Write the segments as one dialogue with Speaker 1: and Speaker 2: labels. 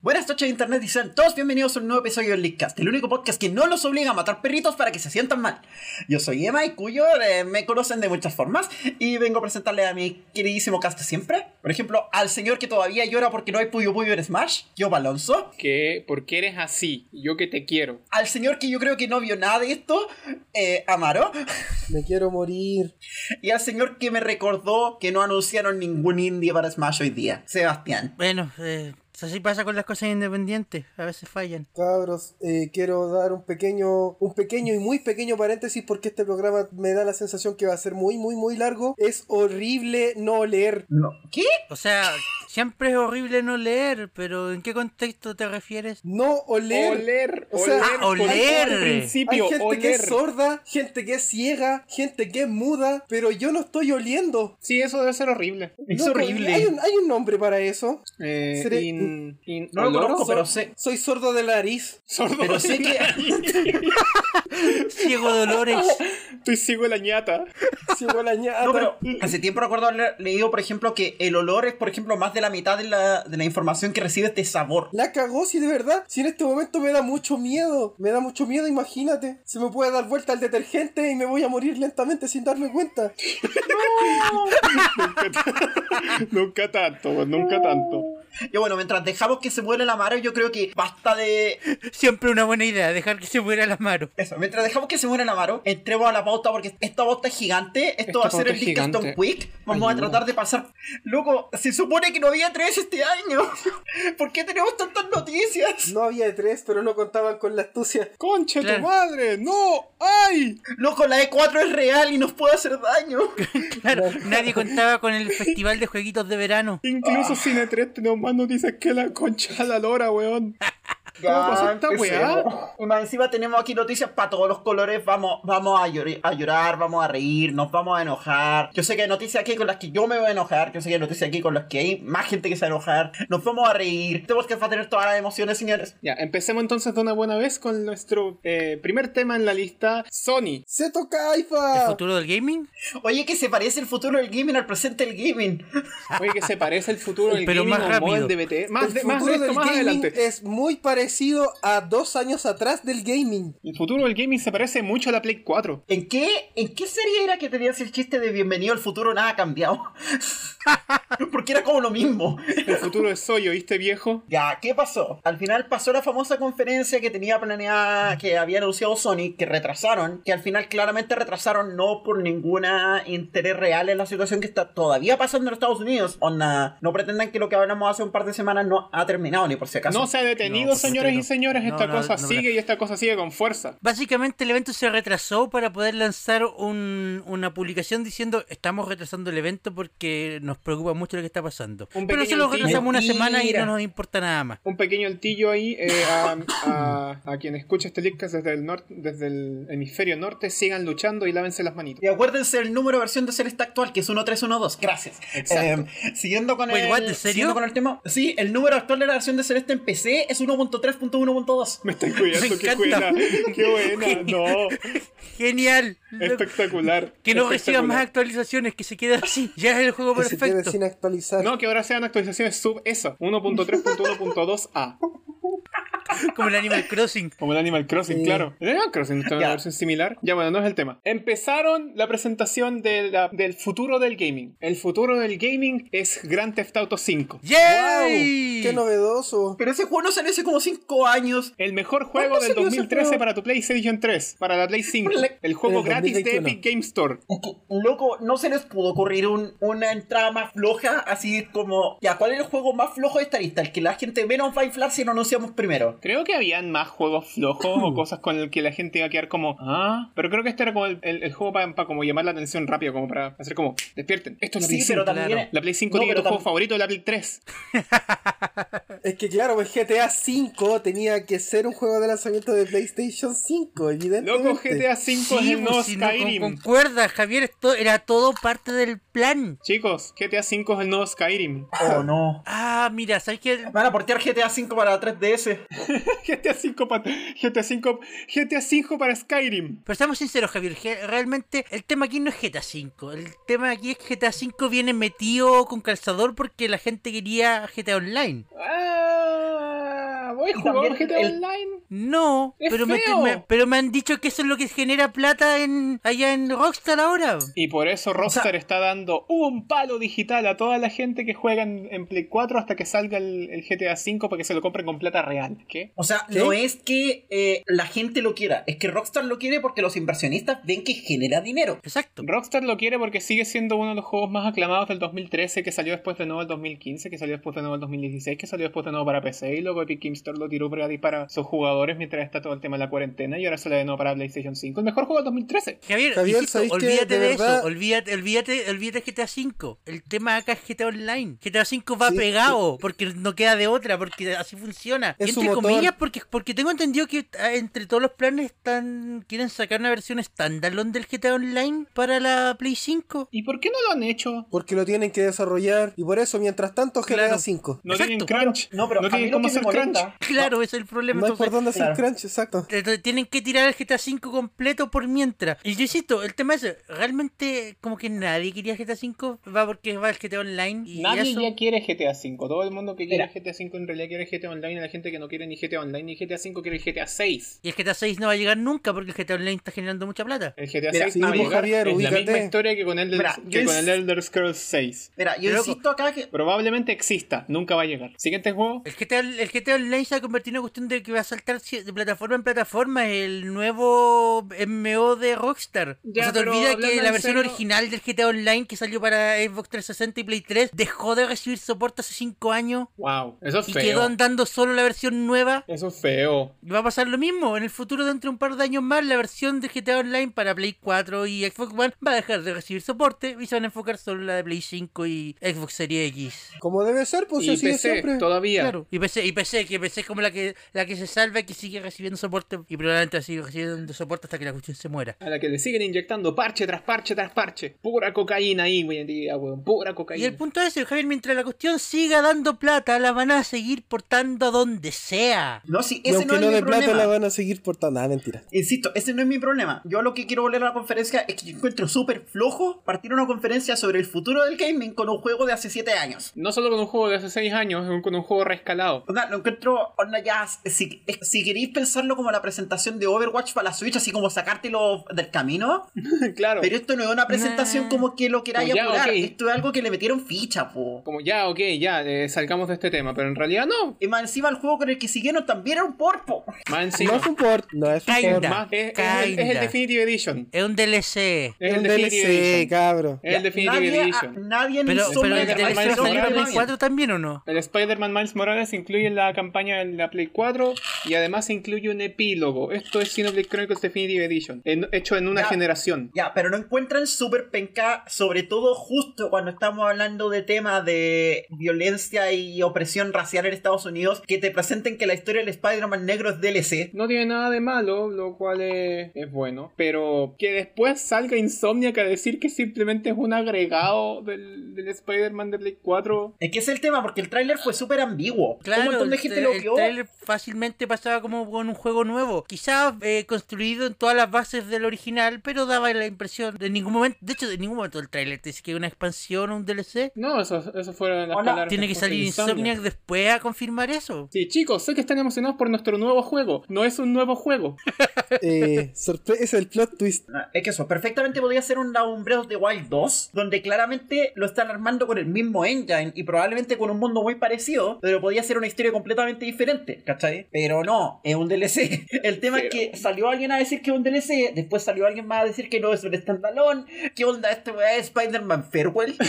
Speaker 1: Buenas noches internet y sean todos bienvenidos a un nuevo episodio del Leakcast, el único podcast que no los obliga a matar perritos para que se sientan mal. Yo soy Emma y cuyo eh, me conocen de muchas formas y vengo a presentarle a mi queridísimo cast de siempre. Por ejemplo, al señor que todavía llora porque no hay Puyo Puyo en Smash, yo Alonso.
Speaker 2: que ¿Por qué eres así? Yo que te quiero.
Speaker 1: Al señor que yo creo que no vio nada de esto, eh, Amaro.
Speaker 3: Me quiero morir.
Speaker 1: Y al señor que me recordó que no anunciaron ningún indie para Smash hoy día, Sebastián.
Speaker 4: Bueno, eh, así pasa con las cosas independientes, a veces fallan.
Speaker 3: Cabros, eh, quiero dar un pequeño, un pequeño y muy pequeño paréntesis porque este programa me da la sensación que va a ser muy, muy, muy largo. Es horrible no leer.
Speaker 1: No. ¿Qué?
Speaker 4: O sea, siempre es horrible no leer, pero ¿en qué contexto te refieres?
Speaker 3: No oler.
Speaker 2: Oler,
Speaker 3: O sea,
Speaker 4: ah,
Speaker 2: con-
Speaker 4: oler.
Speaker 2: al
Speaker 3: Hay
Speaker 2: principio,
Speaker 3: gente que
Speaker 2: oler.
Speaker 3: es sorda, gente que es ciega, gente que es muda, pero yo no estoy oliendo.
Speaker 2: Sí, eso debe ser horrible.
Speaker 1: Es
Speaker 3: Loco,
Speaker 1: horrible.
Speaker 3: Hay un, hay un nombre para eso.
Speaker 2: Eh,
Speaker 3: Seré-
Speaker 2: in- in-
Speaker 1: No lo
Speaker 2: ¿oloro?
Speaker 1: conozco, pero
Speaker 2: Sor-
Speaker 1: sé,
Speaker 3: Soy sordo de la nariz.
Speaker 2: sordo.
Speaker 1: pero sé que...
Speaker 4: Ciego Dolores.
Speaker 2: Estoy ciego de la ñata.
Speaker 3: Si huele a ñata.
Speaker 1: No, Ah, pero hace tiempo recuerdo haber leído, por ejemplo, que el olor es, por ejemplo, más de la mitad de la, de la información que recibes de sabor.
Speaker 3: La cagó, si de verdad, si en este momento me da mucho miedo, me da mucho miedo, imagínate. Se me puede dar vuelta el detergente y me voy a morir lentamente sin darme cuenta.
Speaker 2: nunca tanto, nunca tanto.
Speaker 1: Y bueno, mientras dejamos que se muera la mano, yo creo que basta de...
Speaker 4: Siempre una buena idea, dejar que se muera la mano.
Speaker 1: Eso, mientras dejamos que se muera la mano, entremos a la pauta porque esta pauta es gigante, esto
Speaker 2: Esta
Speaker 1: va a ser
Speaker 2: pauta
Speaker 1: el
Speaker 2: es
Speaker 1: Discaston
Speaker 2: gigante.
Speaker 1: Quick, vamos a
Speaker 2: Ayuda.
Speaker 1: tratar de pasar... Loco, se supone que no había tres este año. ¿Por qué tenemos tantas noticias?
Speaker 3: No había de tres, pero no contaban con la astucia.
Speaker 2: ¡Conche
Speaker 4: Claro.
Speaker 2: tu madre! ¡No! ¡Ay!
Speaker 1: Loco, la E4 es real y nos puede hacer daño.
Speaker 4: Claro, nadie contaba con el festival de jueguitos de verano.
Speaker 2: Incluso
Speaker 3: Ah.
Speaker 2: Cine 3 tenemos más noticias que la concha de la lora, weón.
Speaker 1: Ya,
Speaker 2: pasó esta
Speaker 1: empecemos.
Speaker 2: weá?
Speaker 1: Y más encima tenemos aquí noticias para todos los colores. Vamos, vamos a, llor- a llorar, vamos a reír, nos vamos a enojar. Yo sé que hay noticias aquí con las que yo me voy a enojar. Yo sé que hay noticias aquí con las que hay más gente que se va a enojar. Nos vamos a reír. Este podcast va a tener todas las emociones, señores.
Speaker 2: Ya, empecemos entonces de una buena vez con nuestro eh, primer tema en la lista, Sony.
Speaker 3: ¡Se toca
Speaker 4: ¿El
Speaker 3: AIFA!
Speaker 4: futuro del gaming?
Speaker 1: Oye, que se parece el futuro del gaming al presente del gaming.
Speaker 2: Oye, que se parece el futuro del
Speaker 4: Pero
Speaker 2: gaming
Speaker 4: más
Speaker 2: al model
Speaker 4: rápido.
Speaker 2: de BTS. Más,
Speaker 3: el
Speaker 2: de,
Speaker 3: futuro
Speaker 2: más de esto,
Speaker 3: del
Speaker 2: más
Speaker 3: gaming
Speaker 2: adelante.
Speaker 3: es muy parecido a dos años atrás del gaming.
Speaker 2: El futuro del gaming se parece mucho a la Play 4.
Speaker 1: ¿En qué, ¿En qué serie era que tenías el chiste de bienvenido al futuro? Nada ha cambiado. Porque era como lo mismo.
Speaker 2: El futuro de Soyo, ¿viste, viejo?
Speaker 1: Ya, ¿qué pasó? Al final pasó la famosa conferencia que tenía planeada, que había anunciado Sony, que retrasaron, que al final claramente retrasaron no por ningún interés real en la situación que está todavía pasando en Estados Unidos. Onda, no pretendan que lo que hablamos hace un par de semanas no ha terminado, ni por si acaso.
Speaker 2: No se ha detenido,
Speaker 4: No,
Speaker 2: señores
Speaker 4: no.
Speaker 2: y señoras.
Speaker 4: No,
Speaker 2: Esta
Speaker 4: no,
Speaker 2: cosa
Speaker 4: no,
Speaker 2: sigue y esta cosa sigue con fuerza.
Speaker 4: Básicamente el evento se retrasó para poder lanzar un- una publicación diciendo estamos retrasando el evento porque nos preocupa mucho lo que está pasando.
Speaker 2: Un
Speaker 4: Pero
Speaker 2: pequeño
Speaker 4: eso lo
Speaker 2: antídoto.
Speaker 4: retrasamos una semana y
Speaker 1: Mentira.
Speaker 4: no nos importa nada más.
Speaker 2: Un pequeño altillo ahí eh, a, a- a quien escucha este podcast desde el norte, desde el hemisferio norte, sigan luchando y lávense las manitos.
Speaker 1: Y acuérdense el número de versión de Celeste actual, que es 1312. Gracias.
Speaker 2: Exacto.
Speaker 1: Eh, siguiendo con
Speaker 4: Wait,
Speaker 1: el.
Speaker 4: what? ¿En serio?
Speaker 1: siguiendo con el tema. Sí, el número actual de la versión de Celeste en PC es 1.3.1.2.
Speaker 2: Me estoy cuidando,
Speaker 4: Me
Speaker 2: qué
Speaker 4: encanta.
Speaker 2: buena, qué buena, no,
Speaker 4: Genial.
Speaker 2: espectacular.
Speaker 4: Que no reciban más
Speaker 2: espectacular.
Speaker 4: actualizaciones, que se quede así. Ya es el juego
Speaker 3: Que se quede
Speaker 4: perfecto.
Speaker 3: sin actualizar.
Speaker 2: Oh, No, que ahora sean actualizaciones sub esa, 1.3.1.2a,
Speaker 4: Como el Animal Crossing.
Speaker 2: como el Animal Crossing,
Speaker 3: Sí.
Speaker 2: claro. El Animal Crossing está en
Speaker 1: Ya.
Speaker 2: una versión similar. Ya, bueno, no es el tema. Empezaron la presentación de la- del futuro del gaming. El futuro del gaming es Grand Theft Auto 5.
Speaker 3: ¡Wow!
Speaker 4: ¡Yay!
Speaker 3: ¡Qué novedoso!
Speaker 1: Pero ese juego no salió hace como 5 años.
Speaker 2: El mejor juego del
Speaker 3: salió ese
Speaker 2: 2013
Speaker 3: juego?
Speaker 2: para tu PlayStation 3, para la Play 5.
Speaker 1: Play-
Speaker 2: El juego
Speaker 3: En el
Speaker 2: gratis de
Speaker 3: 2021.
Speaker 2: Epic Game Store.
Speaker 1: Es que, Loco, ¿no se les pudo ocurrir un- una entrada más floja? Así como, ya, ¿cuál es el juego más flojo de esta lista? El que la gente menos va a inflar si no anunciamos primero.
Speaker 2: Creo que habían más juegos flojos o cosas con las que la gente iba a quedar como, ah, pero creo que este era como el, el- el juego para como llamar la atención rápido, como para hacer como, despierten, esto es la
Speaker 1: Sí,
Speaker 2: Play 5.
Speaker 1: pero también...
Speaker 4: claro.
Speaker 2: La Play 5
Speaker 1: No,
Speaker 2: tiene
Speaker 1: pero
Speaker 2: tu juego
Speaker 1: tam-
Speaker 2: favorito de la Play 3.
Speaker 3: Es que claro, pues GTA V tenía que ser un juego de lanzamiento de PlayStation 5, evidentemente.
Speaker 2: Loco, GTA 5 es
Speaker 4: Sí,
Speaker 2: el
Speaker 4: pues,
Speaker 2: nuevo
Speaker 4: si no, con-
Speaker 2: Skyrim.
Speaker 4: concuerda, Javier, esto era todo parte del plan.
Speaker 2: Chicos, GTA 5 es el nuevo Skyrim.
Speaker 1: Oh, no.
Speaker 4: Ah, mira, ¿sabes qué?
Speaker 1: Van a portear GTA V para 3DS.
Speaker 2: GTA 5 para GTA 5 GTA 5 para Skyrim.
Speaker 4: Pero estamos sinceros, Javier, ge- realmente el tema aquí no es GTA V. El tema aquí es que GTA V viene metido con calzador porque la gente quería GTA Online.
Speaker 2: Ah, ¿Has
Speaker 1: Y
Speaker 2: jugado
Speaker 1: también
Speaker 2: GTA
Speaker 1: el-
Speaker 2: Online?
Speaker 4: No,
Speaker 2: ¡Es
Speaker 4: pero me,
Speaker 2: feo!
Speaker 4: me- pero me han dicho que eso es lo que genera plata en allá en Rockstar ahora.
Speaker 2: Y por eso Rockstar está dando un palo digital a toda la gente que juega en, en Play 4 hasta que salga el, el GTA 5 para que se lo compren con plata real. ¿Qué?
Speaker 1: O sea,
Speaker 3: ¿Qué?
Speaker 1: no es que eh, la gente lo quiera, es que Rockstar lo quiere porque los inversionistas ven que genera dinero.
Speaker 4: Exacto.
Speaker 2: Rockstar lo quiere porque sigue siendo uno de los juegos más aclamados del 2013, que salió después de nuevo el 2015, que salió después de nuevo el 2016, que salió después de nuevo para PC, y luego Epic Game Store lo tiró gratis para sus jugadores mientras está todo el tema de la cuarentena, y ahora sale de nuevo para PlayStation 5. El mejor juego del 2013.
Speaker 4: Javier,
Speaker 3: Javier,
Speaker 4: insisto,
Speaker 3: ¿sabéis qué?
Speaker 4: olvídate
Speaker 3: De
Speaker 4: de,
Speaker 3: verdad-
Speaker 4: eso, olvídate, olvídate, olvídate GTA V. El tema acá es GTA Online. GTA V va
Speaker 3: Sí, eh,
Speaker 4: pegado porque no queda de otra, porque así funciona.
Speaker 3: Es
Speaker 4: Y
Speaker 3: su
Speaker 4: entre
Speaker 3: motor.
Speaker 4: comillas, porque, porque tengo entendido que ah, entre todos los planes están quieren sacar una versión standalone del GTA Online para la Play 5.
Speaker 2: ¿Y por qué no lo han hecho?
Speaker 3: Porque lo tienen que desarrollar. Y por eso, mientras tanto, GTA
Speaker 4: Claro.
Speaker 3: 5.
Speaker 2: No
Speaker 4: Exacto.
Speaker 2: tienen crunch.
Speaker 1: No, pero a mí
Speaker 2: tienen
Speaker 1: lo
Speaker 2: cómo
Speaker 1: que me
Speaker 2: hacer
Speaker 1: molesta...
Speaker 2: crunch.
Speaker 4: Claro, ese es el problema.
Speaker 3: No hay
Speaker 4: entonces-
Speaker 3: por dónde hacer
Speaker 1: claro.
Speaker 3: crunch, exacto.
Speaker 4: Entonces, tienen que tirar el GTA V completo por mientras. Y yo insisto, el tema es, realmente como que nadie quería GTA V, va porque va el GTA Online. Y
Speaker 2: Nadie
Speaker 4: eso-
Speaker 2: ya quiere GTA V. Todo el mundo que quiere
Speaker 1: Mira.
Speaker 2: GTA V en realidad quiere GTA Online. y La gente que no quiere ni GTA Online ni GTA V quiere el GTA 6.
Speaker 4: Y el GTA 6 no va a llegar nunca porque el GTA Online está generando mucha plata.
Speaker 2: El GTA
Speaker 1: Mira,
Speaker 2: 6
Speaker 1: sí,
Speaker 2: va a
Speaker 1: vos,
Speaker 2: llegar.
Speaker 3: Javier,
Speaker 2: es la
Speaker 3: ubícate.
Speaker 2: misma historia que con Elder,
Speaker 1: Mira,
Speaker 2: que
Speaker 1: yo
Speaker 2: con
Speaker 1: ins-
Speaker 2: el Elder Scrolls 6.
Speaker 1: Mira, yo
Speaker 4: Loco.
Speaker 1: insisto acá que
Speaker 2: Probablemente exista, nunca va a llegar. Siguiente juego.
Speaker 4: El GTA, el GTA Online se ha convertido en una cuestión de que va a saltar si- de plataforma en plataforma el nuevo MMO de Rockstar.
Speaker 2: Ya,
Speaker 4: o sea, te
Speaker 2: pero
Speaker 4: olvidas
Speaker 2: hablando
Speaker 4: que la
Speaker 2: en
Speaker 4: versión
Speaker 2: serio-
Speaker 4: original del GTA Online que salió para Xbox 360 y Play 3 dejó de recibir soporte hace 5 años
Speaker 2: Wow, eso es
Speaker 4: y
Speaker 2: feo.
Speaker 4: quedó andando solo la versión nueva.
Speaker 2: Eso es feo.
Speaker 4: Y Va a pasar lo mismo. En el futuro, dentro de un par de años más, la versión de GTA Online para Play 4 y Xbox One va a dejar de recibir soporte y se van a enfocar solo en la de Play 5 y Xbox Series X.
Speaker 3: Como debe ser, pues
Speaker 2: y
Speaker 3: así
Speaker 2: PC
Speaker 3: es siempre.
Speaker 2: todavía.
Speaker 4: Claro, y PC, y PC, que PC es como la que la que se salva y que sigue recibiendo soporte y probablemente va a seguir recibiendo soporte hasta que la cuestión se muera.
Speaker 2: A la que le siguen inyectando parche tras parche tras parche. Pura cocaína ahí, güey, en día, weón. Pura
Speaker 4: Y
Speaker 2: cocaína.
Speaker 4: el punto es, Javier, mientras la cuestión siga dando plata, la van a seguir portando a donde sea.
Speaker 1: no si
Speaker 3: Y
Speaker 1: ese
Speaker 3: aunque
Speaker 1: no es
Speaker 3: no
Speaker 1: mi
Speaker 3: de plata
Speaker 1: problema.
Speaker 3: la van a seguir portando. Nada, mentira.
Speaker 1: Insisto, ese no es mi problema. Yo lo que quiero volver a la conferencia es que yo encuentro súper flojo partir una conferencia sobre el futuro del gaming con un juego de hace 7 años.
Speaker 2: No solo con un juego de hace 6 años, sino con un juego rescalado.
Speaker 1: Onda, lo encuentro, onda, ya, si, si queréis pensarlo como la presentación de Overwatch para la Switch, así como sacártelo del camino,
Speaker 2: claro.
Speaker 1: pero esto no es una presentación
Speaker 4: Nah.
Speaker 1: como que lo queráis
Speaker 2: Pues ya,
Speaker 1: apurar,
Speaker 2: ok.
Speaker 1: esto es algo que le metieron ficha, po.
Speaker 2: Como ya, ok, ya, eh, salgamos de este tema. Pero en realidad no.
Speaker 1: Y más encima el juego con el que siguieron también era un porpo.
Speaker 2: Más
Speaker 3: No
Speaker 2: encima.
Speaker 3: es un port, no es un
Speaker 4: Kinda.
Speaker 3: port.
Speaker 2: Más- es, es el, es el
Speaker 4: Kinda.
Speaker 2: Definitive Edition.
Speaker 4: Es un DLC.
Speaker 2: Es
Speaker 3: Es
Speaker 2: el
Speaker 3: un
Speaker 2: Definitive
Speaker 3: DLC,
Speaker 2: Edition.
Speaker 3: cabro.
Speaker 2: Es el Definitive
Speaker 1: nadie, a-
Speaker 2: Edition.
Speaker 1: nadie en
Speaker 4: Pero,
Speaker 1: su
Speaker 4: pero el
Speaker 1: mente
Speaker 2: Spider-Man
Speaker 4: DLC va a salir para
Speaker 2: Miles
Speaker 4: Play 4 también o no?
Speaker 2: El Spider-Man Miles Morales incluye la campaña en la Play 4 y además incluye un epílogo. Esto es Xenoblade Chronicles Definitive Edition, en- hecho en una
Speaker 1: Ya.
Speaker 2: generación.
Speaker 1: Ya, pero no encuentran súper penca, sobre todo justo cuando estamos hablando de temas de violencia y opresión racial en Estados Unidos, que te presenten que la historia del Spider-Man negro es DLC.
Speaker 2: No tiene nada de malo, lo cual es, es bueno. Pero que después salga Insomniac a decir que simplemente es un agregado del, del Spider-Man de Play 4.
Speaker 1: Es que ese es el tema, porque el tráiler fue súper ambiguo. un montón de
Speaker 4: el
Speaker 1: gente
Speaker 4: tra-
Speaker 1: lo
Speaker 4: este, el
Speaker 1: vio.
Speaker 4: trailer fácilmente pasaba como con un juego nuevo. Quizás eh, construido en todas las bases del original, pero daba la impresión de ningún momento. De hecho, de ningún momento el trailer te dice que hay una expansión o un DLC.
Speaker 2: No, eso, eso fueron las
Speaker 1: Hola.
Speaker 2: palabras.
Speaker 4: Tiene que
Speaker 2: después de
Speaker 4: salir Insomniac después a confirmar eso.
Speaker 2: Sí, chicos, sé que están emocionados por nuestro nuevo juego. No es un nuevo juego.
Speaker 3: Eh, sorpre- es el plot twist.
Speaker 1: Es que eso, perfectamente podría ser un Down Breath of the Wild 2, donde claramente lo están armando con el mismo engine y probablemente con un mundo muy parecido, pero podría ser una historia completamente diferente, ¿cachai? Pero no, es un DLC. El tema es que salió alguien a decir que es un DLC, después salió alguien más a decir que no es un standalone. ¿Qué onda este weá de Spider-Man Farewell?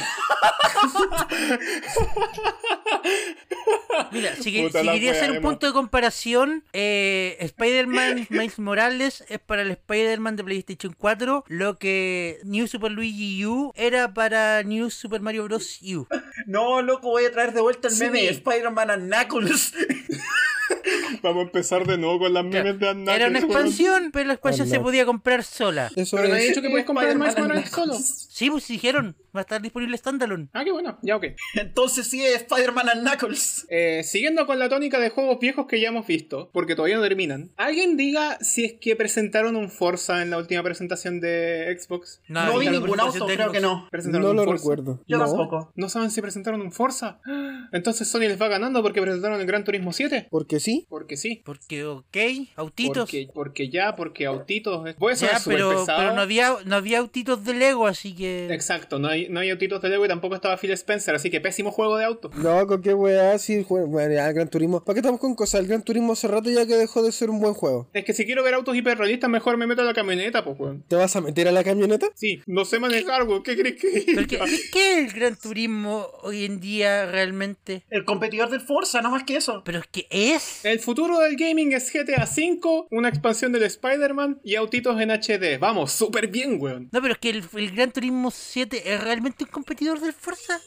Speaker 4: Mira, si, que-
Speaker 2: Puta
Speaker 4: si
Speaker 2: la
Speaker 4: quería
Speaker 2: wea,
Speaker 4: hacer un
Speaker 2: Emma.
Speaker 4: punto de comparación, eh, Spider-Man Miles Morales es para el Spider-Man de PlayStation 4, lo que New Super Luigi U era para New Super Mario Bros. U.
Speaker 1: No, loco, voy a traer de vuelta el
Speaker 2: Sí.
Speaker 1: meme de Spider-Man and Knuckles.
Speaker 2: Vamos a empezar de nuevo con las memes de Anna.
Speaker 4: Era una expansión, pero la expansión se
Speaker 3: Arnaud.
Speaker 4: podía comprar sola.
Speaker 3: Eso
Speaker 2: Pero no he
Speaker 3: es. este
Speaker 2: dicho que puedes comprar el Miles
Speaker 1: Spider-Man and
Speaker 2: Morales solo.
Speaker 1: Knuckles.
Speaker 4: Sí, pues dijeron. va a estar disponible standalone.
Speaker 2: Ah, qué bueno, ya ok.
Speaker 1: Entonces sí es Spider-Man and Knuckles.
Speaker 2: Eh, siguiendo con la tónica de juegos viejos que ya hemos visto, porque todavía no terminan. ¿Alguien diga si es que presentaron un Forza en la última presentación de Xbox?
Speaker 1: No, vi
Speaker 4: claro,
Speaker 1: ningún auto,
Speaker 4: presentación de
Speaker 1: creo que
Speaker 4: Xbox.
Speaker 1: no.
Speaker 2: ¿Presentaron
Speaker 3: No
Speaker 2: un
Speaker 3: lo
Speaker 2: Forza?
Speaker 3: recuerdo.
Speaker 1: Yo
Speaker 3: No.
Speaker 1: tampoco.
Speaker 2: ¿No saben si presentaron un Forza? ¡Ah! Entonces Sony les va ganando porque presentaron el Gran Turismo 7.
Speaker 3: Porque sí.
Speaker 2: Porque sí.
Speaker 4: Porque, ok, autitos.
Speaker 2: Porque, porque ya, porque autitos. eh. Pues eso
Speaker 4: Ya,
Speaker 2: es súper
Speaker 4: pero,
Speaker 2: pesado.
Speaker 4: pero no, había, no había autitos de Lego, así que.
Speaker 2: Exacto, no hay, no hay autitos de Lego y tampoco estaba Phil Spencer, así que pésimo juego de auto.
Speaker 3: No, con qué weá, sí, jue- bueno, ya, el Gran Turismo. ¿Para qué estamos con cosas? El Gran Turismo hace rato ya que dejó de ser un buen juego.
Speaker 2: Es que si quiero ver autos hiperrealistas, mejor me meto a la camioneta, pues, weón.
Speaker 3: ¿Te vas a meter a la camioneta?
Speaker 2: Sí, no sé manejar, weón. ¿Qué crees que
Speaker 4: Pero ¿qué, qué- qué es el gran turismo hoy en día realmente?
Speaker 1: El competidor del Forza, no más que eso.
Speaker 4: ¿Pero es que es?
Speaker 2: El futuro del gaming es GTA V, una expansión del Spider-Man y autitos en HD. Vamos, súper bien, weón.
Speaker 4: No, pero es que el, el Gran Turismo 7 es realmente un competidor del Forza.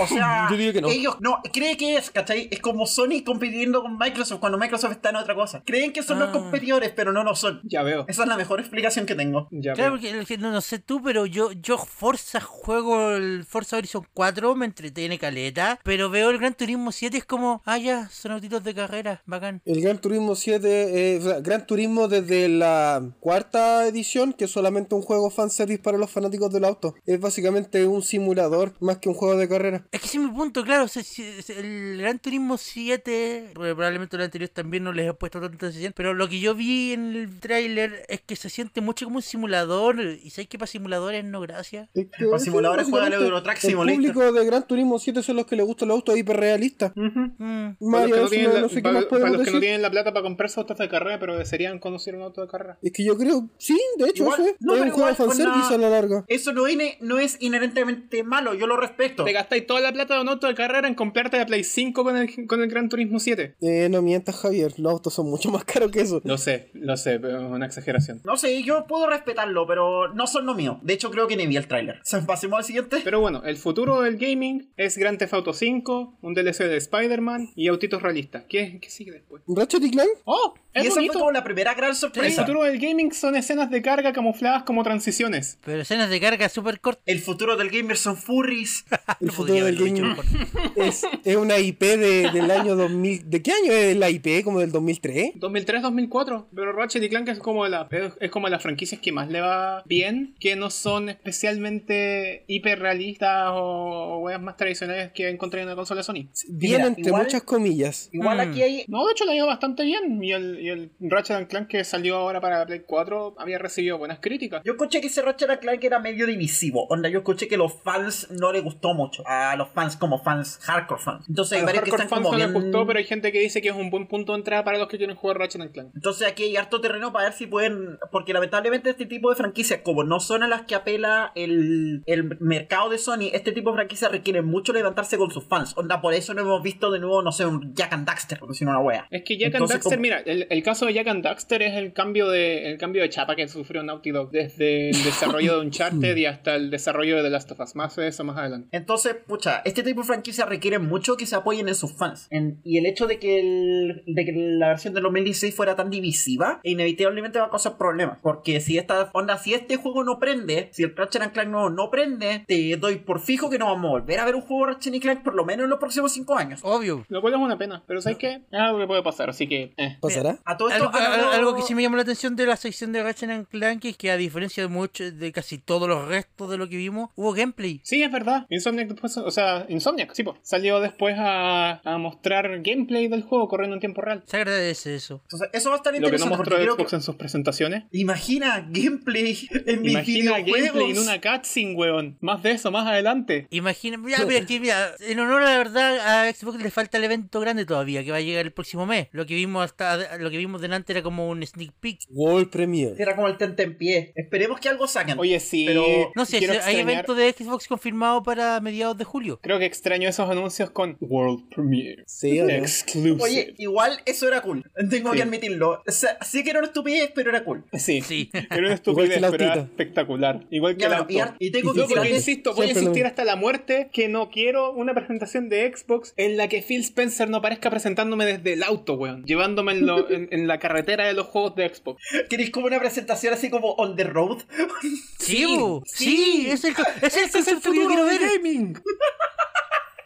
Speaker 1: O sea,
Speaker 3: Yo digo que no.
Speaker 1: ellos no, cree que es, ¿cachai? Es como Sony compitiendo con Microsoft cuando Microsoft está en otra cosa. Creen que son
Speaker 4: Ah.
Speaker 1: los competidores, pero no lo son.
Speaker 2: Ya veo.
Speaker 1: Esa es la mejor explicación que tengo.
Speaker 2: Ya
Speaker 4: Claro,
Speaker 2: veo.
Speaker 4: porque el que- no, no sé tú, pero yo, yo Forza juego el Forza Horizon 4, me entretiene caleta, pero veo el Gran Turismo 7 es como, ah, ya, son autitos de carrera, bacán.
Speaker 3: El Gran Turismo 7, eh, o sea, Gran Turismo desde la cuarta edición, que es solamente un juego fanservice para los fanáticos del auto. Es básicamente un simulador más que un juego de carrera.
Speaker 4: Es que ese es mi punto, claro, se- se- se- el Gran Turismo 7, bueno, probablemente los anteriores también no les he puesto tanta atención, pero lo que yo vi en el tráiler es que se siente mucho como un simulador, y sabes que para simuladores no, gracias.
Speaker 3: Es que,
Speaker 1: Los
Speaker 3: sí,
Speaker 1: simuladores juegan
Speaker 3: básicamente,
Speaker 1: Euro Truck
Speaker 3: El
Speaker 1: Simulator.
Speaker 3: público de Gran Turismo 7 son los que les gustan los autos hiperrealistas.
Speaker 2: Ujú.
Speaker 4: Mm.
Speaker 2: Para los
Speaker 3: Mario,
Speaker 2: que no
Speaker 3: eso no,
Speaker 2: tienen la-
Speaker 3: no sé qué
Speaker 2: para-
Speaker 3: más
Speaker 2: para
Speaker 3: podemos
Speaker 2: los que no
Speaker 3: decir.
Speaker 2: tienen la plata para comprarse autos de carrera, pero desearían conocer un auto de carrera.
Speaker 3: Es que yo creo, sí, de hecho,
Speaker 1: Igual-
Speaker 3: eso es.
Speaker 1: no, pero
Speaker 3: es un juego
Speaker 1: igual con
Speaker 3: fanservice
Speaker 1: la-
Speaker 3: a la larga.
Speaker 1: Eso no, ine- no es inherentemente malo, yo lo respeto.
Speaker 2: Te gastáis toda la plata de un auto de carrera en comprarte la Play 5 con el, con el Gran Turismo 7.
Speaker 3: Eh, no mientas, Javier. Los autos son mucho más caros que eso.
Speaker 2: Lo sé, lo sé, pero es una exageración.
Speaker 1: No sé, yo puedo respetarlo, pero no son lo mío. De hecho, creo que ni vi el tráiler. O sea, Pasemos al siguiente.
Speaker 2: Pero bueno, el futuro del gaming es Grand Theft Auto 5, un DLC de Spider-Man y autitos realistas. ¿Qué, qué sigue después?
Speaker 3: ¿Ratchet y Clank?
Speaker 2: ¡Oh!
Speaker 1: y
Speaker 2: ¡Es
Speaker 1: esa fue
Speaker 2: bonito!
Speaker 1: como la primera gran
Speaker 2: El
Speaker 1: sorpresa.
Speaker 2: futuro del gaming son escenas de carga camufladas como transiciones.
Speaker 4: Pero escenas de carga súper cortas.
Speaker 1: El futuro del gamer son furries.
Speaker 3: El
Speaker 4: Ah, No
Speaker 3: futuro
Speaker 4: podía
Speaker 3: del
Speaker 4: haberlo dicho
Speaker 3: gaming.
Speaker 4: mejor.
Speaker 3: Es, es una IP de- del año 2000. ¿De qué año es la IP? ¿Como del 2003?
Speaker 2: 2003-2004, pero Ratchet y Clank es como la es, es como las franquicias que más le va bien, que no son especialmente hiperrealistas o, o weas más tradicionales que encontré en la consola Sony.
Speaker 3: Bien
Speaker 1: Mira,
Speaker 3: entre
Speaker 1: igual-
Speaker 3: muchas comillas.
Speaker 1: Igual
Speaker 4: Mm.
Speaker 1: aquí hay
Speaker 2: No, de hecho le ha ido bastante bien y el, y el Ratchet and Clank que salió ahora para Play 4 había recibido buenas críticas.
Speaker 1: Yo escuché que ese Ratchet Clank era medio divisivo. Onda, yo escuché que los fans no le gustó mucho. A los fans como fans, hardcore fans. Entonces
Speaker 2: A
Speaker 1: hay
Speaker 2: los
Speaker 1: varios que
Speaker 2: hardcore
Speaker 1: están
Speaker 2: fans
Speaker 1: como
Speaker 2: no les
Speaker 1: bien...
Speaker 2: gustó, pero hay gente que dice que es un buen punto de entrada para los que quieren jugar Ratchet and Clank.
Speaker 1: Entonces aquí hay harto terreno para ver si pueden... Porque lamentablemente este tipo de franquicias, como no son a las que apela el, el mercado de Sony, este tipo de franquicias requieren mucho levantarse con sus fans. Onda, por eso no hemos visto de nuevo, no sé, un Jack and Daxter, porque si no, una wea.
Speaker 2: Es que Jack
Speaker 1: Entonces,
Speaker 2: and Daxter,
Speaker 1: ¿cómo?
Speaker 2: mira, el, el caso de Jack and Daxter es el cambio de el cambio de chapa que sufrió Naughty Dog desde el desarrollo de Uncharted y hasta el desarrollo de The Last of Us. Más de eso más adelante.
Speaker 1: Entonces, pucha, este tipo de franquicias requieren mucho que se apoyen en sus fans. En- y el hecho de que, el- de que la versión del 2016 fuera tan divisiva, inevitablemente va a causar problemas. Porque si esta onda, si este juego no prende, si el Ratchet and Clank nuevo no prende, te doy por fijo que no vamos a volver a ver un juego de Ratchet y Clank por lo menos en los próximos 5 años.
Speaker 4: Obvio.
Speaker 2: Lo cual es una pena, pero ¿sabes qué? Es algo que puede pasar, así que... eh.
Speaker 3: ¿Pasará?
Speaker 1: A todo esto,
Speaker 4: Algo,
Speaker 1: hablando-
Speaker 4: algo- algo que sí me llamó la atención de la sección de Ratchet and Clank es que a diferencia de mucho de casi todos los restos de lo que vimos, hubo gameplay.
Speaker 2: Sí, es verdad. Insomniac después, o sea, Insomniac, sí, pues, salió después a, a mostrar gameplay del juego corriendo en tiempo real.
Speaker 4: Se agradece eso.
Speaker 1: Entonces, eso va a estar
Speaker 2: Lo que no
Speaker 1: interesante.
Speaker 2: mostró
Speaker 1: porque creo
Speaker 2: Xbox
Speaker 1: que-
Speaker 2: en sus presentaciones.
Speaker 1: Imagina gameplay en mis
Speaker 2: Imagina gameplay en
Speaker 1: videojuegos.
Speaker 2: una cutscene, weón. Más de eso, más adelante.
Speaker 4: Imagina, mira,
Speaker 2: eh,
Speaker 4: mira, aquí, mira, en honor a la verdad a Xbox le falta el evento grande todavía que va a llegar el próximo mes. Lo que vimos hasta lo que vimos delante era como un sneak peek.
Speaker 3: World Premiere.
Speaker 1: Era como el tentempié. Esperemos que algo saquen.
Speaker 2: Oye, sí.
Speaker 1: Pero-
Speaker 4: No sé,
Speaker 2: quiero
Speaker 4: si hay
Speaker 2: extrañar-
Speaker 4: evento de Xbox confirmado para mediados de julio.
Speaker 2: Creo que extraño esos anuncios con World Premiere.
Speaker 3: Sí, ¿o no?
Speaker 2: Exclusive.
Speaker 1: Oye, igual eso era cool. Tengo
Speaker 2: Sí.
Speaker 1: que admitirlo. O sea, sí que era una estupidez, pero era cool.
Speaker 2: sí.
Speaker 4: Sí.
Speaker 2: Era una
Speaker 3: Igual que
Speaker 2: estupidez,
Speaker 3: el
Speaker 2: pero era
Speaker 3: autito.
Speaker 2: espectacular. Igual que
Speaker 1: Ya,
Speaker 2: el
Speaker 1: pero,
Speaker 2: auto.
Speaker 1: y ar- y tengo que
Speaker 2: No, porque
Speaker 1: decir algo.
Speaker 2: insisto, voy a
Speaker 3: Siempre lo
Speaker 2: insistir
Speaker 3: mismo.
Speaker 2: hasta la muerte que no quiero una presentación de Xbox en la que Phil Spencer no parezca presentándome desde el auto, weón. Llevándome en, lo- en- en la carretera de los juegos de Xbox.
Speaker 1: ¿Queréis como una presentación así como on the road?
Speaker 4: Sí, bu, sí,
Speaker 2: sí.
Speaker 4: es el, co- es
Speaker 2: ¡Ese es el
Speaker 4: concepto que yo
Speaker 2: futuro
Speaker 4: quiero
Speaker 2: del
Speaker 4: ver.
Speaker 2: gaming!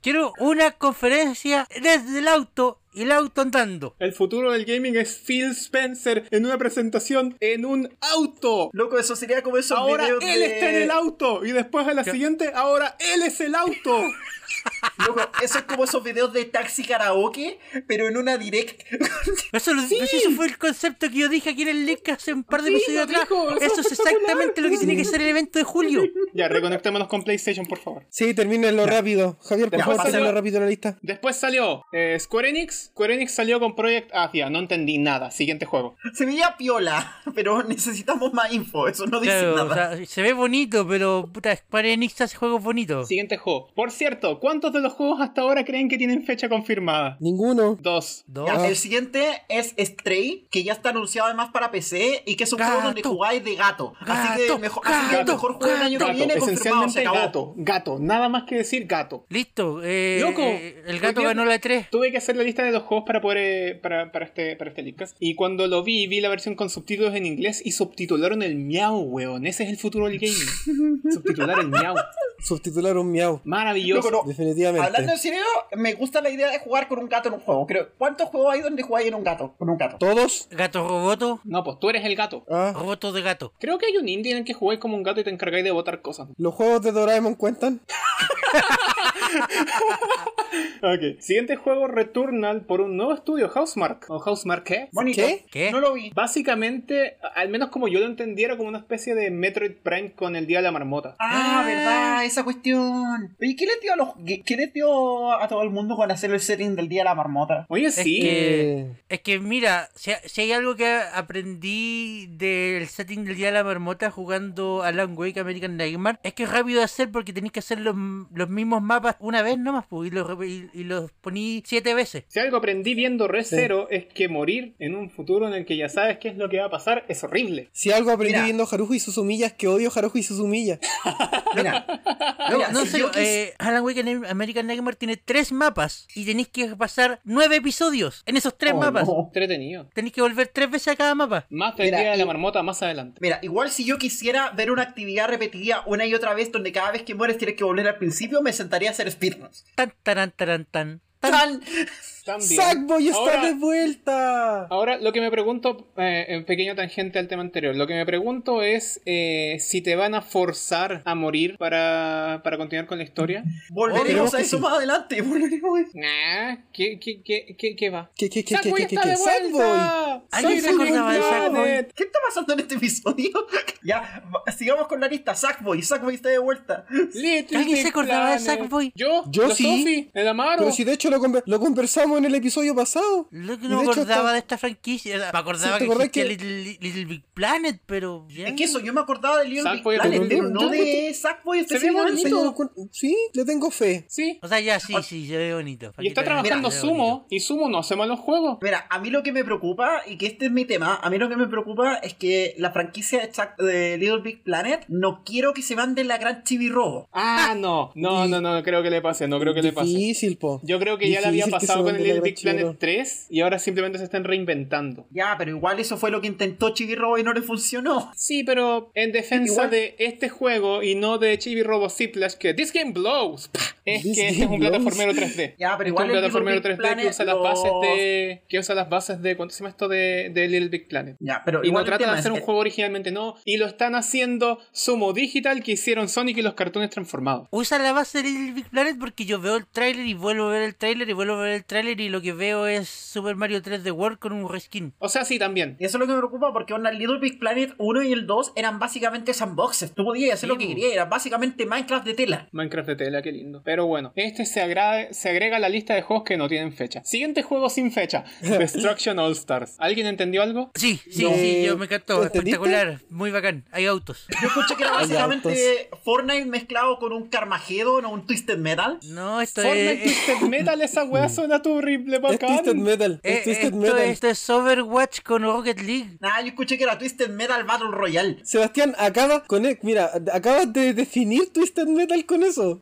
Speaker 4: Quiero una conferencia desde el auto y el auto andando.
Speaker 2: El futuro del gaming es Phil Spencer en una presentación en un auto.
Speaker 1: Loco, eso sería como esos
Speaker 2: Ahora él
Speaker 1: videos de...
Speaker 2: está en el auto y después a la siguiente, ahora él es el auto.
Speaker 1: Loco, eso es como esos videos de taxi karaoke, pero en una direct.
Speaker 4: Eso, lo- pues eso fue el concepto que yo dije aquí en el link hace un par de
Speaker 2: Sí,
Speaker 4: episodios
Speaker 2: lo
Speaker 4: atrás.
Speaker 2: dijo, eso
Speaker 4: Eso es
Speaker 2: fue espectacular.
Speaker 4: exactamente lo que tiene que ser el evento de julio.
Speaker 2: ya, reconectémonos con PlayStation, por favor.
Speaker 3: Sí, termínenlo rápido. Javier, por
Speaker 2: Ya,
Speaker 3: favor,
Speaker 2: pásalo.
Speaker 3: termínenlo rápido en la lista.
Speaker 2: Después salió eh, Square Enix. Square Enix salió con Project Athia. No entendí nada. Siguiente juego.
Speaker 1: Se veía piola, pero necesitamos más info. Eso no dice
Speaker 4: Claro,
Speaker 1: nada.
Speaker 4: o sea, se ve bonito, pero puta, Square Enix hace juegos bonitos.
Speaker 2: Siguiente juego. Por cierto, ¿cuántos de los juegos hasta ahora creen que tienen fecha confirmada?
Speaker 3: Ninguno.
Speaker 2: Dos.
Speaker 4: Dos.
Speaker 1: Ya, el siguiente es Stray, que ya está anunciado además para PC y que es un juego donde
Speaker 4: Gato.
Speaker 1: jugáis de gato. así que
Speaker 4: Gato,
Speaker 1: mejor, así que el
Speaker 4: gato,
Speaker 1: mejor juego del año que
Speaker 2: Gato.
Speaker 1: viene confirmado. Se
Speaker 2: Esencialmente
Speaker 1: acabó.
Speaker 2: gato. Gato. Nada más que decir gato.
Speaker 4: Listo, eh,
Speaker 2: Loco,
Speaker 4: eh, el gato
Speaker 2: hoy día-
Speaker 4: ganó la 3.
Speaker 2: Tuve que hacer la lista de los juegos para poder eh, para, para este para este Lipcast. Y cuando lo vi, vi la versión con subtítulos en inglés y subtitularon el miau, weón. Ese es el futuro del gaming. Subtitular el miau.
Speaker 3: Subtitular un miau.
Speaker 2: Maravilloso.
Speaker 1: Loco, no.
Speaker 3: Definitivamente.
Speaker 1: Hablando en serio, me gusta la idea de jugar con un gato en un juego. Creo, ¿Cuántos juegos hay donde jugáis en un gato? Con un gato.
Speaker 3: ¿Todos?
Speaker 4: Gato roboto,
Speaker 2: No, pues tú eres el gato.
Speaker 3: Ah,
Speaker 4: roboto de gato.
Speaker 2: Creo que hay un indie en el que jugáis como un gato y te encargáis de botar cosas.
Speaker 3: ¿los juegos de Doraemon cuentan?
Speaker 2: Ok. Siguiente juego, Returnal, por un nuevo estudio, Housemark. ¿O Housemark qué?
Speaker 1: Bonito.
Speaker 3: ¿Qué?
Speaker 4: ¿Qué?
Speaker 1: No lo vi.
Speaker 2: Básicamente, al menos como yo lo entendía, era como una especie de Metroid Prime con el Día de la Marmota.
Speaker 1: Ah,
Speaker 4: Ah.
Speaker 1: verdad, esa cuestión. Oye, ¿qué les dio a los qué les dio a todo el mundo con hacer el setting del día de la marmota?
Speaker 2: Oye, sí.
Speaker 4: que-
Speaker 3: Eh,
Speaker 4: Es que mira, si, si hay algo que aprendí del setting del Día de la Marmota jugando a Long Wake American Nightmare, es que es rápido de hacer porque tenéis que hacer los, los mismos mapas una vez nomás pues, y, los, rep- y, y los poní siete veces.
Speaker 2: Si algo aprendí viendo Re
Speaker 3: Sí.
Speaker 2: Zero es que morir en un futuro en el que ya sabes qué es lo que va a pasar es horrible.
Speaker 3: si algo aprendí
Speaker 1: Mira.
Speaker 3: viendo Haruhi y sus humillas, que odio Haruhi y sus humillas.
Speaker 1: Mira,
Speaker 4: No,
Speaker 1: mira,
Speaker 4: no, en
Speaker 1: si
Speaker 4: serio,
Speaker 1: yo quis-
Speaker 4: eh, Alan Wake Ani- American Nightmare tiene tres mapas y tenéis que pasar nueve episodios en esos tres
Speaker 1: Oh,
Speaker 4: mapas.
Speaker 1: no.
Speaker 2: Entretenido.
Speaker 4: Tenéis que volver tres veces a cada mapa.
Speaker 2: Más del
Speaker 1: Mira,
Speaker 2: Día de la
Speaker 1: y-
Speaker 2: Marmota más adelante.
Speaker 1: Mira, igual si yo quisiera ver una actividad repetida una y otra vez donde cada vez que mueres tienes que volver al principio, me sentaría a hacer speedruns.
Speaker 4: Tan, taran, taran, tan. tan.
Speaker 1: ¡Tan!
Speaker 2: También.
Speaker 3: ¡Sackboy está
Speaker 2: Ahora-
Speaker 3: de vuelta!
Speaker 2: Ahora, lo que me pregunto, eh, en pequeño tangente al tema anterior, lo que me pregunto es eh, si te van a forzar a morir para, para continuar con la historia.
Speaker 1: Volveremos
Speaker 3: Obvio
Speaker 1: a
Speaker 3: que
Speaker 1: eso
Speaker 3: sí.
Speaker 1: más adelante. Volveremos a eso.
Speaker 2: Nah, ¿qué, qué, qué, qué, qué va?
Speaker 3: ¿Qué, qué, qué, qué,
Speaker 2: ¡Sackboy
Speaker 3: qué, qué,
Speaker 2: está
Speaker 3: qué?
Speaker 2: de
Speaker 3: ¡Sackboy!
Speaker 2: vuelta!
Speaker 4: ¿Alguien se
Speaker 2: ¡Soy de
Speaker 4: acordaba de
Speaker 2: Planet!
Speaker 4: Sackboy?
Speaker 1: ¿Qué está pasando en este episodio? ya, va- sigamos con la lista. Sackboy, Sackboy está de vuelta.
Speaker 2: Little
Speaker 4: ¿Alguien se
Speaker 2: Big
Speaker 4: acordaba de
Speaker 2: Planet.
Speaker 4: Sackboy?
Speaker 2: Yo,
Speaker 3: Yo
Speaker 2: la
Speaker 3: sí.
Speaker 2: Sophie, el Amaro.
Speaker 3: Pero si de hecho lo, conver- lo conversamos en el episodio pasado.
Speaker 4: Lo que
Speaker 3: Y
Speaker 4: no
Speaker 3: de
Speaker 4: me
Speaker 3: hecho
Speaker 4: acordaba
Speaker 3: está-
Speaker 4: de esta franquicia, me
Speaker 3: Sí,
Speaker 4: acordaba
Speaker 3: ¿te
Speaker 4: que
Speaker 3: acordás
Speaker 4: existía
Speaker 3: que-
Speaker 4: Little, Little Big Planet, pero ya.
Speaker 1: Es que eso, yo me acordaba de Little Big
Speaker 2: Sackboy,
Speaker 1: Planet,
Speaker 2: pero-
Speaker 1: pero no
Speaker 3: yo-
Speaker 1: de Sackboy este
Speaker 2: Se ve
Speaker 1: específicamente.
Speaker 3: Sí, yo lo encuentro- Sí, le tengo fe.
Speaker 2: Sí.
Speaker 4: O sea, ya sí, sí, se ve bonito.
Speaker 2: Y está
Speaker 4: Paquita,
Speaker 2: trabajando
Speaker 4: se ve
Speaker 2: Sumo,
Speaker 4: bonito.
Speaker 2: y Sumo no hace malos juegos.
Speaker 1: Mira, a mí lo que me preocupa, y que este es mi tema, a mí lo que me preocupa es que la franquicia de, Chuck- de Little Big Planet no quiero que se mande la gran chivirrobo.
Speaker 2: Ah, no, no, no, no, no creo que le pase, no creo que le pase.
Speaker 3: Difícil, po.
Speaker 2: Yo creo que ya le había
Speaker 3: Difícil que
Speaker 2: pasado
Speaker 3: se
Speaker 2: con el
Speaker 3: mande
Speaker 2: Little
Speaker 3: la
Speaker 2: Big
Speaker 3: gran
Speaker 2: Planet
Speaker 3: chiva.
Speaker 2: 3 y ahora simplemente se están reinventando.
Speaker 1: Ya, pero igual eso fue lo que intentó Chivirrobo y no le funcionó.
Speaker 2: Sí, pero en defensa
Speaker 1: Igual-
Speaker 2: de este juego y no de Chibi Robo Ziplash, que This Game Blows, ¡pah! es
Speaker 3: This
Speaker 2: que este
Speaker 3: game
Speaker 2: es un
Speaker 3: blows.
Speaker 2: plataformero 3D.
Speaker 1: Ya, pero igual
Speaker 2: Este es un
Speaker 1: el Little
Speaker 2: plataformero
Speaker 1: Big
Speaker 2: 3D que
Speaker 1: Planet
Speaker 2: usa las
Speaker 1: lo-
Speaker 2: bases de. que usa las bases de. ¿Cuánto se llama esto de, de Little Big Planet?
Speaker 1: Ya, pero
Speaker 2: Y
Speaker 1: igual
Speaker 2: no
Speaker 1: el
Speaker 2: tratan
Speaker 1: tema
Speaker 2: de hacer
Speaker 1: es-
Speaker 2: un juego originalmente, no. Y lo están haciendo Sumo Digital que hicieron Sonic y los cartones transformados.
Speaker 4: Usa la base de Little Big Planet porque yo veo el tráiler y vuelvo a ver el tráiler y vuelvo a ver el tráiler y lo que veo es Super Mario 3D World con un reskin.
Speaker 2: O sea, sí, también.
Speaker 1: Eso es lo que me preocupa porque onda, el Little Big Planet 1 y el 2 eran básicamente sandboxes. Tú podías hacer lo que
Speaker 4: Sí,
Speaker 1: querías, era básicamente Minecraft de tela.
Speaker 2: Minecraft de tela, qué lindo. Pero bueno, este se, agra- se agrega a la lista de juegos que no tienen fecha. Siguiente juego sin fecha: Destruction All Stars. ¿Alguien entendió algo?
Speaker 4: Sí, sí,
Speaker 3: No.
Speaker 4: sí, yo me encantó,
Speaker 3: ¿Lo entendiste?
Speaker 4: espectacular, muy bacán, hay autos.
Speaker 1: Yo escuché que era
Speaker 3: Hay
Speaker 1: básicamente Fortnite mezclado con un Carmageddon o un Twisted Metal.
Speaker 4: No, esto
Speaker 2: Fortnite
Speaker 4: es...
Speaker 2: Twisted Metal, esa weá suena horrible,
Speaker 3: Es Twisted
Speaker 2: bacán.
Speaker 3: Metal.
Speaker 4: eh,
Speaker 3: Es Twisted
Speaker 4: esto,
Speaker 3: Metal.
Speaker 4: esto es Overwatch con Rocket League.
Speaker 1: Nada, yo escuché que era Twisted Metal Battle Royale.
Speaker 3: Sebastián, acabas con e- mira, acabas de definir Twisted Metal con eso.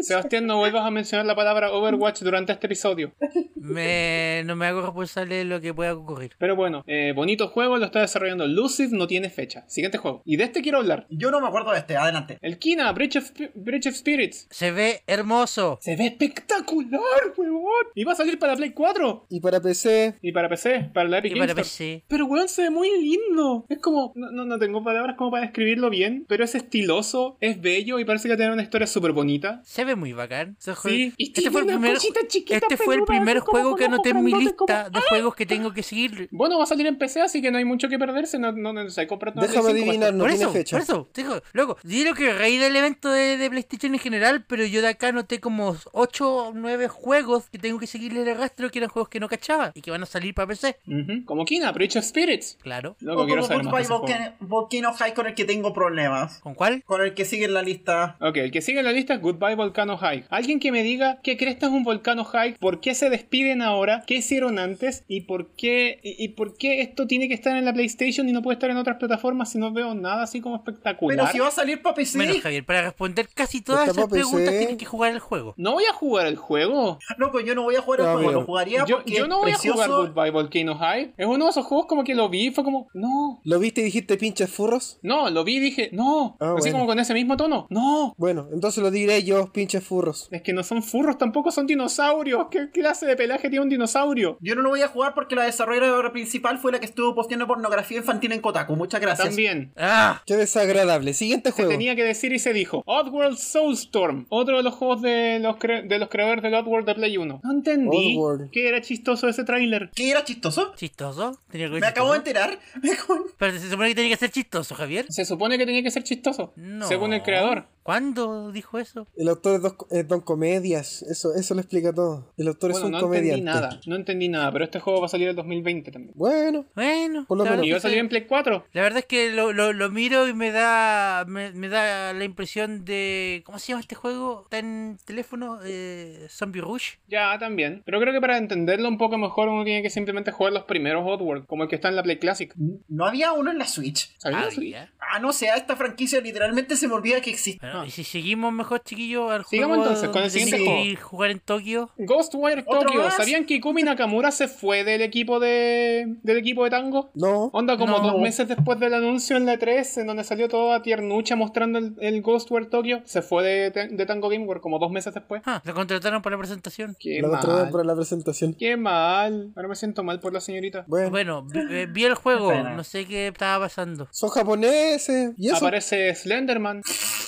Speaker 2: Sebastián, no vuelvas a mencionar la palabra Overwatch durante este episodio.
Speaker 4: Me me, no me hago responsable de lo que pueda ocurrir.
Speaker 2: Pero bueno, eh, bonito juego, lo está desarrollando Lucid, no tiene fecha. Siguiente juego. Y de este quiero hablar.
Speaker 1: Yo no me acuerdo de este, adelante.
Speaker 2: El Kina, Bridge of, Bridge of Spirits.
Speaker 4: Se ve hermoso.
Speaker 2: Se ve espectacular, huevón. Y va a salir para Play 4.
Speaker 3: Y para PC,
Speaker 2: Y para PC, para la Epic
Speaker 4: Y para
Speaker 2: Game Store.
Speaker 4: PC.
Speaker 2: Pero weón, se ve muy lindo. Es como. No, no, no tengo palabras como para describirlo bien. Pero es estiloso, es bello y parece que tiene una historia súper bonita.
Speaker 4: Se ve muy bacán. Se jue-
Speaker 2: Sí. Y tiene una cosita chiquita
Speaker 4: este fue el
Speaker 2: peluda,
Speaker 4: primer
Speaker 2: así como
Speaker 4: juego
Speaker 2: con
Speaker 4: que anoté en
Speaker 2: ojos
Speaker 4: mi
Speaker 2: grandotes, como- ¡Ah!
Speaker 4: lista de juegos que tengo que seguir.
Speaker 2: Bueno, va a salir en PC, así que no hay mucho que perderse. No, no, no sé, comprate una
Speaker 3: déjame
Speaker 2: Play 5,
Speaker 3: adivinar, no
Speaker 4: por
Speaker 3: tiene
Speaker 4: eso,
Speaker 3: fecha.
Speaker 4: por eso, dijo, loco, yo lo que reí del evento de, de PlayStation en general, pero yo de acá noté como 8 o 9 juegos que tengo que seguirle el rastro, que eran juegos que no cachaba y que van a salir para PC.
Speaker 2: Ujú, Como Kina, Breach of Spirits.
Speaker 4: Claro.
Speaker 2: Loco,
Speaker 3: Oh,
Speaker 1: o
Speaker 2: quiero
Speaker 1: como
Speaker 2: saber más de
Speaker 1: Goodbye
Speaker 2: ese juego.
Speaker 1: Volcano, Volcano High con el que tengo problemas.
Speaker 4: ¿Con cuál?
Speaker 1: Con el que sigue en la lista.
Speaker 2: Ok, el que sigue en la lista es Goodbye Volcano High. Alguien que me diga qué cresta es un Volcano High, por qué se despiden ahora, qué hicieron antes y por qué y, y por qué esto tiene que estar en la PlayStation y no puede estar en otras plataformas si no veo nada así como espectacular.
Speaker 1: Pero si va a salir para PC.
Speaker 4: Menos Javier, para responder casi todas
Speaker 3: Está
Speaker 4: esas
Speaker 3: pa' PC.
Speaker 4: preguntas tienes que jugar el juego.
Speaker 2: No voy a jugar el juego.
Speaker 1: Loco, yo no voy a jugar
Speaker 3: Ya,
Speaker 1: al juego,
Speaker 3: mira.
Speaker 1: lo jugaría
Speaker 2: Yo,
Speaker 1: porque
Speaker 2: yo no voy
Speaker 1: es
Speaker 2: a jugar
Speaker 1: precioso.
Speaker 2: Goodbye Volcano High. Es uno de esos juegos como que lo vi y fue como, no,
Speaker 3: ¿lo viste y dijiste pinches furros?
Speaker 2: no, lo vi y dije, no.
Speaker 3: Ah,
Speaker 2: Así
Speaker 3: bueno.
Speaker 2: como con ese mismo tono, no.
Speaker 3: Bueno, entonces lo diré yo, pinches furros.
Speaker 2: Es que no son furros, tampoco son dinosaurios. ¿Qué clase de pelaje tiene un dinosaurio?
Speaker 1: Yo no lo voy a jugar porque la desarrolladora principal fue la que estuvo posteando pornografía infantil en Kotaku. Muchas gracias.
Speaker 2: También.
Speaker 4: Ah,
Speaker 3: Qué desagradable. Siguiente
Speaker 2: Se
Speaker 3: juego.
Speaker 2: tenía que decir y se dijo. Oddworld Soulstorm. Otro de los juegos de los, cre- de los creadores del Oddworld de Play 1. No entendí
Speaker 3: Oddworld.
Speaker 2: que era chistoso ese tráiler.
Speaker 1: ¿Qué era chistoso?
Speaker 4: chistoso. Tenía que
Speaker 1: Me
Speaker 4: ser
Speaker 1: acabo de
Speaker 4: chistoso.
Speaker 1: enterar. Me acabo de-
Speaker 4: Pero se supone que tenía que ser chistoso, Javier.
Speaker 2: Se supone que tenía que ser chistoso.
Speaker 4: No.
Speaker 2: Según el creador.
Speaker 4: ¿Cuándo dijo eso?
Speaker 3: El autor es, dos- es Don Comedias. Eso, eso lo explica todo. El autor es
Speaker 2: Bueno,
Speaker 3: un
Speaker 2: no
Speaker 3: comediante.
Speaker 2: entendí nada. No entendí nada, pero este juego va a salir en 2020 también.
Speaker 3: Bueno,
Speaker 4: Bueno,
Speaker 3: Por lo
Speaker 4: la verdad
Speaker 2: Y
Speaker 3: menos.
Speaker 2: va
Speaker 4: que
Speaker 2: a salir
Speaker 4: se-
Speaker 2: en Play 4.
Speaker 4: La verdad es que lo, lo, lo miro y me da me, me da la impresión de... ¿Cómo se llama este juego? Está en teléfono, eh, Zombie Rush.
Speaker 2: Ya, también. Pero creo que para entenderlo un poco mejor uno tiene que simplemente jugar los primeros Oddworld, como el que está en la Play Classic.
Speaker 1: No había uno en la Switch.
Speaker 2: ¿Sabías?
Speaker 4: Había.
Speaker 1: Ah, no sé, a esta franquicia literalmente se me olvida que existe.
Speaker 4: Bueno,
Speaker 2: Ah.
Speaker 4: Y si seguimos mejor, chiquillos, al
Speaker 2: Sigamos
Speaker 4: juego
Speaker 2: entonces con el
Speaker 4: donde
Speaker 2: siguiente
Speaker 4: tienen que
Speaker 2: juego.
Speaker 4: ir jugar en Tokio.
Speaker 2: Ghostwire
Speaker 1: ¿Otro
Speaker 2: Tokyo.
Speaker 1: más?
Speaker 2: ¿Sabían que Ikumi Nakamura se fue del equipo de del equipo de tango?
Speaker 3: no.
Speaker 2: Onda como
Speaker 4: No.
Speaker 2: dos meses después del anuncio en la 3, en donde salió toda tiernucha mostrando el, el Ghostware Tokyo, se fue de, Tan- de Tango Gameworks como dos meses después.
Speaker 4: Ah, lo contrataron para la presentación.
Speaker 2: Qué
Speaker 3: La otra
Speaker 2: mal.
Speaker 3: para la presentación.
Speaker 2: Qué mal. Ahora me siento mal por la señorita.
Speaker 3: Bueno,
Speaker 4: Bueno, vi, eh, vi el juego,
Speaker 1: Espera.
Speaker 4: no sé qué estaba pasando.
Speaker 3: son japoneses. ¿Y eso?
Speaker 2: Aparece Slenderman.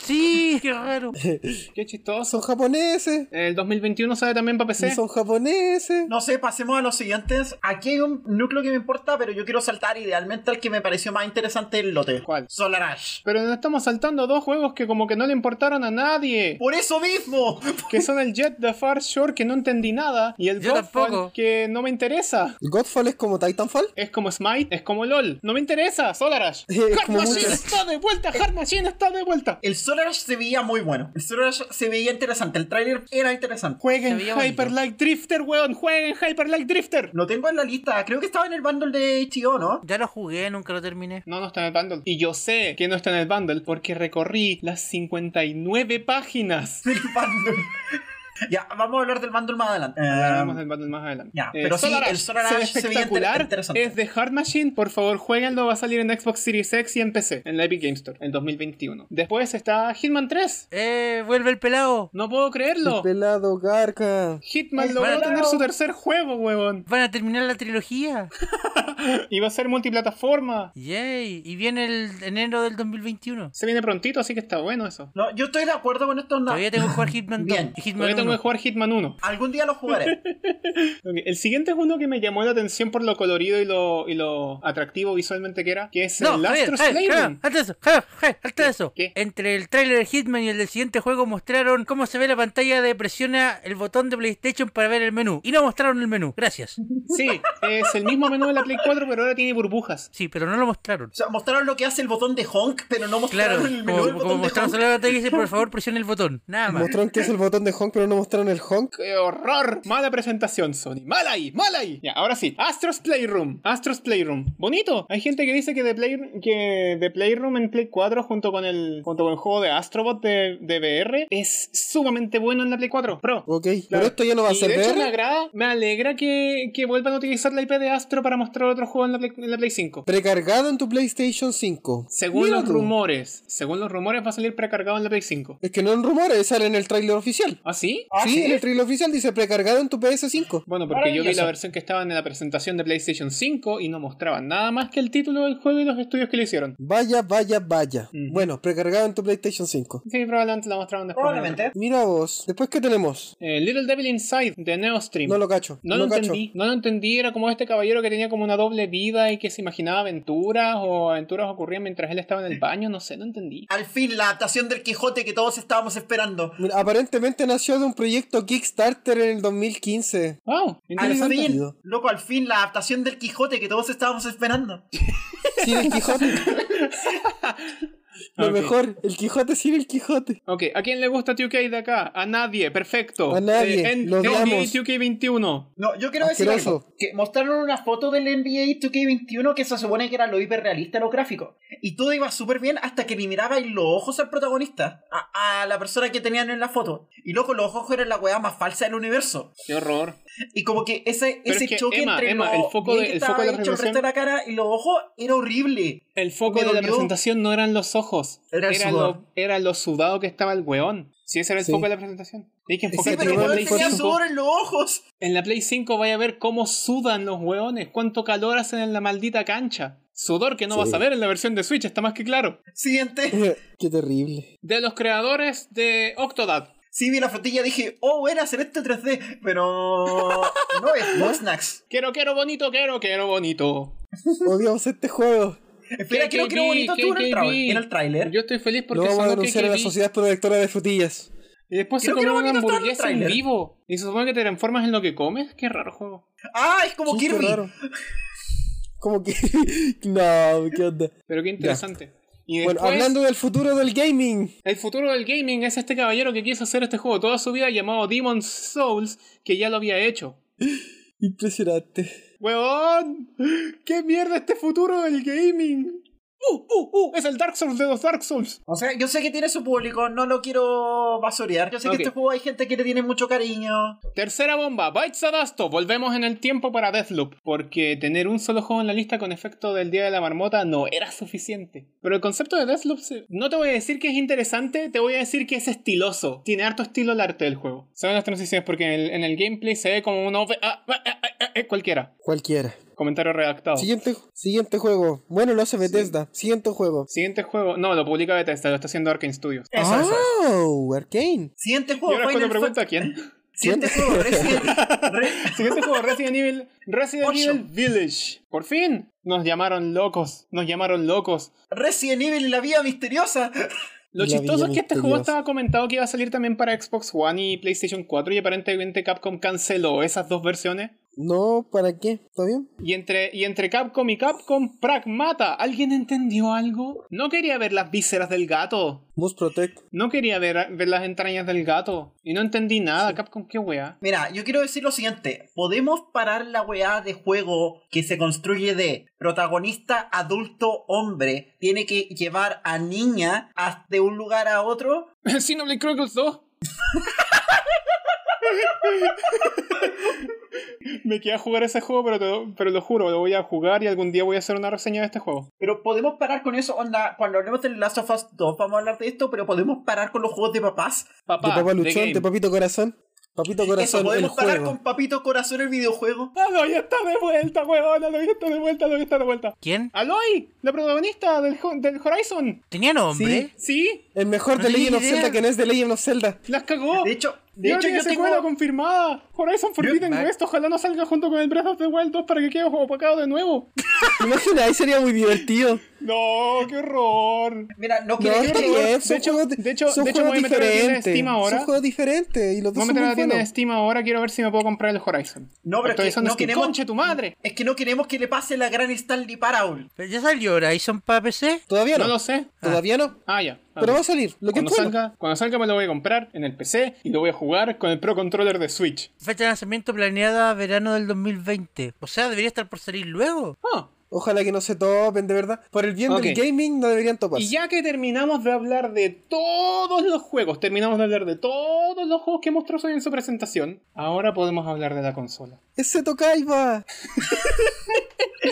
Speaker 4: Sí, qué raro.
Speaker 2: Qué chistoso.
Speaker 3: Son japoneses.
Speaker 2: El 2021 sale también para
Speaker 3: ¿Y
Speaker 2: PC.
Speaker 3: son japoneses.
Speaker 1: No sé, pasemos a los siguientes. Aquí hay un núcleo que me importa, pero yo quiero saltar idealmente al que me pareció más interesante el lote.
Speaker 2: ¿Cuál?
Speaker 1: Solar Ash.
Speaker 2: Pero nos estamos saltando dos juegos que como que no le importaron a nadie.
Speaker 1: Por eso mismo.
Speaker 2: Que son el Jet the Far Shore, que no entendí nada. Y el
Speaker 4: Yo
Speaker 2: Godfall,
Speaker 4: tampoco.
Speaker 2: que no me interesa.
Speaker 3: Godfall es como Titanfall.
Speaker 2: Es como Smite, es como LOL. No me interesa, Solarash.
Speaker 3: Es
Speaker 2: Hard
Speaker 3: como
Speaker 2: Machine
Speaker 3: muchas.
Speaker 2: está de vuelta, Hard Machine está de vuelta.
Speaker 1: El Solar Ash se veía muy bueno. El Solar Ash se veía interesante. El tráiler era interesante.
Speaker 4: Se
Speaker 2: Jueguen
Speaker 4: veía
Speaker 2: Hyper
Speaker 4: bonito.
Speaker 2: Light Drifter, weón. Jueguen Hyper Light Drifter.
Speaker 1: Lo tengo en la lista. Creo que estaba en el bundle de HBO, ¿no?
Speaker 4: Ya lo jugué, nunca lo terminé.
Speaker 2: No, no está en el bundle. Y yo sé que no está en el bundle porque recorrí las 59 páginas.
Speaker 1: Del bundle. ya, vamos a hablar del bundle más adelante.
Speaker 2: Hablaremos
Speaker 1: Eh,
Speaker 2: del bundle más adelante.
Speaker 1: ya, pero sí,
Speaker 2: Solarash
Speaker 1: el Solarash
Speaker 2: se ve
Speaker 1: se veía
Speaker 2: espectacular.
Speaker 1: inter- interesante.
Speaker 2: Es de Hard Machine. Por favor, jueguenlo. Va a salir en Xbox Series X y en PC, en la Epic Game Store, en 2021. Después está Hitman 3.
Speaker 4: Eh, vuelve el pelado.
Speaker 2: No puedo creerlo.
Speaker 3: El
Speaker 1: Este-
Speaker 3: pelado garca.
Speaker 2: Hitman
Speaker 1: El
Speaker 2: logró
Speaker 1: pelado.
Speaker 2: tener su tercer juego, huevón.
Speaker 4: Van a terminar la trilogía.
Speaker 2: Y va a ser multiplataforma.
Speaker 4: Yay. Y viene el enero del 2021.
Speaker 2: Se viene prontito, así que está bueno eso.
Speaker 1: no, yo estoy de acuerdo con estos no.
Speaker 4: Todavía tengo que jugar Hitman 2
Speaker 1: Bien.
Speaker 4: y Hitman
Speaker 2: Todavía tengo
Speaker 4: 1.
Speaker 2: que jugar Hitman 1.
Speaker 1: Algún día lo jugaré.
Speaker 2: Ok, El siguiente es uno que me llamó la atención por lo colorido y lo, y lo atractivo visualmente que era, que es
Speaker 4: No,
Speaker 2: el
Speaker 4: Javier,
Speaker 2: Astro
Speaker 4: Javier,
Speaker 2: Playroom.
Speaker 4: Javier, alto eso, Javier, Javier, alto eso.
Speaker 2: ¿Qué?
Speaker 4: Entre el tráiler de Hitman y el del siguiente juego mostraron cómo se ve la pantalla de presiona el botón de PlayStation para ver el menú. Y no mostraron el menú, gracias.
Speaker 2: Sí, es el mismo menú de la Play 4, pero ahora tiene burbujas.
Speaker 4: Sí, pero no lo mostraron.
Speaker 1: O sea, mostraron lo que hace el botón de honk, pero no mostraron
Speaker 4: Claro,
Speaker 1: el menú del
Speaker 4: como, como
Speaker 1: botón de
Speaker 4: mostraron
Speaker 1: honk.
Speaker 4: solo la pantalla y dice por favor presione el botón. Nada más.
Speaker 3: Mostraron que es el botón de Honk, pero no mostraron el honk.
Speaker 2: ¡Qué horror! Mala presentación, Sony. ¡Mala ahí! ¡Mala ahí! Ya, ahora sí. Astros Playroom. Astros Playroom. Bonito. Hay gente que dice que de, Play, que de Playroom en Play 4 junto con el, junto con el juego de Astrobot de, de VR es sumamente bueno en la Play 4 Pro.
Speaker 3: Ok, pero
Speaker 2: Claro.
Speaker 3: esto ya no va a
Speaker 2: Y
Speaker 3: ser
Speaker 2: de hecho, me
Speaker 3: VR.
Speaker 2: agrada, me alegra que, que vuelvan a utilizar la IP de Astro para mostrar otro juego en la Play, en la Play 5.
Speaker 3: Precargado en tu PlayStation 5.
Speaker 2: Según
Speaker 3: Mira
Speaker 2: los
Speaker 3: tú.
Speaker 2: rumores, según los rumores va a salir precargado en la Play 5.
Speaker 3: Es que no en rumores, sale en el tráiler oficial.
Speaker 2: ¿Ah, sí?
Speaker 1: ¿Ah,
Speaker 3: sí,
Speaker 1: sí?
Speaker 3: en el tráiler oficial dice precargado en tu PS5.
Speaker 2: Bueno, porque yo vi
Speaker 1: Maravilloso.
Speaker 2: la versión que estaba en la presentación de PlayStation 5 y no mostraban nada más que el título del juego y los estudios que le hicieron.
Speaker 3: Vaya, vaya, vaya.
Speaker 2: Ujú.
Speaker 3: Bueno, precargado en tu PlayStation 5.
Speaker 2: Sí, probablemente la mostraron después.
Speaker 1: Probablemente.
Speaker 3: Mira vos. Después, ¿qué tenemos?
Speaker 2: Eh, Little Devil Inside de Neostream.
Speaker 3: No lo cacho.
Speaker 2: No lo
Speaker 3: cacho.
Speaker 2: entendí, no lo entendí, era como este caballero que tenía como una doble vida y que se imaginaba aventuras o aventuras ocurrían mientras él estaba en el baño, no sé, no entendí.
Speaker 1: Al fin, la adaptación del Quijote que todos estábamos esperando.
Speaker 3: Mira, aparentemente nació de un proyecto Kickstarter en el 2015.
Speaker 2: Wow,
Speaker 1: Al
Speaker 2: interesante.
Speaker 1: fin,
Speaker 3: sentido.
Speaker 1: loco, al fin la adaptación del Quijote que todos estábamos esperando.
Speaker 3: Sin el Quijote. Lo
Speaker 2: Ok.
Speaker 3: mejor, el Quijote sin el Quijote.
Speaker 2: Ok, ¿a quién le gusta 2K de acá? A nadie, perfecto. Eh,
Speaker 3: A nadie,
Speaker 2: en,
Speaker 3: lo
Speaker 2: NBA
Speaker 3: odiamos.
Speaker 2: 2K21.
Speaker 1: No, yo quiero decir
Speaker 3: Asqueroso.
Speaker 1: algo. Que mostraron una foto del NBA 2K21 que se supone que era lo hiperrealista, lo gráfico. Y todo iba súper bien hasta que le mirabais los ojos al protagonista, a, a la persona que tenían en la foto. Y loco, los ojos eran la weá más falsa del universo.
Speaker 2: Qué horror.
Speaker 1: Y como que ese,
Speaker 2: Pero
Speaker 1: ese
Speaker 2: es que,
Speaker 1: choque
Speaker 2: Emma,
Speaker 1: entre
Speaker 2: Emma,
Speaker 1: lo
Speaker 2: el foco
Speaker 1: bien
Speaker 2: de-
Speaker 1: que
Speaker 2: el
Speaker 1: estaba
Speaker 2: foco de la
Speaker 1: hecho el resto de la cara y los ojos era horrible.
Speaker 2: El foco
Speaker 1: Me
Speaker 2: de la
Speaker 1: dolió.
Speaker 2: presentación no eran los ojos,
Speaker 1: Era el sudor.
Speaker 2: lo, era lo sudado que estaba el weón. Si ese era el
Speaker 3: Sí.
Speaker 2: foco de la presentación. Hay que
Speaker 3: Sí,
Speaker 1: Sí,
Speaker 2: enfocar
Speaker 1: pero
Speaker 2: en, la
Speaker 3: igual
Speaker 1: weón,
Speaker 2: Play
Speaker 1: tenía
Speaker 2: 5.
Speaker 1: sudor en los ojos.
Speaker 2: en la Play 5 vaya a ver cómo sudan los weones, cuánto calor hacen en la maldita cancha. Sudor que no
Speaker 3: Sí.
Speaker 2: vas a ver en la versión de Switch, está más que claro.
Speaker 1: Siguiente.
Speaker 3: Qué terrible.
Speaker 2: De los creadores de Octodad.
Speaker 1: Sí, vi la fotilla y dije, oh, era Celeste 3D, pero no es Boxnax.
Speaker 2: Quiero, quiero bonito, quiero, quiero bonito.
Speaker 3: Odiamos este juego.
Speaker 1: Espera, creo que era
Speaker 2: KKB,
Speaker 1: bonito tú en el tra-
Speaker 2: KKB.
Speaker 1: en el tráiler.
Speaker 2: Yo estoy feliz
Speaker 3: Lo
Speaker 2: porque
Speaker 3: vamos a
Speaker 2: sonó
Speaker 3: denunciar a la
Speaker 2: KKB.
Speaker 3: sociedad productora de frutillas.
Speaker 2: Y después se
Speaker 1: Creo que era
Speaker 2: comió una
Speaker 1: bonito todo el
Speaker 2: hamburguesa en
Speaker 1: tráiler.
Speaker 2: vivo. Y se supone que te transformas en lo que comes. Qué raro juego.
Speaker 1: Ah, es como
Speaker 3: Sí, qué
Speaker 1: Kirby.
Speaker 3: raro. Como que. no, qué onda.
Speaker 2: Pero qué interesante. Y después,
Speaker 3: Bueno, hablando del futuro del gaming.
Speaker 2: el futuro del gaming es este caballero que quiso hacer este juego toda su vida llamado Demon's Souls, que ya lo había hecho.
Speaker 3: Impresionante.
Speaker 2: ¡Huevón! ¡Qué mierda este futuro del gaming! ¡Uh, uh, uh! Es el Dark Souls de los Dark Souls.
Speaker 1: O sea, yo sé que tiene su público, no lo quiero basurear. Yo sé
Speaker 2: Ok.
Speaker 1: que este juego hay gente que le tiene mucho cariño.
Speaker 2: Tercera bomba, Bites Adasto. Volvemos en el tiempo para Deathloop, porque tener un solo juego en la lista con efecto del Día de la Marmota no era suficiente. Pero el concepto de Deathloop, se- no te voy a decir que es interesante, te voy a decir que es estiloso. Tiene harto estilo el arte del juego. Son las transiciones, porque en el, en el gameplay se ve como un OV... ah, ah, ah, ah, ah, cualquiera.
Speaker 3: Cualquiera.
Speaker 2: Comentario redactado.
Speaker 3: Siguiente, siguiente juego. Bueno, lo hace Bethesda. Siguiente juego.
Speaker 2: Siguiente juego, no, lo publica Bethesda, lo está haciendo Arkane Studios.
Speaker 1: Eso, eso.
Speaker 3: oh, Arkane.
Speaker 1: Siguiente
Speaker 2: Y
Speaker 1: juego,
Speaker 2: ahora es cuando
Speaker 1: Final
Speaker 2: pregunto
Speaker 1: Fantasy.
Speaker 2: a quién.
Speaker 1: Siguiente juego, Resident Re-
Speaker 2: Siguiente juego, Resident Evil, Resident
Speaker 1: Ocho.
Speaker 2: Evil Village. Por fin, nos llamaron locos, nos llamaron locos.
Speaker 1: Resident Evil y la vía misteriosa.
Speaker 2: Lo
Speaker 3: La
Speaker 2: chistoso
Speaker 3: Villa
Speaker 2: es que este juego
Speaker 3: Misteriosa.
Speaker 2: estaba comentado que iba a salir también para Xbox One y PlayStation 4 y aparentemente Capcom canceló esas dos versiones.
Speaker 3: No, ¿para qué? ¿Está bien?
Speaker 2: Y entre, y entre Capcom y Capcom, Pragmata. ¿Alguien entendió algo? No quería ver las vísceras del gato.
Speaker 3: Moose Protect.
Speaker 2: No quería ver, ver las entrañas del gato. Y no entendí nada. Capcom, qué wea.
Speaker 1: Mira, yo quiero decir lo siguiente. ¿Podemos parar la weá de juego que se construye de protagonista adulto hombre? Tiene que llevar a niña hasta de un lugar a otro.
Speaker 2: Xenoblade Chronicles 2. Me queda jugar ese juego, pero, te- pero lo juro, lo voy a jugar y algún día voy a hacer una reseña de este juego.
Speaker 1: Pero podemos parar con eso, onda. Cuando hablemos del Last of Us 2 vamos a hablar de esto, pero podemos parar con los juegos de papás.
Speaker 2: Papá,
Speaker 3: de Papá
Speaker 2: the
Speaker 3: Luchón,
Speaker 2: game.
Speaker 3: de Papito Corazón. Papito
Speaker 1: Eso,
Speaker 3: Corazón, el
Speaker 1: podemos parar
Speaker 3: juego.
Speaker 1: con Papito Corazón el videojuego.
Speaker 2: Aloy Ah, está de vuelta, weón. Aloy está de vuelta, Aloy está de vuelta.
Speaker 4: ¿Quién?
Speaker 2: Aloy, la protagonista del, Ho- del Horizon.
Speaker 4: ¿Tenía nombre?
Speaker 2: Sí,
Speaker 3: El mejor
Speaker 4: No
Speaker 3: de
Speaker 4: tenía
Speaker 3: Legend of
Speaker 4: idea.
Speaker 3: Zelda que no es de Legend of Zelda.
Speaker 2: las cagó.
Speaker 1: De hecho,
Speaker 2: Y
Speaker 1: de
Speaker 2: ahora
Speaker 1: hecho
Speaker 2: tiene
Speaker 1: yo
Speaker 2: secuela
Speaker 1: tengo.
Speaker 2: confirmada. Horizon Forbidden
Speaker 4: Back.
Speaker 2: West. Ojalá no salga junto con el Breath of the Wild 2 para que quede opacado de nuevo.
Speaker 3: ¿Te imaginas? Ahí sería muy divertido.
Speaker 2: No, qué horror.
Speaker 1: Mira, no
Speaker 3: No,
Speaker 1: quiero
Speaker 3: está
Speaker 1: que
Speaker 2: juegos-
Speaker 3: bien,
Speaker 2: de
Speaker 3: son
Speaker 2: hecho-
Speaker 3: juegos di-
Speaker 2: de hecho-
Speaker 3: son
Speaker 2: de hecho
Speaker 3: juegos
Speaker 2: voy a meter a la tienda de
Speaker 3: diferentes.
Speaker 2: Steam ahora.
Speaker 3: Son juegos diferentes y los
Speaker 2: Voy
Speaker 3: dos
Speaker 2: a
Speaker 3: son
Speaker 2: meter a
Speaker 3: muy
Speaker 2: la tienda de
Speaker 3: buenos.
Speaker 2: Steam ahora, quiero ver si me puedo comprar el Horizon.
Speaker 1: No, pero es que
Speaker 2: Estoy usando
Speaker 1: no
Speaker 2: Steam.
Speaker 1: queremos-
Speaker 2: ¡Conche tu madre!
Speaker 1: Es que no queremos que le pase la gran Stanley Paraul.
Speaker 4: Pero ya salió Horizon para PC.
Speaker 3: Todavía no.
Speaker 2: No lo sé.
Speaker 3: Todavía no.
Speaker 2: Ah, ya. Ah,
Speaker 3: Pero
Speaker 2: ya.
Speaker 3: va a salir. Lo que es
Speaker 2: Cuando
Speaker 3: bueno.
Speaker 2: salga, cuando salga me lo voy a comprar en el PC y lo voy a jugar con el Pro Controller de Switch.
Speaker 4: Fecha de lanzamiento planeada verano del 2020. O sea, debería estar por salir luego.
Speaker 2: Ah,
Speaker 3: Ojalá que no se topen, de verdad. Por el bien
Speaker 2: Ok.
Speaker 3: del gaming no deberían toparse.
Speaker 2: y ya que terminamos de hablar de todos los juegos, terminamos de hablar de todos los juegos que mostró Sony en su presentación, ahora podemos hablar de la consola.
Speaker 3: Ese Tokaiba.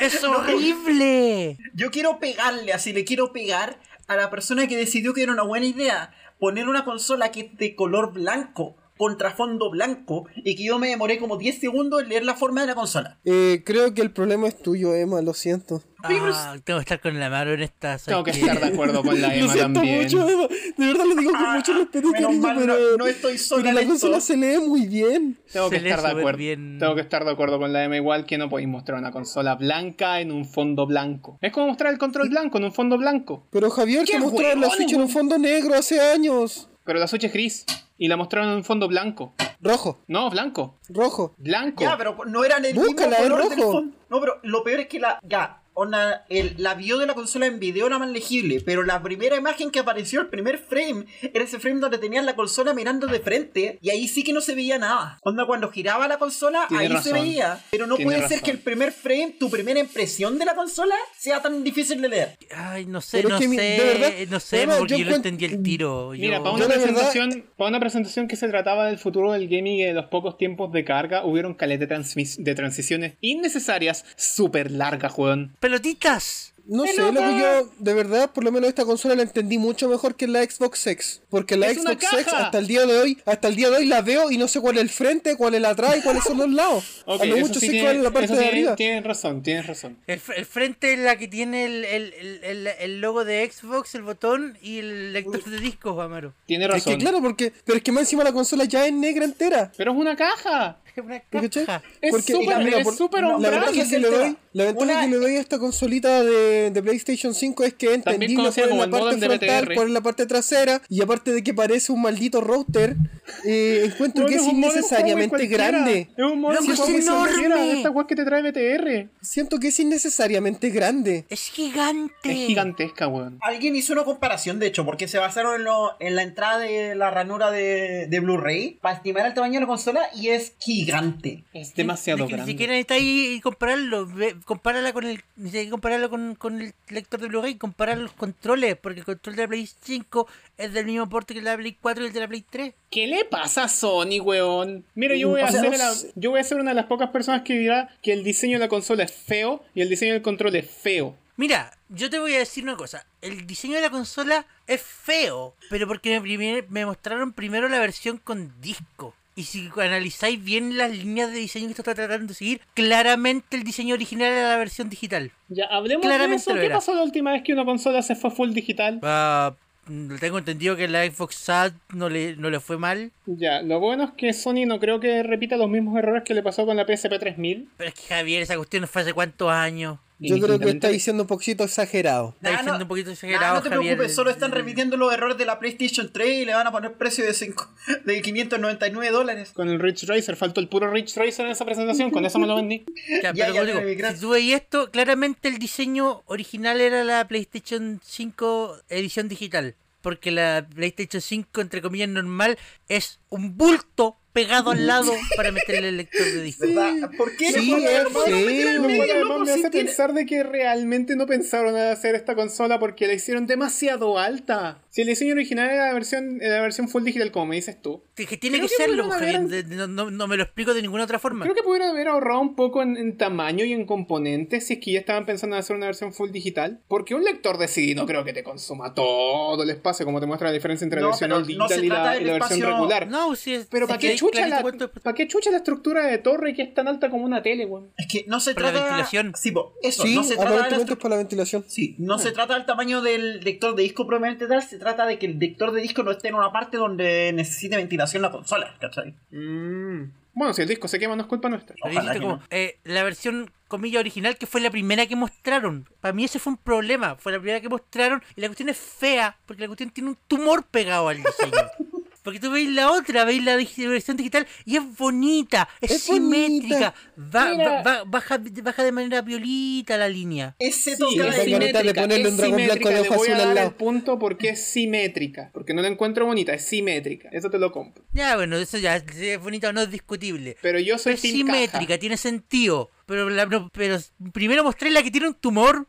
Speaker 4: ¡Es horrible!
Speaker 1: Yo quiero pegarle, así le quiero pegar a la persona que decidió que era una buena idea poner una consola que es de color blanco, contrafondo blanco, y que yo me demoré como 10 segundos en leer la forma de la consola.
Speaker 3: Eh, creo que el problema es tuyo, Emma, lo siento.
Speaker 4: Ah, tengo que estar con la mano en esta. ¿sabes
Speaker 2: Tengo que
Speaker 4: qué?
Speaker 2: estar de acuerdo con la
Speaker 3: lo
Speaker 2: Emma
Speaker 3: siento
Speaker 2: también.
Speaker 3: mucho, Emma. De verdad lo digo con mucho respeto
Speaker 1: Ah,
Speaker 3: y
Speaker 1: menos
Speaker 3: cariño,
Speaker 1: mal, no-
Speaker 3: pero.
Speaker 1: no estoy sola
Speaker 3: pero
Speaker 1: en
Speaker 3: la
Speaker 1: esto.
Speaker 3: consola se lee muy bien.
Speaker 2: Tengo que
Speaker 4: Se lee
Speaker 2: estar de
Speaker 4: súper
Speaker 2: acuerdo.
Speaker 4: bien.
Speaker 2: Tengo que estar de acuerdo con la M igual que no podéis mostrar una consola blanca en un fondo blanco. Es como mostrar el control blanco en un fondo blanco.
Speaker 3: Pero Javier
Speaker 2: ¡Qué
Speaker 3: te mostraron la
Speaker 2: huevones,
Speaker 3: Switch en un fondo negro hace años.
Speaker 2: Pero la Switch es gris y la mostraron en un fondo blanco.
Speaker 3: Rojo,
Speaker 2: No, blanco.
Speaker 3: rojo.
Speaker 2: Blanco.
Speaker 1: Ya, pero no eran el
Speaker 3: Búscala,
Speaker 1: mismo
Speaker 3: es
Speaker 1: color del
Speaker 3: rojo.
Speaker 1: fondo. No, pero lo peor es que la. Ya, onda, el- la vio de la consola en video era más legible, pero la primera imagen que apareció, el primer frame, era ese frame donde tenían la consola mirando de frente, y ahí sí que no se veía nada. Onda, cuando giraba la consola,
Speaker 2: Tiene
Speaker 1: ahí se
Speaker 2: razón.
Speaker 1: veía. Pero no
Speaker 2: Tiene
Speaker 1: puede
Speaker 2: razón.
Speaker 1: ser que el primer frame, tu primera impresión de la consola, sea tan difícil de leer.
Speaker 4: Ay, no sé,
Speaker 3: Pero es
Speaker 4: no
Speaker 3: que mi-
Speaker 4: sé.
Speaker 3: de verdad,
Speaker 4: no sé,
Speaker 3: Emma,
Speaker 4: Mauro,
Speaker 3: yo
Speaker 4: yo,
Speaker 3: encuent- Mm,
Speaker 4: no entendí el tiro.
Speaker 2: Mira,
Speaker 4: yo-
Speaker 2: para
Speaker 3: Yo
Speaker 2: una,
Speaker 3: la verdad-
Speaker 2: presentación, para una presentación que se trataba del futuro del gaming y de los pocos tiempos de carga, hubieron caleta de, transmis- de transiciones innecesarias súper largas, weón.
Speaker 4: ¡Pelotitas!
Speaker 3: No sé, loco, yo de verdad, por lo menos esta consola la entendí mucho mejor que la Xbox X. Porque la
Speaker 2: ¡Es una
Speaker 3: Xbox X
Speaker 2: caja!
Speaker 3: hasta el día de hoy, hasta el día de hoy la veo y no sé cuál es el frente, cuál es la atrás y cuáles son los lados.
Speaker 2: Ok,
Speaker 3: A lo
Speaker 2: eso
Speaker 3: mucho
Speaker 2: sí
Speaker 3: sé
Speaker 2: tiene-
Speaker 3: cuál es la parte
Speaker 2: eso
Speaker 3: de
Speaker 2: tiene-
Speaker 3: arriba.
Speaker 2: Tienes razón, tienes razón.
Speaker 4: El, fr- el frente es la que tiene el, el- el- el- el logo de Xbox, el botón y el lector de discos, Amaro.
Speaker 2: Tienes
Speaker 3: Es
Speaker 2: razón.
Speaker 3: que claro, porque, pero es que más encima la consola ya es negra entera.
Speaker 2: Pero es una caja.
Speaker 4: Es una
Speaker 3: ¿Me cachai?
Speaker 4: caja.
Speaker 2: Es súper-
Speaker 3: mira,
Speaker 2: es súper
Speaker 3: la
Speaker 2: hombrable
Speaker 3: ventaja,
Speaker 1: ese
Speaker 3: que le,
Speaker 1: tema.
Speaker 3: doy, la ventaja
Speaker 1: Una-
Speaker 3: que le doy a esta consolita de, de PlayStation 5 es que es
Speaker 2: También
Speaker 3: entendible
Speaker 2: conocida
Speaker 3: cuál es
Speaker 2: como
Speaker 3: la
Speaker 2: el
Speaker 3: parte
Speaker 2: modem de
Speaker 3: frontal,
Speaker 2: BTR.
Speaker 3: cuál es la parte trasera, y aparte de que parece un maldito router, eh, encuentro
Speaker 2: Weón,
Speaker 3: que es
Speaker 2: un modem
Speaker 3: innecesariamente
Speaker 2: Huawei cualquiera.
Speaker 3: grande.
Speaker 2: Es un modem
Speaker 4: Loco, es
Speaker 2: Huawei cualquiera,
Speaker 4: enorme.
Speaker 2: Esta weá que te trae BTR.
Speaker 3: Siento que es innecesariamente grande.
Speaker 4: Es gigante.
Speaker 2: Es gigantesca, weón.
Speaker 1: Alguien hizo una comparación, de hecho, porque se basaron en, lo- en la entrada de la ranura de, de Blu-ray para estimar el tamaño de la consola y es gigante.
Speaker 2: Es
Speaker 4: Ni-
Speaker 2: demasiado
Speaker 4: ni- Ni
Speaker 2: grande.
Speaker 4: siquiera está ahí y compararlo. Ve- Compárala con el, ni siquiera compararlo con, con el lector de Blu-ray. Comparar los controles, porque el control de la Play 5 es del mismo porte que el de la Play 4 y el de la Play 3.
Speaker 2: ¿Qué le pasa a Sony, weón? Mira,
Speaker 4: Mm,
Speaker 2: yo voy, a
Speaker 3: O sea,
Speaker 2: ser
Speaker 3: no
Speaker 2: la-
Speaker 3: sé.
Speaker 2: yo voy a ser una de las pocas personas que dirá que el diseño de la consola es feo y el diseño del control es feo.
Speaker 4: Mira, yo te voy a decir una cosa. El diseño de la consola es feo, pero porque me, primer- me mostraron primero la versión con disco. Y si analizáis bien las líneas de diseño que esto está tratando de seguir, claramente el diseño original era la versión digital.
Speaker 2: Ya, hablemos
Speaker 4: Claramente
Speaker 2: de
Speaker 4: lo
Speaker 2: eso. ¿Qué
Speaker 4: era.
Speaker 2: pasó la última vez que una consola se fue full digital?
Speaker 4: Ah, mm, tengo entendido que la Xbox SAT no le, no le fue mal.
Speaker 2: Ya, lo bueno es que Sony no creo que repita los mismos errores que le pasó con la PSP 3000.
Speaker 4: Pero es que Javier, esa cuestión no fue hace cuántos años.
Speaker 3: Yo creo que está
Speaker 2: Indistintamente-
Speaker 3: diciendo un poquito exagerado.
Speaker 4: Está
Speaker 1: Nah,
Speaker 4: diciendo
Speaker 1: no-
Speaker 4: un poquito
Speaker 1: Nah,
Speaker 4: exagerado,
Speaker 1: no te
Speaker 4: Javier. Mm.
Speaker 1: preocupes, solo están repitiendo los errores de la PlayStation 3 y le van a poner precio de, cinco- de 599 dólares.
Speaker 2: Con el Rich Racer, faltó el puro Rich Racer en esa presentación, con eso me lo vendí.
Speaker 1: Ya,
Speaker 4: Ya, pero
Speaker 1: ya,
Speaker 4: como digo,
Speaker 1: ya, gracias.
Speaker 4: si tú veis esto, claramente el diseño original era la PlayStation 5 edición digital. Porque la PlayStation 5, entre comillas, normal es un bulto pegado al lado para meterle el lector de disco.
Speaker 1: ¿Verdad? ¿Por qué?
Speaker 3: Sí,
Speaker 1: ¿Por qué no
Speaker 3: es
Speaker 1: pueden meter al
Speaker 3: feo.
Speaker 2: Lo
Speaker 1: medio,
Speaker 2: cual además
Speaker 1: loco,
Speaker 2: me
Speaker 1: si
Speaker 2: hace
Speaker 1: tiene-
Speaker 2: pensar de que realmente no pensaron en hacer esta consola porque la hicieron demasiado alta. Si el diseño original era la versión, era la versión full digital, como me dices tú,
Speaker 4: Que, que tiene
Speaker 2: Creo
Speaker 4: que,
Speaker 2: que
Speaker 4: serlo,
Speaker 2: pudieron
Speaker 4: Javier.
Speaker 2: haber-
Speaker 4: de- de- No, no- no me lo explico de ninguna otra forma.
Speaker 2: creo que pudieron haber ahorrado un poco en, en tamaño y en componentes si es que ya estaban pensando en hacer una versión full digital. Porque un lector de CD no creo que te consuma todo el espacio, como te muestra la diferencia entre la
Speaker 1: No,
Speaker 2: versión
Speaker 1: pero
Speaker 2: all
Speaker 1: no se
Speaker 2: digital y
Speaker 1: trata
Speaker 2: la,
Speaker 1: del
Speaker 2: y la versión
Speaker 1: espacio-
Speaker 2: regular.
Speaker 4: No, si es.
Speaker 2: Pero
Speaker 4: si
Speaker 2: ¿para
Speaker 4: queréis
Speaker 2: qué, chucha
Speaker 4: clarito
Speaker 2: la,
Speaker 4: cuánto-
Speaker 2: ¿para qué chucha la estructura de torre que es tan alta como una tele, weón?
Speaker 1: Es que no se
Speaker 4: Por la
Speaker 1: trata...
Speaker 4: ventilación.
Speaker 1: Sí, po, eso,
Speaker 3: Sí,
Speaker 1: no se trata de la
Speaker 3: aparentemente Mm. es para la ventilación.
Speaker 1: Sí, no se trata del tamaño del lector de disco propiamente tal, se trata de que el lector de disco no esté en una parte donde necesite ventilación la consola, ¿cachai?
Speaker 2: Bueno, si el disco se quema no es culpa nuestra.
Speaker 4: Pero
Speaker 1: Ojalá
Speaker 4: dijiste
Speaker 1: que
Speaker 4: como,
Speaker 1: no.
Speaker 4: eh, la versión comilla original que fue la primera que mostraron. Para mí ese fue un problema. Fue la primera que mostraron y la cuestión es fea porque la cuestión tiene un tumor pegado al diseño. Porque tú veis la otra, veis la dig- versión digital y es bonita, es,
Speaker 3: Es
Speaker 4: simétrica, va-
Speaker 2: Mira.
Speaker 4: va- va- baja, baja de manera violita la línea.
Speaker 1: Ese
Speaker 2: Sí,
Speaker 1: toque
Speaker 3: esa
Speaker 2: es
Speaker 1: de
Speaker 3: carota de
Speaker 2: simétrica,
Speaker 3: ponerle
Speaker 2: es
Speaker 3: un dragón blanco
Speaker 2: simétrica,
Speaker 3: de
Speaker 2: le
Speaker 3: ojo
Speaker 2: voy
Speaker 3: azul
Speaker 2: a
Speaker 3: al
Speaker 2: dar
Speaker 3: lado.
Speaker 2: el punto porque es simétrica. Porque no la encuentro bonita, es simétrica. Eso te lo compro.
Speaker 4: Ya, bueno, eso ya, si es bonita o no es discutible.
Speaker 2: Pero yo soy
Speaker 4: Es
Speaker 2: team
Speaker 4: simétrica,
Speaker 2: caja.
Speaker 4: tiene sentido. Pero, la- no, pero primero mostré la que tiene un tumor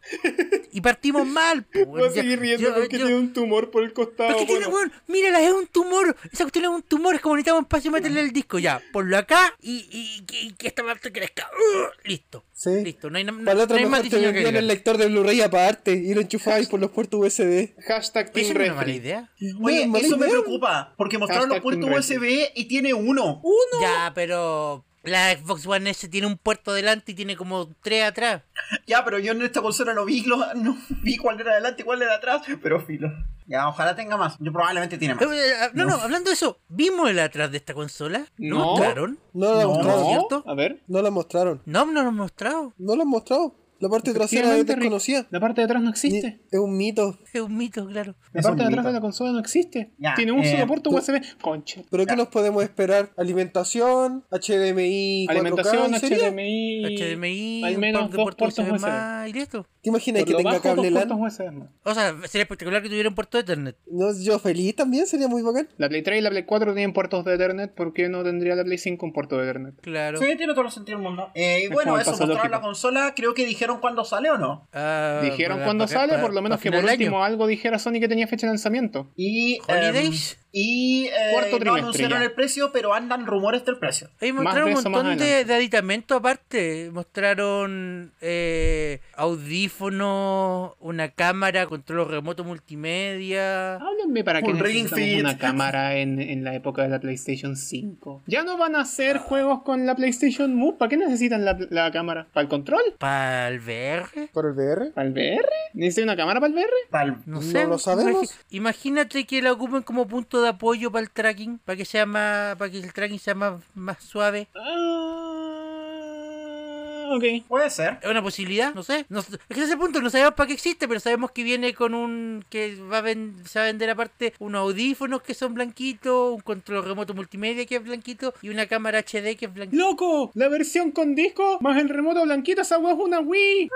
Speaker 4: y partimos mal. po, weón.
Speaker 2: Voy a
Speaker 4: Ya,
Speaker 2: seguir riendo
Speaker 4: yo-
Speaker 2: porque
Speaker 4: yo-
Speaker 2: tiene un tumor por el costado.
Speaker 4: Porque tiene,
Speaker 2: bueno.
Speaker 4: weón, mírala, es un tumor. Esa cuestión es un tumor, es como necesitamos espacio para meterle el disco. Ya, ponlo acá y, y- que- y que esta parte crezca. ¡Ugh! listo.
Speaker 3: Sí.
Speaker 4: Listo, no hay, na- no,
Speaker 3: Para la otra
Speaker 4: no hay más
Speaker 3: mejor te
Speaker 4: diseño que
Speaker 3: vendían el
Speaker 4: agregar.
Speaker 3: lector de Blu-ray aparte y lo enchufabais por los puertos USB.
Speaker 2: Hashtag
Speaker 4: Eso
Speaker 2: Team
Speaker 4: no es una mala
Speaker 2: Refri.
Speaker 4: idea.
Speaker 1: Oye,
Speaker 3: No, mala
Speaker 1: eso me
Speaker 3: idea.
Speaker 1: preocupa, porque mostraron los
Speaker 2: Hashtag
Speaker 1: puertos
Speaker 2: Team
Speaker 1: USB y tiene uno.
Speaker 4: Ya, pero la Xbox One S tiene un puerto delante y tiene como tres atrás.
Speaker 1: Ya, pero yo en esta consola no vi, los- no vi cuál era adelante y cuál era atrás, pero filo. Ya, ojalá tenga más. Yo probablemente tiene
Speaker 4: Eh,
Speaker 1: más.
Speaker 4: eh, No, no, hablando de eso, ¿vimos el atrás de esta consola? ¿Lo
Speaker 2: No.
Speaker 4: mostraron?
Speaker 3: No la
Speaker 1: No.
Speaker 3: mostraron.
Speaker 4: ¿Cierto?
Speaker 2: A ver.
Speaker 3: No la mostraron.
Speaker 4: No, no lo han mostrado.
Speaker 3: No la han mostrado. La parte trasera es
Speaker 2: Efectivamente, Rick,
Speaker 3: desconocida.
Speaker 2: La parte de atrás no
Speaker 3: Ni-
Speaker 2: existe.
Speaker 3: Es un mito.
Speaker 4: Es un mito, claro.
Speaker 2: La
Speaker 1: Es
Speaker 2: parte de
Speaker 1: un
Speaker 2: atrás
Speaker 1: mito.
Speaker 2: de la consola no existe.
Speaker 1: Ya,
Speaker 2: Tiene un
Speaker 1: eh,
Speaker 2: solo puerto
Speaker 3: tú-
Speaker 2: USB. Conche.
Speaker 3: ¿Pero qué
Speaker 1: Ya.
Speaker 3: nos podemos esperar? Alimentación, HDMI, 4K,
Speaker 2: Alimentación,
Speaker 3: ¿y sería?
Speaker 2: HDMI.
Speaker 4: HDMI,
Speaker 2: Al
Speaker 4: un
Speaker 2: menos
Speaker 4: par de
Speaker 2: dos puertos
Speaker 4: USB
Speaker 2: USB.
Speaker 4: más y listo.
Speaker 3: ¿Te imaginas
Speaker 2: Por
Speaker 3: que
Speaker 2: lo
Speaker 3: tenga
Speaker 2: bajo, dos
Speaker 3: cable LAN?
Speaker 2: puertos USB más.
Speaker 4: O sea, sería espectacular que tuviera un puerto de Ethernet.
Speaker 3: No, yo feliz también, sería muy bacán.
Speaker 2: La Play 3 y la Play 4 tienen puertos de Ethernet. ¿Por qué no tendría la Play 5 un puerto de Ethernet?
Speaker 4: Claro.
Speaker 1: Sí, tiene todo el sentido del mundo. Eh, y
Speaker 2: Es
Speaker 1: bueno,
Speaker 2: como el
Speaker 1: eso,
Speaker 2: paso
Speaker 1: mostraron
Speaker 2: lógico.
Speaker 1: la consola, creo que dijeron cuándo sale o no.
Speaker 4: Ah,
Speaker 2: Dijeron
Speaker 4: para-
Speaker 2: cuando
Speaker 4: para-
Speaker 2: sale,
Speaker 4: para-
Speaker 2: por lo menos
Speaker 4: para
Speaker 2: que
Speaker 4: final
Speaker 2: por
Speaker 4: de año.
Speaker 2: último algo dijera Sony que tenía fecha de lanzamiento.
Speaker 1: Y,
Speaker 4: Holidays.
Speaker 1: em, y eh,
Speaker 2: Cuarto
Speaker 1: no
Speaker 2: trimestre
Speaker 1: anunciaron
Speaker 2: ya.
Speaker 1: el precio, pero andan rumores del precio.
Speaker 4: Ahí
Speaker 2: Más
Speaker 4: mostraron
Speaker 2: de
Speaker 4: un
Speaker 2: eso más
Speaker 4: montón de,
Speaker 2: adelante.
Speaker 4: de aditamentos aparte. Mostraron eh, audífonos, una cámara, control remoto multimedia.
Speaker 2: Háblenme para que
Speaker 1: Un Ring
Speaker 2: necesitamos
Speaker 1: Fit.
Speaker 2: una cámara en, en la época de la PlayStation 5. Ya no van a hacer juegos con la PlayStation Move. ¿Para qué necesitan la, la cámara? ¿Para el control?
Speaker 4: ¿Para el VR?
Speaker 3: ¿Por el VR?
Speaker 2: ¿Para el VR? ¿Necesitan una cámara para el VR?
Speaker 1: Tal-
Speaker 4: No
Speaker 3: No
Speaker 4: sé.
Speaker 3: lo sabemos.
Speaker 4: imagi- Imagínate que la ocupen como punto de apoyo para el tracking, para que sea más, para que el tracking sea más, más suave.
Speaker 2: Ah, ok.
Speaker 1: Puede ser.
Speaker 4: Es una posibilidad, no sé. No, es que ese es el punto, no sabemos para qué existe, pero sabemos que viene con un. que va a ven- se va a vender aparte unos audífonos que son blanquitos, un control remoto multimedia que es blanquito y una cámara HD que es blanquita.
Speaker 2: ¡Loco! La versión con disco más el remoto blanquito, esa weá es una Wii.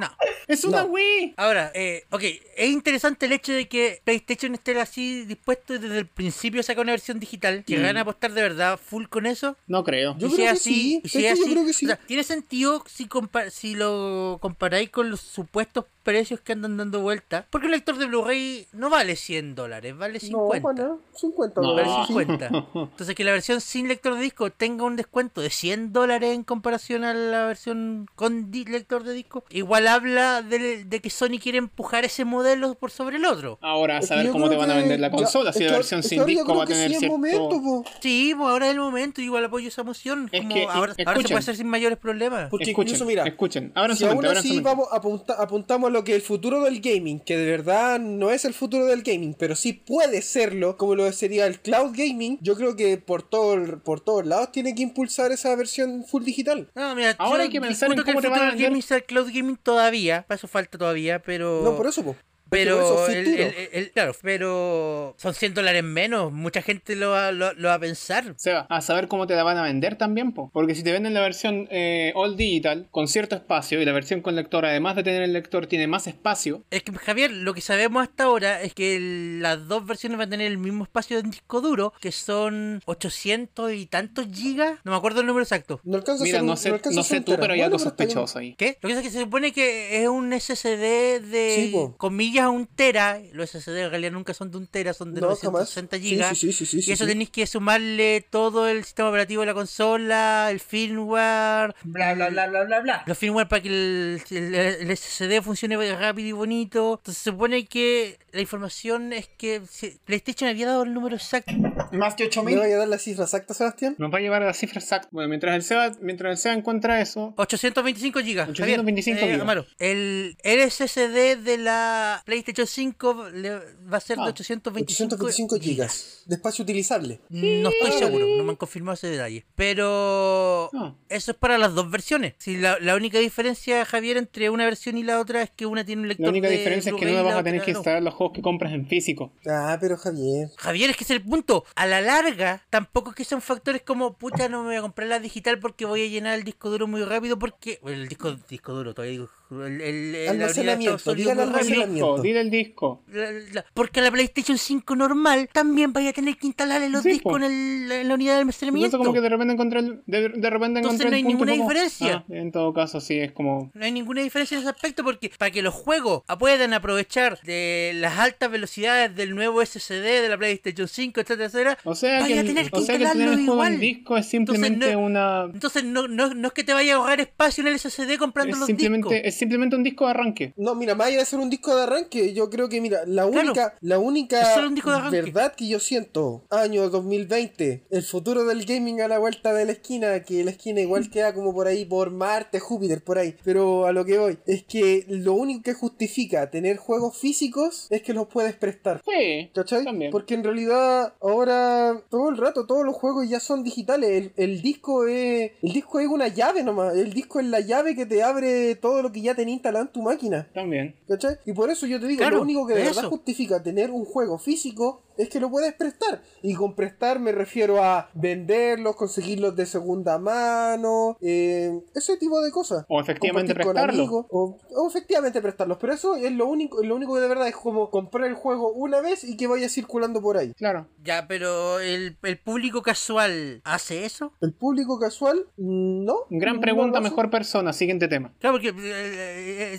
Speaker 4: No.
Speaker 2: ¡Es una
Speaker 3: No.
Speaker 2: Wii!
Speaker 4: Ahora, eh, ok, es interesante el hecho de que PlayStation esté así dispuesto y desde el principio saca una versión digital, que
Speaker 2: Mm.
Speaker 4: van a apostar de verdad full con eso.
Speaker 2: No creo.
Speaker 3: Yo
Speaker 4: Y
Speaker 3: creo
Speaker 4: sea
Speaker 3: que sí.
Speaker 4: y
Speaker 3: Es
Speaker 4: sea
Speaker 3: que yo
Speaker 4: así,
Speaker 3: creo que sí.
Speaker 4: o sea, tiene sentido si, compa- si lo comparáis con los supuestos precios que andan dando vuelta. Porque un lector de Blu-ray no vale 100 dólares, vale 50.
Speaker 3: No, bueno, 50
Speaker 2: No.
Speaker 3: dólares.
Speaker 4: Vale 50. Entonces que la versión sin lector de disco tenga un descuento de 100 dólares en comparación a la versión con di- lector de disco, igual habla de, de que Sony quiere empujar ese modelo por sobre el otro.
Speaker 2: Ahora, a
Speaker 3: Es que
Speaker 2: saber
Speaker 3: yo
Speaker 2: cómo te
Speaker 3: creo
Speaker 2: van a
Speaker 3: que
Speaker 2: vender la
Speaker 3: ya-
Speaker 2: consola,
Speaker 3: es
Speaker 2: si
Speaker 3: que
Speaker 2: la
Speaker 3: ahora-
Speaker 2: versión
Speaker 3: es que
Speaker 2: sin
Speaker 3: ahora yo
Speaker 2: disco va a
Speaker 3: creo que
Speaker 2: tener
Speaker 3: sí es
Speaker 2: cierto...
Speaker 3: momento, po.
Speaker 4: Sí, pues ahora es el momento, igual apoyo esa moción.
Speaker 2: Es
Speaker 4: como
Speaker 2: que, y-
Speaker 4: ahora, ahora se
Speaker 2: escuchen.
Speaker 4: puede hacer sin mayores problemas.
Speaker 3: Porque
Speaker 2: escuchen,
Speaker 3: incluso, mira,
Speaker 2: escuchen. Ahora
Speaker 3: si aún así vamos, apunta- apuntamos a lo que el futuro del gaming, que de verdad no es el futuro del gaming, pero sí puede serlo, como lo sería el cloud gaming, yo creo que por, todo, el- por todos lados tiene que impulsar esa versión full digital.
Speaker 4: No, mira,
Speaker 2: Ahora
Speaker 4: yo
Speaker 2: hay que pensar en
Speaker 4: discuto
Speaker 2: cómo
Speaker 4: el
Speaker 2: te van a
Speaker 4: futuro del
Speaker 2: vender.
Speaker 4: gaming sea el cloud gaming todavía, para eso falta todavía, pero...
Speaker 3: No, por eso, po. Porque por eso
Speaker 4: Pero,
Speaker 3: es
Speaker 4: el-
Speaker 3: futuro.
Speaker 4: el- el- claro, pero son 100 dólares menos, mucha gente lo va, lo- lo va a pensar.
Speaker 2: Seba, a saber cómo te la van a vender también, po. porque si te venden la versión eh, all digital con cierto espacio y la versión con lector, además de tener el lector, tiene más espacio,
Speaker 4: Es que, Javier, lo que sabemos hasta ahora es que el- las dos versiones van a tener el mismo espacio en disco duro, que son 800 y tantos gigas. No me acuerdo el número exacto.
Speaker 3: No alcanza a
Speaker 2: mira,
Speaker 3: ser un-
Speaker 2: no sé,
Speaker 3: alcanza
Speaker 2: no
Speaker 3: a ser
Speaker 2: sé
Speaker 3: un
Speaker 2: tú, pero hay algo
Speaker 3: terabyte, bueno, pero está bien.
Speaker 2: sospechoso ahí.
Speaker 4: ¿Qué? Lo que pasa es que se supone que es un SSD de
Speaker 3: Sí, po.
Speaker 4: comillas un tera. Los SSD en realidad nunca son de un tera, son de
Speaker 3: No, jamás.
Speaker 4: 960 gigas.
Speaker 3: Sí, sí, sí, sí, sí,
Speaker 4: y eso
Speaker 3: sí.
Speaker 4: tenéis que sumarle todo el sistema operativo de la consola, el firmware,
Speaker 1: Bla, bla, bla, bla, bla, bla.
Speaker 4: los firmware para que el, el- el SSD funcione rápido y bonito. Entonces se supone que la información es que se- PlayStation había dado el número exacto.
Speaker 1: Más que
Speaker 3: ¿Me voy
Speaker 1: 8000.
Speaker 3: a dar la cifra exacta, Sebastián?
Speaker 2: Nos va a llevar a la cifra exacta. Bueno, mientras el Seba, mientras el Seba encuentra eso,
Speaker 4: 825 gigas. Javier.
Speaker 2: 825
Speaker 4: Eh,
Speaker 2: gigas.
Speaker 4: Amaro, el, el SSD de la PlayStation 5 le- va a ser
Speaker 2: Ah,
Speaker 4: de 825,
Speaker 3: 825
Speaker 4: gigas.
Speaker 3: gigas de espacio utilizable.
Speaker 4: No estoy seguro, no me han confirmado ese detalle. Pero
Speaker 2: Ah.
Speaker 4: eso es para las dos versiones. Si la, la única diferencia, Javier, entre una versión y la otra es que una tiene un lector
Speaker 2: La única
Speaker 4: de
Speaker 2: diferencia es que
Speaker 4: Blu-ray
Speaker 2: no
Speaker 4: y
Speaker 2: vas
Speaker 4: la
Speaker 2: a tener
Speaker 4: otra
Speaker 2: que
Speaker 4: no.
Speaker 2: instalar los juegos que compras en físico.
Speaker 3: Ah, pero Javier.
Speaker 4: Javier, es que ese es el punto. A la larga, tampoco es que sean factores como, puta, no me voy a comprar la digital porque voy a llenar el disco duro muy rápido porque... bueno, el disco, disco duro, todavía digo... El, el- el- la unidad de estado
Speaker 3: Almacenamiento,
Speaker 4: sólido
Speaker 3: digan
Speaker 4: muy rápido.
Speaker 3: almacenamiento.
Speaker 2: Disco, dile el disco.
Speaker 4: La- la- porque la PlayStation 5 normal también vaya a tener que instalarle los
Speaker 2: Sí,
Speaker 4: discos
Speaker 2: po.
Speaker 4: en, el- en la unidad de almacenamiento.
Speaker 2: Entonces como que de repente encontré el, de, de repente
Speaker 4: Entonces
Speaker 2: encontré
Speaker 4: no
Speaker 2: el
Speaker 4: hay
Speaker 2: punto
Speaker 4: ninguna
Speaker 2: como-
Speaker 4: diferencia.
Speaker 2: Ah, en todo caso sí es como
Speaker 4: No hay ninguna diferencia en ese aspecto porque para que los juegos puedan aprovechar de las altas velocidades del nuevo SSD de la PlayStation 5, etcétera, etcétera,
Speaker 2: o sea
Speaker 4: vaya
Speaker 2: que,
Speaker 4: a tener
Speaker 2: el,
Speaker 4: que
Speaker 2: o sea que tener
Speaker 4: instalarlo
Speaker 2: el juego en
Speaker 4: igual.
Speaker 2: disco es simplemente
Speaker 4: no-
Speaker 2: una
Speaker 4: Entonces no, no, no es que te vaya a ahorrar espacio en el SSD comprando
Speaker 2: es
Speaker 4: los
Speaker 2: simplemente,
Speaker 4: discos.
Speaker 2: es simplemente un disco de arranque.
Speaker 3: No, mira, más allá de ser un disco de arranque, yo creo que, mira, la
Speaker 4: Claro.
Speaker 3: única, la
Speaker 4: Es
Speaker 3: única
Speaker 4: solo un disco de arranque.
Speaker 3: verdad que yo siento, año 2020, el futuro del gaming a la vuelta de la esquina, que la esquina igual queda como por ahí, por Marte, Júpiter, por ahí, pero a lo que voy, es que lo único que justifica tener juegos físicos es que los puedes prestar.
Speaker 2: Sí,
Speaker 3: ¿Cachai?
Speaker 2: también.
Speaker 3: Porque en realidad ahora todo el rato todos los juegos ya son digitales. El, el disco es el disco es una llave nomás. El disco es la llave que te abre todo lo que ya tenés instalado en tu máquina.
Speaker 2: También.
Speaker 3: ¿Cachai? Y por eso yo te digo,
Speaker 4: Claro,
Speaker 3: lo único que de verdad
Speaker 4: eso.
Speaker 3: justifica tener un juego físico es que lo puedes prestar. Y con prestar me refiero a venderlos, conseguirlos de segunda mano, eh, ese tipo de cosas.
Speaker 2: O efectivamente
Speaker 3: Compartir con
Speaker 2: prestarlo.
Speaker 3: amigos, o, o efectivamente prestarlos. Pero eso es lo único, lo único que de verdad es como comprar el juego una vez y que vaya circulando por ahí.
Speaker 2: Claro.
Speaker 4: Ya, pero el, el público casual hace eso.
Speaker 3: El público casual, mm, no.
Speaker 2: Gran
Speaker 3: no
Speaker 2: pregunta,
Speaker 3: lo hace.
Speaker 2: mejor persona. Siguiente tema.
Speaker 4: Claro, porque eh,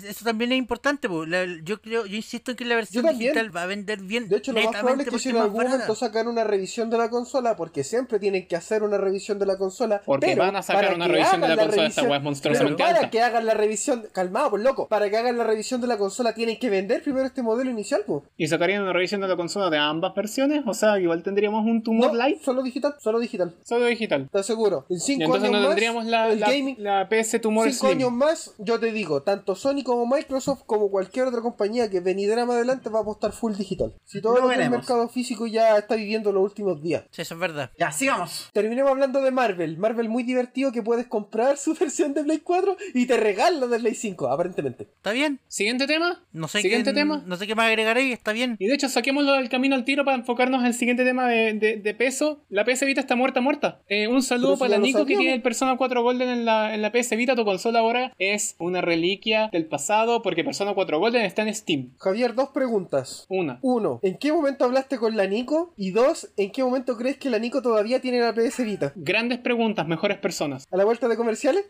Speaker 4: eh, eso también es importante. po. La- yo creo, yo insisto en que la versión
Speaker 3: Yo también.
Speaker 4: digital va a vender bien.
Speaker 3: De hecho, lo más probable
Speaker 4: netamente
Speaker 3: es que
Speaker 4: porque
Speaker 3: si en
Speaker 4: más
Speaker 3: algún
Speaker 4: barata.
Speaker 3: momento sacan una revisión de la consola, porque siempre tienen que hacer una revisión de la consola.
Speaker 2: Porque
Speaker 3: pero
Speaker 2: van a sacar
Speaker 3: para
Speaker 2: una
Speaker 3: que
Speaker 2: revisión de la
Speaker 3: hagan
Speaker 2: consola, esta
Speaker 3: revisión-
Speaker 2: weá es monstruosamente
Speaker 3: Pero para
Speaker 2: alta.
Speaker 3: que hagan la revisión, calmado, por loco, para que hagan la revisión de la consola tienen que vender primero este modelo inicial, pues.
Speaker 2: ¿Y sacarían una revisión de la consola de ambas versiones? O sea, igual tendríamos un tumor light,
Speaker 3: solo digital, solo digital.
Speaker 2: solo digital.
Speaker 3: Te aseguro. En
Speaker 2: Y
Speaker 3: 5
Speaker 2: entonces
Speaker 3: años
Speaker 2: no
Speaker 3: más,
Speaker 2: tendríamos la,
Speaker 3: el
Speaker 2: la,
Speaker 3: gaming,
Speaker 2: la PS tumor
Speaker 3: cinco
Speaker 2: slim.
Speaker 3: años más, yo te digo, tanto Sony como Microsoft, como cualquier otra compañía que venidera más adelante, va a apostar full digital. Si todo
Speaker 1: Lo
Speaker 3: lo que el
Speaker 1: veremos.
Speaker 3: mercado físico ya está viviendo los últimos días.
Speaker 4: Sí, eso es verdad.
Speaker 1: Ya, sigamos.
Speaker 3: Terminemos hablando de Marvel. Marvel muy divertido que puedes comprar su versión de Play 4 y te regalan de Play 5, aparentemente.
Speaker 4: ¿Está bien?
Speaker 2: Siguiente tema.
Speaker 4: No sé
Speaker 2: Siguiente
Speaker 4: qué,
Speaker 2: tema.
Speaker 4: No sé qué más agregar ahí, está bien.
Speaker 2: Y de hecho, saquémoslo del camino al tiro para enfocarnos en el siguiente tema de, de- de peso. La PS Vita está muerta, muerta. Eh, un
Speaker 3: Pero
Speaker 2: saludo
Speaker 3: si
Speaker 2: para
Speaker 3: ya
Speaker 2: la
Speaker 3: lo
Speaker 2: Nico que
Speaker 3: sabíamos.
Speaker 2: tiene el Persona 4 Golden en la, en la PS Vita. Tu consola ahora es una reliquia del pasado porque Persona 4 Golden está en Steam.
Speaker 3: Javier, dos preguntas.
Speaker 2: Una.
Speaker 3: Uno, ¿en qué momento hablaste con la Nico? Y dos, ¿en qué momento crees que la Nico todavía tiene la PS Vita?
Speaker 2: Grandes preguntas, mejores personas.
Speaker 3: ¿A la vuelta de comerciales?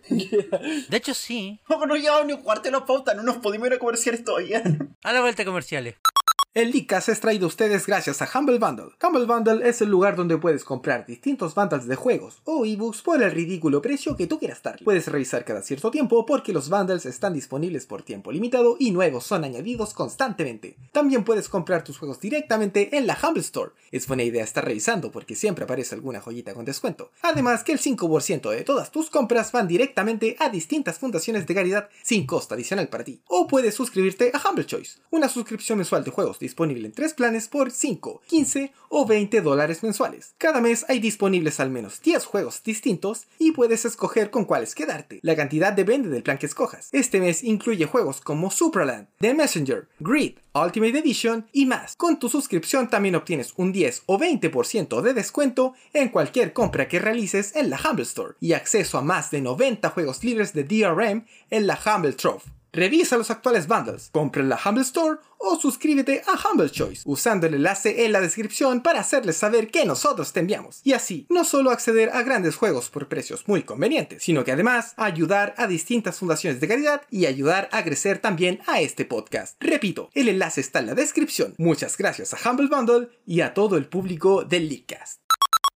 Speaker 4: De hecho, sí.
Speaker 1: Poco no llevamos ni un cuarto de la pauta, no nos pudimos ir a comerciales todavía.
Speaker 4: A la vuelta comerciales.
Speaker 5: El Licas es traído a ustedes gracias a Humble Bundle. Humble Bundle es el lugar donde puedes comprar distintos bundles de juegos o ebooks por el ridículo precio que tú quieras darle. Puedes revisar cada cierto tiempo porque los bundles están disponibles por tiempo limitado y nuevos son añadidos constantemente. También puedes comprar tus juegos directamente en la Humble Store. Es buena idea estar revisando porque siempre aparece alguna joyita con descuento. Además que el 5% de todas tus compras van directamente a distintas fundaciones de caridad sin costo adicional para ti. O puedes suscribirte a Humble Choice, una suscripción mensual de juegos disponible en tres planes por 5, 15 o 20 dólares mensuales. Cada mes hay disponibles al menos 10 juegos distintos y puedes escoger con cuáles quedarte. La cantidad depende del plan que escojas. Este mes incluye juegos como Supraland, The Messenger, Grid, Ultimate Edition y más. Con tu suscripción también obtienes un 10 o 20% de descuento en cualquier compra que realices en la Humble Store y acceso a más de 90 juegos libres de DRM en la Humble Trove. Revisa los actuales bundles, compra en la Humble Store o suscríbete a Humble Choice usando el enlace en la descripción para hacerles saber que nosotros te enviamos. Y así, no solo acceder a grandes juegos por precios muy convenientes, sino que además ayudar a distintas fundaciones de caridad y ayudar a crecer también a este podcast. Repito, el enlace está en la descripción. Muchas gracias a Humble Bundle y a todo el público del Leadcast.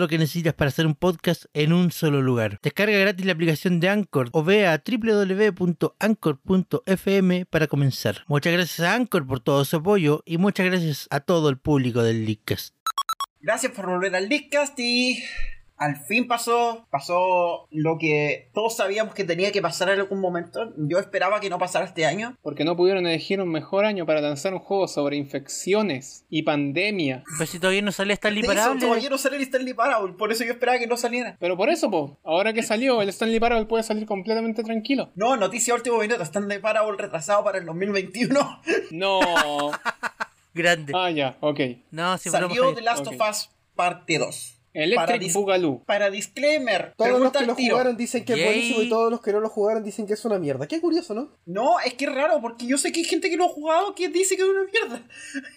Speaker 4: lo que necesitas para hacer un podcast en un solo lugar. Descarga gratis la aplicación de Anchor o ve a www.anchor.fm para comenzar. Muchas gracias a Anchor por todo su apoyo y muchas gracias a todo el público del Leadcast.
Speaker 1: Gracias por volver al Leadcast y al fin pasó, pasó lo que todos sabíamos que tenía que pasar en algún momento. Yo esperaba que no pasara este año.
Speaker 2: Porque no pudieron elegir un mejor año para lanzar un juego sobre infecciones y pandemia.
Speaker 4: Pues si todavía no sale esta
Speaker 1: Te hizo
Speaker 4: liberable.
Speaker 1: Caballero salir Stanley Parable, por eso yo esperaba que no saliera.
Speaker 2: Pero por eso, po, ahora que salió, el Stanley Parable puede salir completamente tranquilo.
Speaker 1: No, noticia último minuto, Stanley Parable retrasado para el 2021.
Speaker 2: No.
Speaker 4: Grande.
Speaker 2: Ah, ya, ok.
Speaker 4: No, si fuéramos
Speaker 1: Salió The
Speaker 4: Javier.
Speaker 1: Last
Speaker 2: ok.
Speaker 1: of Us parte 2. Para
Speaker 2: Electric
Speaker 1: dis-
Speaker 2: Boogaloo.
Speaker 1: Para disclaimer,
Speaker 3: Todos los
Speaker 1: pregunta
Speaker 3: que
Speaker 1: al
Speaker 3: lo
Speaker 1: tiro.
Speaker 3: jugaron dicen que es
Speaker 4: Yay.
Speaker 3: buenísimo y todos los que no lo jugaron dicen que es una mierda. Qué curioso, ¿no?
Speaker 1: No, es que es raro, porque yo sé que hay gente que lo ha jugado que dice que es una mierda.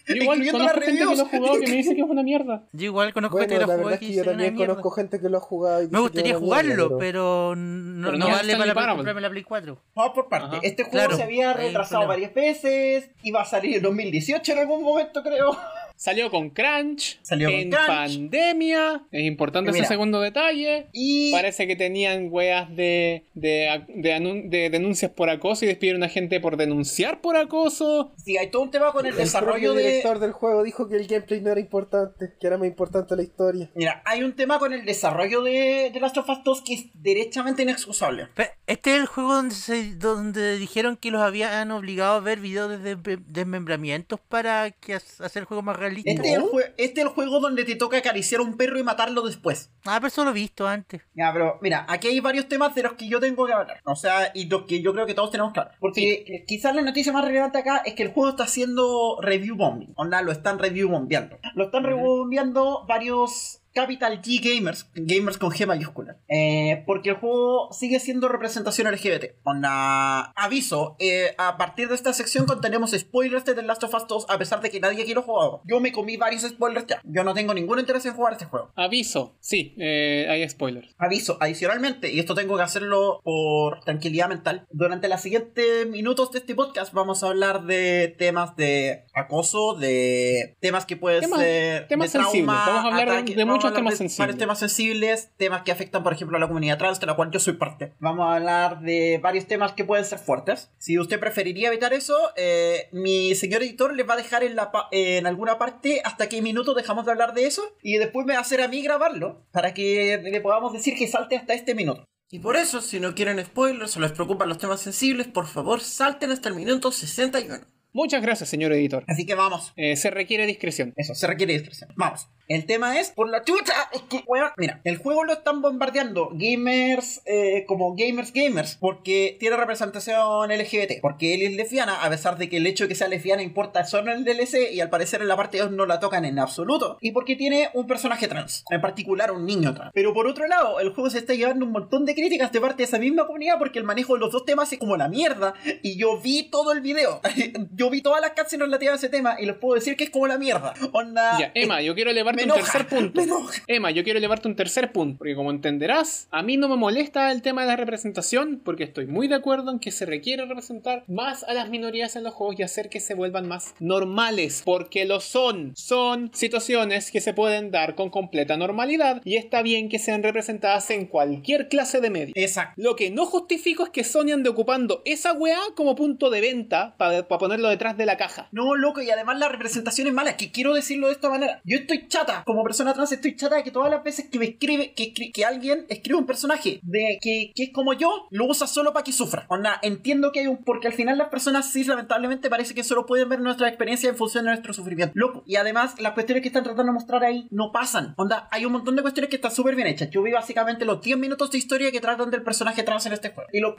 Speaker 2: Yo igual
Speaker 1: Incluyendo
Speaker 2: conozco
Speaker 1: las
Speaker 2: gente que lo ha
Speaker 1: reviews.
Speaker 2: jugado que me dice que es una mierda.
Speaker 4: Yo igual conozco
Speaker 3: Bueno,
Speaker 4: gente que
Speaker 3: la
Speaker 4: lo jugó
Speaker 3: verdad
Speaker 4: y
Speaker 3: es
Speaker 4: que
Speaker 3: que yo
Speaker 4: dice que era
Speaker 3: también
Speaker 4: mierda.
Speaker 3: conozco gente que lo ha jugado y dice
Speaker 4: Me
Speaker 3: que
Speaker 4: gustaría
Speaker 3: es una mierda, pero-
Speaker 4: jugarlo, pero no,
Speaker 2: Pero
Speaker 4: no
Speaker 2: no
Speaker 4: vale
Speaker 2: está
Speaker 4: para
Speaker 2: ni Parable.
Speaker 4: comprarme la Play 4.
Speaker 1: Vamos por parte.
Speaker 2: Ajá.
Speaker 1: Este juego
Speaker 4: Claro,
Speaker 1: se había
Speaker 4: hay un
Speaker 1: retrasado
Speaker 4: problema.
Speaker 1: varias veces. Iba a salir en 2018 en algún momento, creo.
Speaker 2: Salió con Crunch.
Speaker 1: Salió con
Speaker 2: en
Speaker 1: Crunch.
Speaker 2: pandemia. Es importante
Speaker 1: Y mira.
Speaker 2: ese segundo detalle.
Speaker 1: Y
Speaker 2: Parece que tenían weas de, de, de anun- de denuncias por acoso y despidieron a gente por denunciar por acoso.
Speaker 1: sí, hay todo un tema con el,
Speaker 3: El
Speaker 1: desarrollo
Speaker 3: propio
Speaker 1: de.
Speaker 3: director del juego dijo que el gameplay no era importante, que era más importante la historia.
Speaker 1: Mira, hay un tema con el desarrollo de, de Last of Us 2 que es derechamente inexcusable.
Speaker 4: Pe- Este es el juego donde se- donde dijeron que los habían obligado a ver videos de desmem- desmembramientos para que ha- hacer juegos más realistas.
Speaker 1: Este, es el jue- este es el juego donde te toca acariciar a un perro y matarlo después.
Speaker 4: Ah, pero eso lo he visto antes.
Speaker 1: Ya, pero mira, aquí hay varios temas de los que yo tengo que hablar. O sea, y los que yo creo que todos tenemos claro. Porque eh, quizás la noticia más relevante acá es que el juego está haciendo review bombing. O nada, lo están review bombeando. Lo están review bombeando varios Capital G Gamers, gamers con G mayúscula. Eh, porque el juego sigue siendo representación LGBT. Onda, aviso, eh, a partir de esta sección contenemos spoilers de The Last of Us 2, a pesar de que nadie aquí lo ha jugado. Yo me comí varios spoilers ya. Yo no tengo ningún interés en jugar este juego.
Speaker 2: Aviso. Sí, eh, hay spoilers.
Speaker 1: Aviso, adicionalmente, y esto tengo que hacerlo por tranquilidad mental, durante los siguientes minutos de este podcast vamos a hablar de temas de acoso, de temas que pueden
Speaker 2: Temas-
Speaker 1: ser...
Speaker 2: temas
Speaker 1: de trauma,
Speaker 2: sensibles. Vamos a hablar de-
Speaker 1: ataque-
Speaker 2: de
Speaker 1: vamos
Speaker 2: muchos
Speaker 1: a hablar
Speaker 2: temas
Speaker 1: de
Speaker 2: sensibles.
Speaker 1: varios temas sensibles, temas que afectan, por ejemplo, a la comunidad trans, de la cual yo soy parte. Vamos a hablar de varios temas que pueden ser fuertes. Si usted preferiría evitar eso, eh, mi señor editor les va a dejar en, la pa- en alguna parte hasta qué minuto dejamos de hablar de eso y después me va a hacer a mí grabarlo para que le podamos decir que salte hasta este minuto.
Speaker 6: Y por eso, si no quieren spoilers o les preocupan los temas sensibles, por favor salten hasta el minuto 61.
Speaker 2: Muchas gracias, señor editor.
Speaker 1: Así que vamos.
Speaker 2: Eh, se requiere discreción.
Speaker 1: Eso, se requiere discreción. Vamos. El tema es, por la chucha, es que, weón, mira, el juego lo están bombardeando gamers eh, como gamers gamers porque tiene representación LGBT, porque él es lesbiana, a pesar de que el hecho de que sea lesbiana importa solo en el DLC y al parecer en la parte 2 no la tocan en absoluto, y porque tiene un personaje trans, en particular un niño trans. Pero por otro lado, el juego se está llevando un montón de críticas de parte de esa misma comunidad porque el manejo de los dos temas es como la mierda, y yo vi todo el video, yo vi todas las canciones relativas a ese tema y les puedo decir que es como la mierda. Onda...
Speaker 2: Ya, Emma, yo quiero elevarte
Speaker 1: Ah, eh, me
Speaker 2: un
Speaker 1: enoja,
Speaker 2: tercer punto.
Speaker 1: me enoja.
Speaker 2: Emma, yo quiero elevarte un tercer punto. Porque como entenderás, a mí no me molesta el tema de la representación, porque estoy muy de acuerdo en que se requiere representar más a las minorías en los juegos y hacer que se vuelvan más normales, porque lo son. Son situaciones que se pueden dar con completa normalidad y está bien que sean representadas en cualquier clase de medio.
Speaker 1: Exacto.
Speaker 2: Lo que no justifico es que Sony ande ocupando esa weá como punto de venta para ponerlo detrás de la caja.
Speaker 1: No, loco, y además la representación es mala, que quiero decirlo de esta manera. Yo estoy chata, como persona trans estoy chata de que todas las veces que me escribe, que, escri- que alguien escribe un personaje de que, que es como yo, lo usa solo para que sufra. Onda, entiendo que hay un... Porque al final las personas sí, lamentablemente, parece que solo pueden ver nuestra experiencia en función de nuestro sufrimiento. Loco, y además las cuestiones que están tratando de mostrar ahí no pasan. Onda, hay un montón de cuestiones que están súper bien hechas. Yo vi básicamente los 10 minutos de historia que tratan del personaje trans en este juego. Y, lo-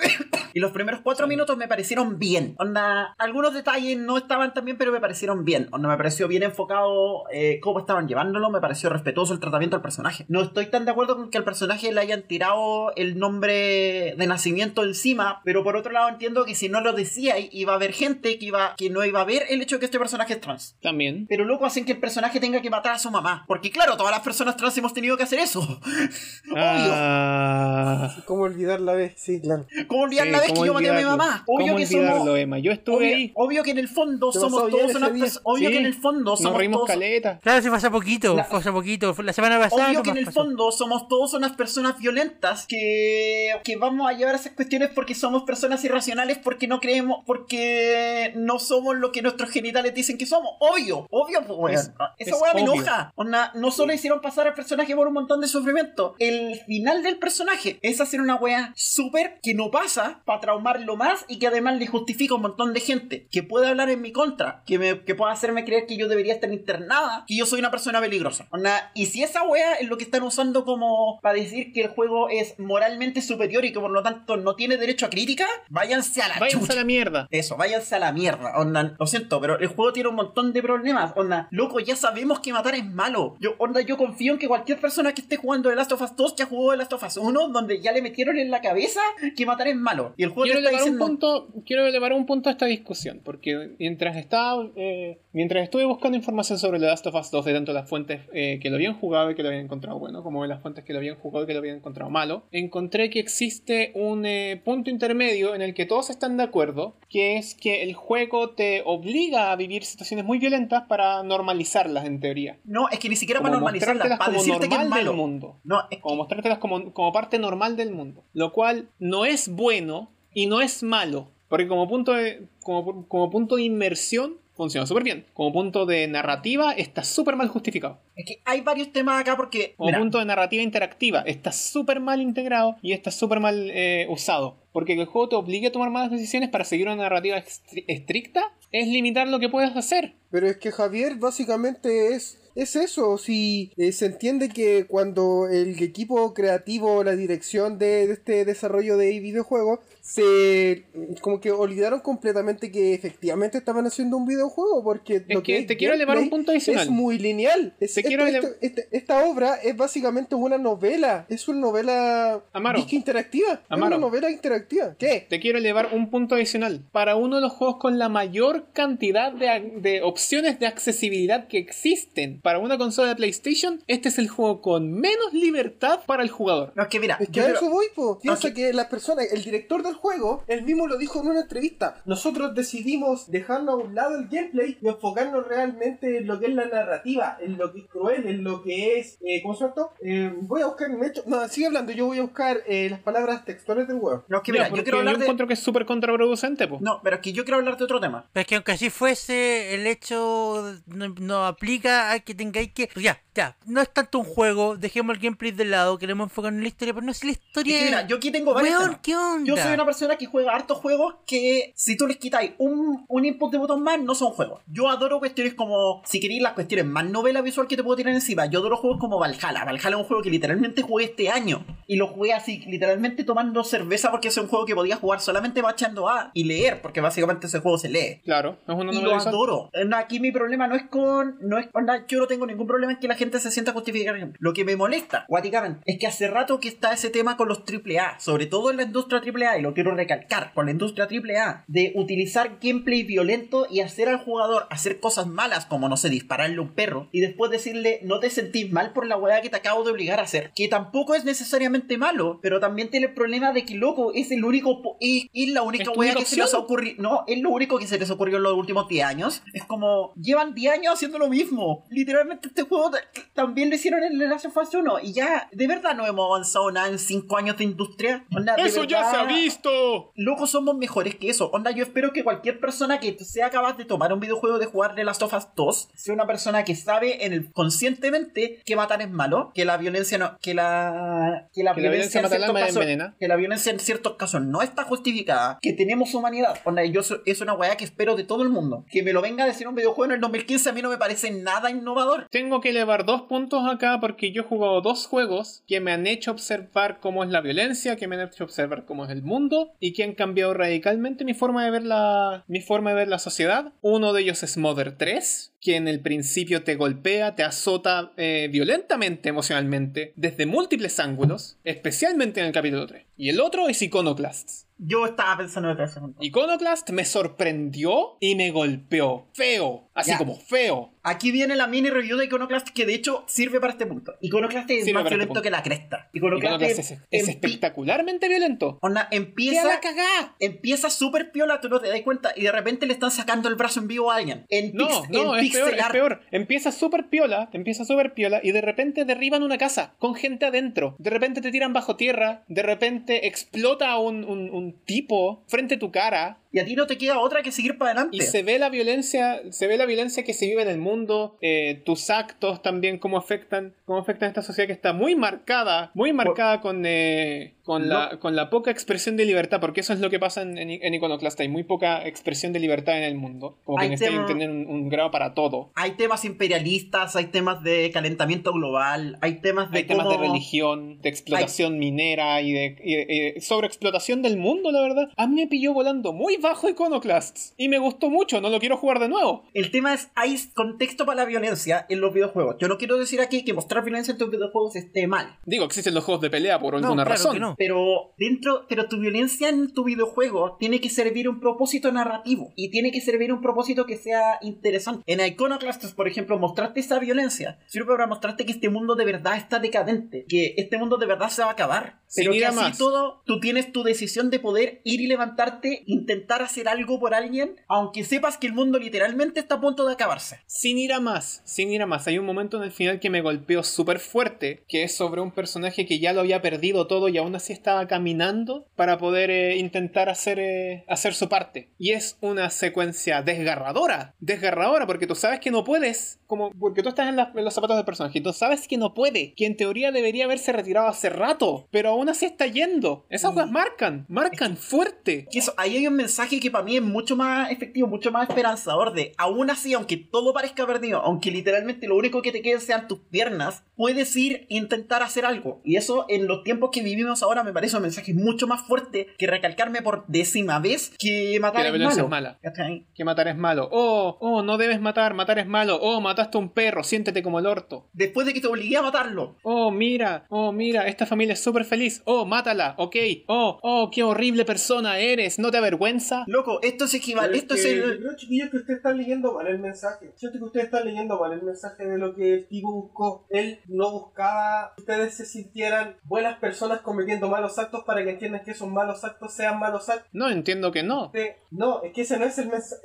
Speaker 1: y los primeros 4 minutos me parecieron bien. Onda, algunos detalles detalles no estaban tan bien, pero me parecieron bien. O no me pareció bien enfocado eh, cómo estaban llevándolo, me pareció respetuoso el tratamiento del personaje. No estoy tan de acuerdo con que al personaje le hayan tirado el nombre de nacimiento encima, pero por otro lado entiendo que si no lo decía iba a haber gente que, iba, que no iba a ver el hecho de que este personaje es trans.
Speaker 2: También.
Speaker 1: Pero loco hacen que el personaje tenga que matar a su mamá. Porque claro, todas las personas trans hemos tenido que hacer eso.
Speaker 2: Ah,
Speaker 3: ¿Cómo olvidar la vez? Sí, claro.
Speaker 1: ¿Cómo olvidar
Speaker 2: sí,
Speaker 1: la vez
Speaker 2: ¿cómo
Speaker 1: que yo maté a mi
Speaker 2: olvidarlo?
Speaker 1: mamá?
Speaker 2: ¿Cómo
Speaker 1: Obvio que
Speaker 2: olvidarlo,
Speaker 1: somos...
Speaker 2: Emma? Yo estuve
Speaker 1: Obvio,
Speaker 2: ahí.
Speaker 1: obvio que en el fondo
Speaker 3: Te
Speaker 1: somos
Speaker 3: pasó bien
Speaker 1: todos
Speaker 3: ese
Speaker 1: unas
Speaker 3: día.
Speaker 1: personas. Obvio
Speaker 2: Sí,
Speaker 1: que en el fondo
Speaker 2: Nos
Speaker 1: somos
Speaker 2: reímos
Speaker 1: todos.
Speaker 2: caleta.
Speaker 4: Claro, se pasa poquito, fue hace poquito, fue la semana pasada.
Speaker 1: Obvio que en
Speaker 4: nomás
Speaker 1: el
Speaker 4: pasó.
Speaker 1: fondo somos todos unas personas violentas que, que vamos a llevar esas cuestiones porque somos personas irracionales, porque no creemos, porque no somos lo que nuestros genitales dicen que somos. Obvio, obvio, pues, weón.
Speaker 2: Es-
Speaker 1: Esa
Speaker 2: es
Speaker 1: weá me
Speaker 2: obvio.
Speaker 1: enoja. Onda, no solo hicieron pasar al personaje por un montón de sufrimiento, el final del personaje es hacer una weá súper que no pasa para traumarlo más y que además le justifica a un montón de gente que puede hablar en mi contra, que, me, que pueda hacerme creer que yo debería estar internada, que yo soy una persona peligrosa. Onda, y si esa weá es lo que están usando como para decir que el juego es moralmente superior y que por lo tanto no tiene derecho a crítica, váyanse a la
Speaker 2: Váyanse
Speaker 1: chucha.
Speaker 2: a la mierda.
Speaker 1: Eso, váyanse a la mierda, onda. Lo siento, pero el juego tiene un montón de problemas, onda. Loco, ya sabemos que matar es malo. Yo, onda, yo confío en que cualquier persona que esté jugando The Last of Us 2 ya jugó The Last of Us 1, donde ya le metieron en la cabeza que matar es malo. Y el juego
Speaker 2: Quiero
Speaker 1: te está
Speaker 2: elevar, un
Speaker 1: diciendo.
Speaker 2: punto, quiero elevar un punto a esta discusión, porque mientras estaba, eh, mientras estuve buscando información sobre The Last of Us 2, de tanto las fuentes eh, que lo habían jugado y que lo habían encontrado bueno, como de las fuentes que lo habían jugado y que lo habían encontrado malo, encontré que existe un eh, punto intermedio en el que todos están de acuerdo, que es que el juego te obliga a vivir situaciones muy violentas para normalizarlas en teoría.
Speaker 1: No, es que ni siquiera
Speaker 2: Como
Speaker 1: para normalizarla,
Speaker 2: mostrártelas
Speaker 1: para
Speaker 2: como
Speaker 1: decirte que es
Speaker 2: normal del
Speaker 1: malo.
Speaker 2: mundo
Speaker 1: No, es
Speaker 2: como mostrártelas como, como parte normal del mundo. Lo cual no es bueno y no es malo. Porque como punto de, como, pu- como punto de inmersión funciona súper bien. Como punto de narrativa está súper mal justificado.
Speaker 1: es que hay varios temas acá porque.
Speaker 2: Como
Speaker 1: mira,
Speaker 2: punto de narrativa interactiva está súper mal integrado y está súper mal eh, usado. Porque que el juego te obligue a tomar malas decisiones para seguir una narrativa estri- estricta es limitar lo que puedes hacer.
Speaker 3: Pero es que Javier básicamente es, es eso. Si eh, se entiende que cuando el equipo creativo, la dirección de, de este desarrollo de videojuegos, se mm, como que olvidaron completamente que efectivamente estaban haciendo un videojuego porque
Speaker 2: Es que te quiero elevar un punto adicional.
Speaker 3: es muy lineal Es-
Speaker 2: Te
Speaker 3: esto-
Speaker 2: quiero ele-
Speaker 3: esto- este- esta obra es básicamente una novela es una novela
Speaker 2: Amaro.
Speaker 3: disque interactiva
Speaker 2: Amaro.
Speaker 3: es una novela interactiva ¿qué?
Speaker 2: Te quiero elevar un punto adicional. Para uno de los juegos con la mayor cantidad de, a- de opciones de accesibilidad que existen para una consola de PlayStation, este es el juego con menos libertad para el jugador.
Speaker 1: No, es que mira.
Speaker 3: Es que
Speaker 1: yo
Speaker 3: a
Speaker 1: creo-
Speaker 3: eso voy, po. Piensa
Speaker 1: Ok.
Speaker 3: que las personas, el director del juego, él mismo lo dijo en una entrevista. Nosotros decidimos dejarnos a un lado el gameplay y enfocarnos realmente en lo que es la narrativa, en lo que es cruel, en lo que es. Eh, ¿Cómo se llama esto? Eh, voy a buscar un hecho. No, sigue hablando, yo voy a buscar eh, las palabras textuales del juego.
Speaker 1: no, es que
Speaker 2: Ya,
Speaker 1: mira,
Speaker 2: porque
Speaker 1: yo quiero hablar de.
Speaker 2: encuentro que es súper contraproducente, po.
Speaker 1: No, pero es que yo quiero hablar de otro tema.
Speaker 4: Pero es que aunque así fuese, el hecho no, no aplica a que tengáis que... Pues ya, ya, no es tanto un juego, dejemos el gameplay de lado, queremos enfocarnos en la historia, pero no es la
Speaker 1: Es
Speaker 4: historia...
Speaker 1: que mira, yo aquí tengo varios
Speaker 4: Weón,
Speaker 1: temas.
Speaker 4: ¿qué onda?
Speaker 1: Yo soy una persona que juega hartos juegos que si tú les quitáis un, un input de botón más, no son juegos. Yo adoro cuestiones como, si queréis las cuestiones más novela visual que te puedo tirar encima, yo adoro juegos como Valhalla. Valhalla es un juego que literalmente jugué este año. Y lo jugué así, literalmente tomando cerveza porque es un juego que podía jugar solamente bachando A y leer, porque básicamente ese juego se lee.
Speaker 2: Claro, es una
Speaker 1: Y
Speaker 2: novela
Speaker 1: lo
Speaker 2: visual.
Speaker 1: adoro. Eh, no, Aquí mi problema no es con. No es, onda, yo no tengo ningún problema en que la gente se sienta justificada. Lo que me molesta, guaticamente, es que hace rato que está ese tema con los AAA, sobre todo en la industria AAA, y lo quiero recalcar, con la industria AAA, de utilizar gameplay violento y hacer al jugador hacer cosas malas, como no sé, dispararle a un perro, y después decirle, no te sentís mal por la weá que te acabo de obligar a hacer. Que tampoco es necesariamente malo, pero también tiene el problema de que, loco, es el único. po- Es, es la única
Speaker 2: ¿Es tu
Speaker 1: weá
Speaker 2: única
Speaker 1: que se nos
Speaker 2: opción?
Speaker 1: ha ocurri- No, es lo único que se les ocurrió en los últimos 10 años. Es como, llevan 10 años haciendo lo mismo. Literalmente este juego ta- también lo hicieron en el Last of Us 1. Y ya, de verdad no hemos avanzado nada en 5 años de industria. Onda, de
Speaker 2: ¡Eso ya se ha
Speaker 1: verdad,
Speaker 2: visto!
Speaker 1: Loco, somos mejores que eso. Onda, yo espero que cualquier persona que sea capaz de tomar un videojuego de jugar de Last of Us 2 sea una persona que sabe en el, conscientemente que matar es malo, que la violencia no, que la, que la
Speaker 2: Que la violencia
Speaker 1: en
Speaker 2: mata al
Speaker 1: ciertos
Speaker 2: alma y
Speaker 1: casos-
Speaker 2: envenena.
Speaker 1: que la violencia en ciertos casos no está justificada, que tenemos humanidad. Onda, yo so- es una weá que espero de todo el mundo. Que me lo venga a decir un videojuego en el 2015 a mí no me parece nada innovador.
Speaker 2: Tengo que elevar dos puntos acá porque yo he jugado dos juegos que me han hecho observar cómo es la violencia, que me han hecho observar cómo es el mundo mundo y que han cambiado radicalmente mi forma de ver la, mi forma de ver la sociedad. Uno de ellos es Mother 3, que en el principio te golpea, te azota eh, violentamente emocionalmente desde múltiples ángulos, especialmente en el capítulo 3. Y el otro es Iconoclasts.
Speaker 1: Yo estaba pensando en otra segunda.
Speaker 2: Iconoclast me sorprendió y me golpeó. Feo. Así
Speaker 1: Ya.
Speaker 2: como feo.
Speaker 1: Aquí viene la mini review de Iconoclast que de hecho sirve para este punto. Iconoclast es
Speaker 2: Sirve
Speaker 1: más
Speaker 2: para este
Speaker 1: violento
Speaker 2: punto.
Speaker 1: que la cresta. Iconoclast,
Speaker 2: Iconoclast es, es
Speaker 1: empi-
Speaker 2: espectacularmente violento.
Speaker 1: onda,
Speaker 2: ¡Qué a
Speaker 1: empieza
Speaker 2: la cagá!
Speaker 1: empieza súper piola, tú no te das cuenta, y de repente le están sacando el brazo en vivo a alguien. En,
Speaker 2: No,
Speaker 1: pix-
Speaker 2: no,
Speaker 1: en
Speaker 2: es peor,
Speaker 1: pixel
Speaker 2: es
Speaker 1: art.
Speaker 2: peor. Empieza súper piola, empieza súper piola y de repente derriban una casa con gente adentro. De repente te tiran bajo tierra, de repente explota un, un- un tipo frente a tu cara
Speaker 1: Y a ti no te queda otra que seguir para adelante.
Speaker 2: y se ve la violencia, se ve la violencia que se vive en el mundo, eh, tus actos también, cómo afectan, cómo afectan a esta sociedad que está muy marcada, muy marcada con, eh, con, la, con la poca expresión de libertad, porque eso es lo que pasa en, en, en Iconoclasta, hay muy poca expresión de libertad en el mundo, como que
Speaker 1: Hay
Speaker 2: necesitan
Speaker 1: tema-
Speaker 2: tener un, un grado para todo.
Speaker 1: Hay temas imperialistas, hay temas de calentamiento global, hay temas de
Speaker 2: Hay temas de
Speaker 1: cómo-
Speaker 2: religión, de explotación minera y de, y de- y de sobreexplotación del mundo, la verdad. A mí me pilló volando muy bajo Iconoclasts y me gustó mucho, no lo quiero jugar de nuevo.
Speaker 1: El tema es, hay contexto para la violencia en los videojuegos. Yo no quiero decir aquí que mostrar violencia en tus videojuegos esté mal,
Speaker 2: Digo, existen los juegos de pelea por alguna
Speaker 4: claro
Speaker 2: razón.
Speaker 4: que no.
Speaker 1: pero dentro, pero tu violencia en tu videojuego tiene que servir un propósito narrativo y tiene que servir un propósito que sea interesante. En Iconoclastes, por ejemplo, mostrarte esa violencia sirve para mostrarte que este mundo de verdad está decadente, que este mundo de verdad se va a acabar.
Speaker 2: Sin
Speaker 1: Pero
Speaker 2: ir
Speaker 1: que
Speaker 2: a
Speaker 1: así
Speaker 2: más.
Speaker 1: todo, tú tienes tu decisión de poder ir y levantarte, intentar hacer algo por alguien, aunque sepas que el mundo literalmente está a punto de acabarse.
Speaker 2: Sin ir a más, sin ir a más, hay un momento en el final que me golpeó súper fuerte, que es sobre un personaje que ya lo había perdido todo y aún así estaba caminando para poder eh, intentar hacer, eh, hacer su parte. Y es una secuencia desgarradora, desgarradora, porque tú sabes que no puedes, como porque tú estás en, la- en los zapatos del personaje, y tú sabes que no puede, que en teoría debería haberse retirado hace rato, pero aún así está yendo.
Speaker 1: Mm.
Speaker 2: Esas cosas marcan, marcan fuerte.
Speaker 1: Que eso, ahí hay un mensaje que para mí es mucho más efectivo, mucho más esperanzador de, aún así, aunque todo parezca perdido, aunque literalmente lo único que te queden sean tus piernas, puedes ir e intentar hacer algo. Y eso en los tiempos que vivimos ahora me parece un mensaje mucho más fuerte que recalcarme por décima vez que matar
Speaker 2: Que la
Speaker 1: es
Speaker 2: violencia
Speaker 1: malo.
Speaker 2: es mala.
Speaker 1: ¿Cachai?
Speaker 2: que matar es malo. Oh, oh, no debes matar, matar es malo. Oh, mataste a un perro, siéntete como el orto.
Speaker 1: Después de que te obligué a matarlo.
Speaker 2: Oh, mira, oh, mira, esta familia es súper feliz. Oh, mátala, ok. Oh, oh, qué horrible persona eres, ¿no te avergüenza?
Speaker 1: Loco, esto es equivalente, esto es
Speaker 3: Yo
Speaker 1: el...
Speaker 3: creo, chiquillos, que ustedes están leyendo mal el mensaje. Siento que ustedes están leyendo mal el mensaje de lo que el tipo buscó. Él no buscaba que ustedes se sintieran buenas personas cometiendo malos actos para que entiendan que esos malos actos sean malos actos.
Speaker 2: No, entiendo que no.
Speaker 3: Te- No, es que ese no es el mensaje.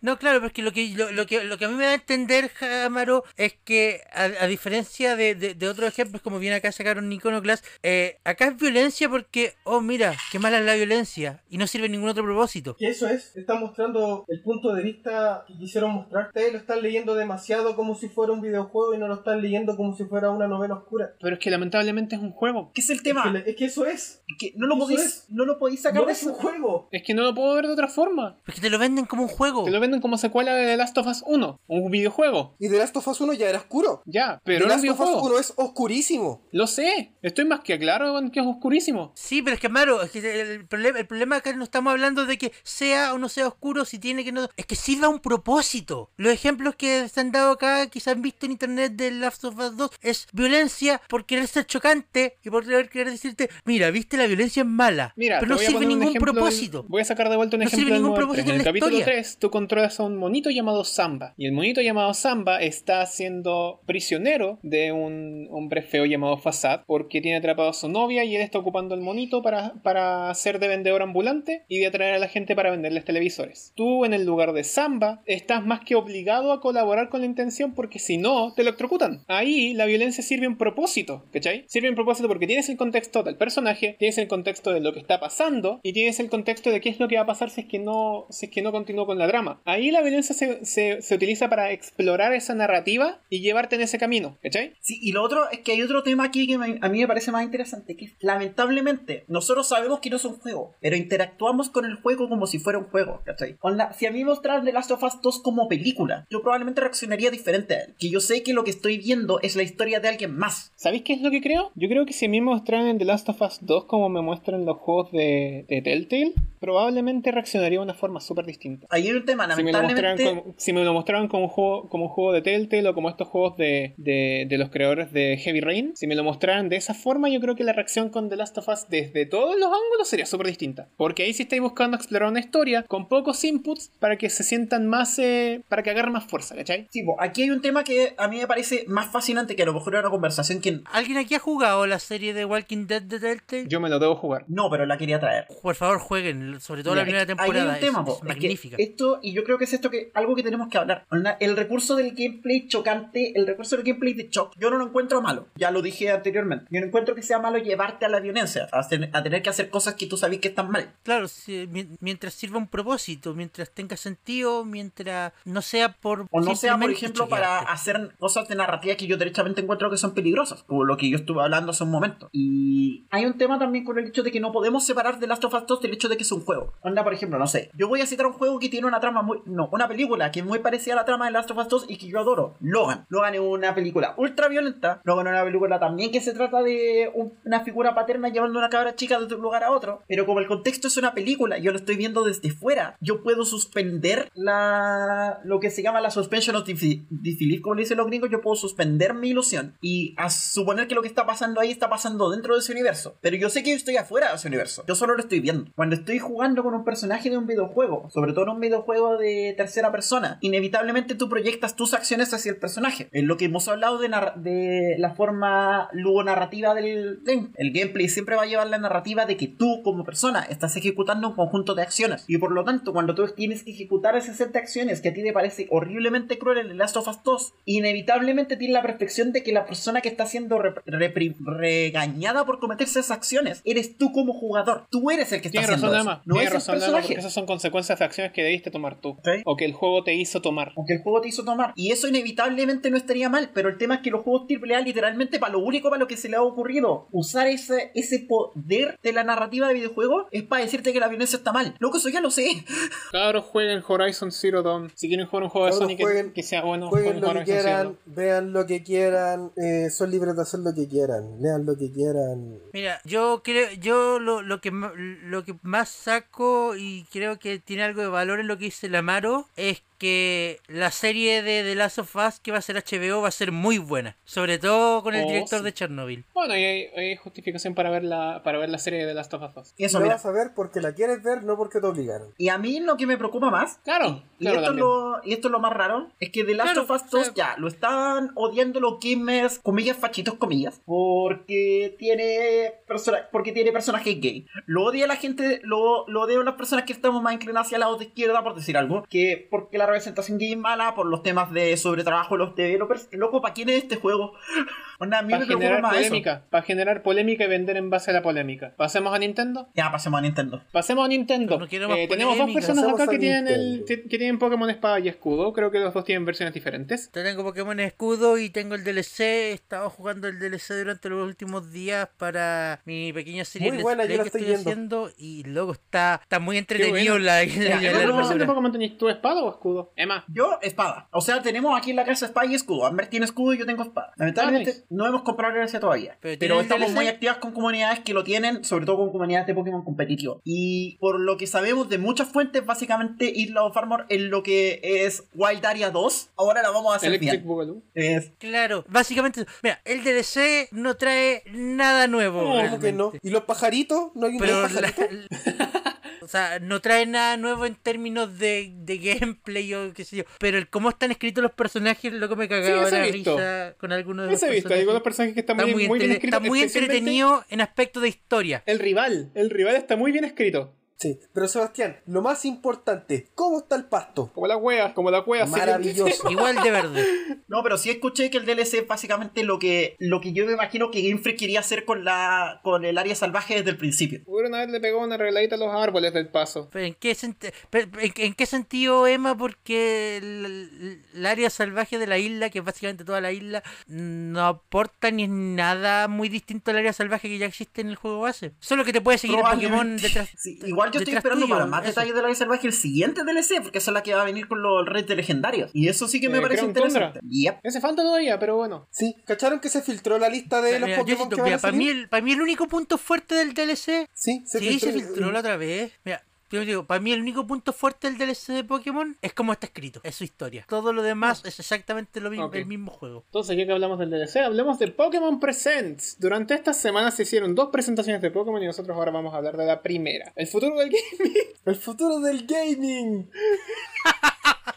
Speaker 4: No, claro, porque lo que, lo, lo que, lo que a mí me da a entender, Jamaro, es que a, a diferencia de, de- de otros ejemplos, como bien acá sacaron Iconoclast, eh, acá es violencia porque, oh, mira, qué mala es la violencia y no sirve ningún otro propósito.
Speaker 3: Que eso es, están mostrando el punto de vista que quisieron mostrar. Ustedes lo están leyendo demasiado como si fuera un videojuego y no lo están leyendo como si fuera una novela oscura.
Speaker 2: Pero es que lamentablemente es un juego.
Speaker 1: ¿Qué es el
Speaker 3: Es que,
Speaker 1: tema?
Speaker 3: le- es que eso es.
Speaker 1: Que no lo
Speaker 3: eso
Speaker 1: podéis,
Speaker 3: es-
Speaker 1: no lo podéis sacar
Speaker 3: No
Speaker 1: de
Speaker 3: es un
Speaker 1: eso.
Speaker 3: juego.
Speaker 2: Es que no lo puedo ver de otra forma.
Speaker 4: Porque te lo venden como un juego.
Speaker 2: Te lo venden como secuela de The Last of Us 1, un videojuego.
Speaker 7: Y The Last of Us 1 ya era oscuro.
Speaker 2: Ya, pero era
Speaker 7: The
Speaker 2: un
Speaker 7: Last of Us
Speaker 2: videojuego.
Speaker 7: 1 es oscurísimo.
Speaker 2: Lo sé, estoy más que claro en que es oscurísimo.
Speaker 4: Sí, pero es que, Amaro, es que el, el problema, el problema acá no estamos hablando de que sea o no sea oscuro, si tiene que no. Es que sirva un propósito. Los ejemplos que se han dado acá, que se han visto en internet de Last of Us 2, es violencia por querer ser chocante y por querer querer decirte, mira, viste, la violencia es mala.
Speaker 2: Mira, te
Speaker 4: pero no
Speaker 2: voy a
Speaker 4: sirve
Speaker 2: poner un
Speaker 4: ningún
Speaker 2: ejemplo del-
Speaker 4: propósito.
Speaker 2: voy a sacar de vuelta un
Speaker 4: No
Speaker 2: ejemplo
Speaker 4: sirve
Speaker 2: del
Speaker 4: ningún
Speaker 2: modo
Speaker 4: propósito
Speaker 2: tres. En
Speaker 4: en
Speaker 2: el
Speaker 4: la
Speaker 2: capítulo
Speaker 4: historia.
Speaker 2: 3 tú controlas a un monito llamado Samba. Y el monito llamado Samba está siendo prisionero de un hombre feo llamado Fasad porque tiene atrapado a su novia y él está ocupando el monito para, para ser de vendedor ambulante y de atraer a la gente para venderles televisores. Tú en el lugar de Samba estás más que obligado a colaborar con la intención porque si no te electrocutan. Ahí la violencia sirve un propósito, ¿cachai? Sirve un propósito porque tienes el contexto del personaje, tienes el contexto de lo que está pasando y tienes el contexto de qué es lo que va a pasar si es que no, si es que no continúa con la trama. Ahí la violencia se, se- se utiliza para explorar esa narrativa y llevarte en ese camino, ¿cachai?
Speaker 1: Sí, y lo otro es que hay otro tema aquí que me- a mí me parece más interesante, que es, lamentablemente nosotros sabemos que no es un juego, pero interactuamos con el juego como si fuera un juego, ¿cachai? Onda, si a mí me mostraran The Last of Us 2 como película, yo probablemente reaccionaría diferente a él. Que yo sé que lo que estoy viendo es la historia de alguien más.
Speaker 2: ¿Sabéis qué es lo que creo? Yo creo que si a mí me mostraran en The Last of Us 2 como me muestran los juegos de, de Telltale, probablemente reaccionaría de una forma súper distinta.
Speaker 1: Ahí hay un tema,
Speaker 2: Si me, lo mostraran
Speaker 1: lamentablemente.
Speaker 2: como, si me lo mostraran como un juego, como un juego de Telltale o como estos juegos de, de- de los creadores de Heavy Rain, si me lo mostraran de esa forma, yo creo que la reacción con The Last of Us desde todos los ángulos sería súper distinta. Porque ahí sí estáis buscando explorar una historia con pocos inputs para que se sientan más, eh, para que agarren más fuerza, ¿cachai?
Speaker 1: Sí, po, aquí hay un tema que a mí me parece más fascinante que a lo mejor era una conversación que
Speaker 4: ¿Alguien aquí ha jugado la serie de Walking Dead de Telltale?
Speaker 2: Yo me lo debo jugar.
Speaker 1: no, pero la quería traer.
Speaker 4: Por favor, jueguen, sobre todo la
Speaker 1: Mira,
Speaker 4: primera
Speaker 1: es que ahí
Speaker 4: temporada.
Speaker 1: hay un tema,
Speaker 4: es-
Speaker 1: po.
Speaker 4: es
Speaker 1: Es que
Speaker 4: magnífica.
Speaker 1: esto, y yo creo que es esto que algo que tenemos que hablar. Onda, El recurso del gameplay chocante, el recurso del gameplay de shock, yo no lo encuentro malo. Ya lo dije anteriormente. Yo no encuentro que sea malo llevarte a la violencia, a, hacer- a tener que hacer cosas que tú sabes que están mal.
Speaker 4: Claro, si- mi- mientras sirva un propósito, mientras tenga sentido, mientras no sea por...
Speaker 1: O no sea, por
Speaker 4: simplemente
Speaker 1: ejemplo, para
Speaker 4: choquearte.
Speaker 1: hacer cosas de narrativa que yo derechamente encuentro que son peligrosas, como lo que yo estuve hablando hace un momento. Y hay un tema también con el hecho de que no podemos separar de Last of Us 2 del hecho de que es un juego. Onda, por ejemplo, no sé, yo voy a citar un juego que tiene una trama muy... No, una película que es muy parecida a la trama de Last of Us 2 y que yo adoro. Logan. Logan es una película ultra violenta. Logan es una película también que se trata de un- una figura paterna llevando una cabra chica de un lugar a otro. Pero como el contexto es una película, yo lo estoy viendo desde fuera, yo puedo suspender la lo que se llama la suspension of disbelief, disbelief, como le dicen los gringos, yo puedo suspender mi ilusión y a suponer que lo que está pasando ahí está pasando dentro de ese universo. Pero yo sé que yo estoy afuera de ese universo, yo solo lo estoy viendo. Cuando estoy jugando con un personaje de un videojuego, sobre todo en un videojuego de tercera persona, inevitablemente tú proyectas tus acciones hacia el personaje. Es lo que hemos hablado de, narra- de la forma narrativa del game. El gameplay siempre va a llevar la narrativa de que tú como persona estás ejecutando un conjunto de acciones. Y por lo tanto, cuando tú tienes que ejecutar ese set de acciones que a ti te parece horriblemente cruel en The Last of Us 2, inevitablemente tienes la percepción de que la persona que está siendo rep- repri- regañada por cometerse esas acciones eres tú como jugador. Tú eres el que está
Speaker 2: Tienes
Speaker 1: haciendo
Speaker 2: razón,
Speaker 1: eso.
Speaker 2: Dama.
Speaker 1: No es
Speaker 2: Tienes
Speaker 1: el
Speaker 2: razón, Dama,
Speaker 1: personaje.
Speaker 2: porque esas son consecuencias de acciones que debiste tomar tú.
Speaker 1: Ok.
Speaker 2: O que el juego te hizo tomar.
Speaker 1: Aunque el juego te hizo tomar. Y eso inevitablemente no estaría mal, pero el tema es que los juegos AAA literalmente para lo único para lo que se le ha ocurrido usar ese, ese poder de la narrativa de videojuego es para decirte que la violencia está mal. Loco, eso ya lo sé.
Speaker 2: Cabros, jueguen Horizon Zero Dawn. Si quieren jugar un juego de
Speaker 3: Cabros,
Speaker 2: Sonic que-
Speaker 3: jueguen-
Speaker 2: que sea bueno,
Speaker 3: Jueguen lo que
Speaker 2: Horizon Zero Dawn.
Speaker 3: quieran, vean lo que quieran, eh, son libres de hacer lo que quieran, lean lo que quieran.
Speaker 4: Mira, yo creo, yo lo, lo que ma- lo que más saco y creo que tiene algo de valor en lo que dice Lamaro es que la serie de The Last of Us que va a ser HBO va a ser muy buena, sobre todo con el
Speaker 2: Oh,
Speaker 4: director
Speaker 2: sí.
Speaker 4: de Chernobyl.
Speaker 2: Bueno, y hay, hay justificación para ver, la, para ver la serie de Last of Us 2.
Speaker 1: Y eso,
Speaker 3: Lo
Speaker 1: mira.
Speaker 3: vas a ver porque la quieres ver, no porque te obligaron.
Speaker 1: Y a mí lo que me preocupa más
Speaker 2: Claro,
Speaker 1: Y,
Speaker 2: claro
Speaker 1: esto es
Speaker 2: también.
Speaker 1: lo, y esto es lo más raro, es que The Last
Speaker 4: Claro,
Speaker 1: of Us
Speaker 4: o
Speaker 1: 2
Speaker 4: sea-
Speaker 1: ya lo están odiando los gamers, comillas, fachitos, comillas, porque tiene, persona, porque tiene personajes gay. Lo odia la gente, lo, lo odian las personas que estamos más inclinadas hacia el lado de izquierda, por decir algo, que porque la representación gay es mala, por los temas de sobretrabajo de los developers. Loco, ¿para quién es este juego? Onda, a mí
Speaker 2: Para
Speaker 1: me preocupa
Speaker 2: generar
Speaker 1: más eso.
Speaker 2: polémica. Para generar polémica y vender en base a la polémica. Pasemos a Nintendo.
Speaker 1: Ya, pasemos a Nintendo.
Speaker 2: Pasemos a Nintendo.
Speaker 4: No quiero más
Speaker 2: Eh, tenemos dos
Speaker 4: polémica.
Speaker 2: personas
Speaker 3: Pasemos
Speaker 2: acá que
Speaker 3: a
Speaker 2: tienen, el,
Speaker 3: Nintendo.
Speaker 2: que que tienen Pokémon Espada y Escudo. Creo que los dos tienen versiones diferentes.
Speaker 4: Yo Tengo Pokémon Escudo y tengo el DLC, he estado jugando el DLC durante los últimos días para mi pequeña serie
Speaker 3: Muy
Speaker 4: Let's
Speaker 3: buena, yo
Speaker 4: Play
Speaker 3: la
Speaker 4: que
Speaker 3: estoy
Speaker 4: estoy
Speaker 3: viendo.
Speaker 4: haciendo y luego está, está muy entretenido
Speaker 2: bueno.
Speaker 4: la,
Speaker 1: Mira,
Speaker 4: la-
Speaker 1: yo
Speaker 2: ¿En
Speaker 4: la
Speaker 2: otra
Speaker 1: no-
Speaker 2: versión de
Speaker 4: apertura.
Speaker 2: Eh, Pokémon tenéis tú espada o escudo? Emma.
Speaker 1: Yo, espada. O sea, tenemos aquí en la casa espada y escudo. Amber tiene escudo y yo tengo espada. Lamentablemente,
Speaker 2: Ah, nice.
Speaker 1: no hemos comprado gracia todavía.
Speaker 4: Pero
Speaker 1: Pero,
Speaker 4: tienen
Speaker 1: estamos
Speaker 4: DLC.
Speaker 1: muy activas con comunidades que lo tienen, sobre todo con comunidades de Pokémon competitivo. Y por lo que sabemos de muchas fuentes, básicamente Isla of Armor en lo que es Wild Area 2, ahora la vamos a hacer
Speaker 2: Electric
Speaker 1: bien.
Speaker 2: Boogaloo.
Speaker 1: Es-
Speaker 4: Claro, básicamente, mira, el DLC no trae nada nuevo.
Speaker 3: ¿Cómo que no?
Speaker 4: realmente.
Speaker 3: ¿Y los pajaritos? ¿No hay un
Speaker 4: Pero la-
Speaker 3: pajarito?
Speaker 4: o sea, no trae nada nuevo en términos de, de gameplay o qué sé yo. Pero el cómo están escritos los personajes, loco me
Speaker 2: Sí,
Speaker 4: cagaba
Speaker 2: eso he
Speaker 4: la
Speaker 2: visto.
Speaker 4: risa con algunos de los
Speaker 2: Eso he visto. Hay algunos personajes
Speaker 4: personajes.
Speaker 2: que están
Speaker 4: Está
Speaker 2: muy,
Speaker 4: muy,
Speaker 2: muy bien
Speaker 4: entre-
Speaker 2: escritos.
Speaker 4: está muy
Speaker 2: especialmente-
Speaker 4: entretenido en aspecto de historia.
Speaker 2: El rival. El rival está muy bien escrito.
Speaker 3: Sí, pero Sebastián, lo más importante, ¿cómo está el pasto?
Speaker 2: Como las weas, como las weas. sí.
Speaker 3: Maravilloso.
Speaker 4: Igual de verde.
Speaker 1: No, pero sí escuché que el DLC es básicamente lo que, lo que yo me imagino que Game Freak quería hacer con, la, con el área salvaje desde el principio.
Speaker 2: Pudieron haberle pegado una regaladita a los árboles del paso.
Speaker 4: Pero ¿en qué, senti- pero ¿en, en qué sentido, Emma? Porque el, el área salvaje de la isla, que es básicamente toda la isla, no aporta ni nada muy distinto al área salvaje que ya existe en el juego base. Solo que te puede seguir el Pokémon
Speaker 1: Probablemente.
Speaker 4: detrás.
Speaker 1: Sí, Igual yo estoy
Speaker 4: Detrás
Speaker 1: esperando
Speaker 4: tuyo,
Speaker 1: para más
Speaker 4: eso.
Speaker 1: detalles de la vida salvaje el siguiente DLC, porque esa es la que va a venir con los reyes de legendarios. Y eso sí que me
Speaker 2: Eh,
Speaker 1: parece
Speaker 2: Crown
Speaker 1: interesante.
Speaker 2: Tundra.
Speaker 1: Yep.
Speaker 2: Ese falta todavía, pero bueno.
Speaker 3: Sí, ¿cacharon que se filtró la lista de los
Speaker 4: Mira, yo
Speaker 3: Pokémon
Speaker 4: siento-
Speaker 3: que van
Speaker 4: mira,
Speaker 3: a
Speaker 4: para,
Speaker 3: salir?
Speaker 4: mí, el- para mí el único punto fuerte del DLC
Speaker 3: Sí, se
Speaker 4: sí, se filtró la
Speaker 3: eh,
Speaker 4: otra vez. Mira, yo digo, para mí el único punto fuerte del DLC de Pokémon es cómo está escrito, es su historia. Todo lo demás es exactamente lo mismo,
Speaker 2: Ok.
Speaker 4: el mismo juego.
Speaker 2: Entonces, ya que hablamos del DLC, hablemos de Pokémon Presents. Durante esta semana se hicieron dos presentaciones de Pokémon y nosotros ahora vamos a hablar de la primera. El futuro del gaming.
Speaker 3: El futuro del gaming.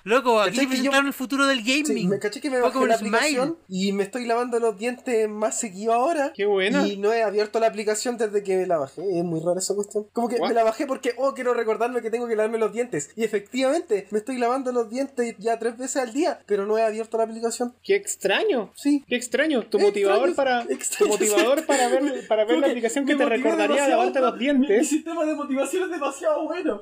Speaker 4: Loco, aquí
Speaker 3: ¿Cachai que
Speaker 4: presentaron el futuro del gaming.
Speaker 3: Sí, me caché que me bajé
Speaker 4: Pokémon
Speaker 3: la
Speaker 4: Smile.
Speaker 3: aplicación y me estoy lavando los dientes más seguido ahora.
Speaker 2: Qué buena.
Speaker 3: Y no he abierto la aplicación desde que la bajé. Es muy rara esa cuestión. Como que
Speaker 2: What?
Speaker 3: me la bajé porque, oh, quiero recordarme que tengo que lavarme los dientes. Y efectivamente, me estoy lavando los dientes ya tres veces al día, pero no he abierto la aplicación.
Speaker 2: Qué extraño.
Speaker 3: Sí.
Speaker 2: Qué extraño. Tu
Speaker 3: Extraño,
Speaker 2: motivador para tu
Speaker 3: extraño,
Speaker 2: motivador
Speaker 3: sí.
Speaker 2: para ver para ver
Speaker 3: Como
Speaker 2: la aplicación que
Speaker 3: me
Speaker 2: te
Speaker 3: motivé
Speaker 2: recordaría
Speaker 3: demasiado.
Speaker 2: lavarte los
Speaker 3: Mi, mi
Speaker 2: dientes.
Speaker 3: sistema de motivación es demasiado bueno.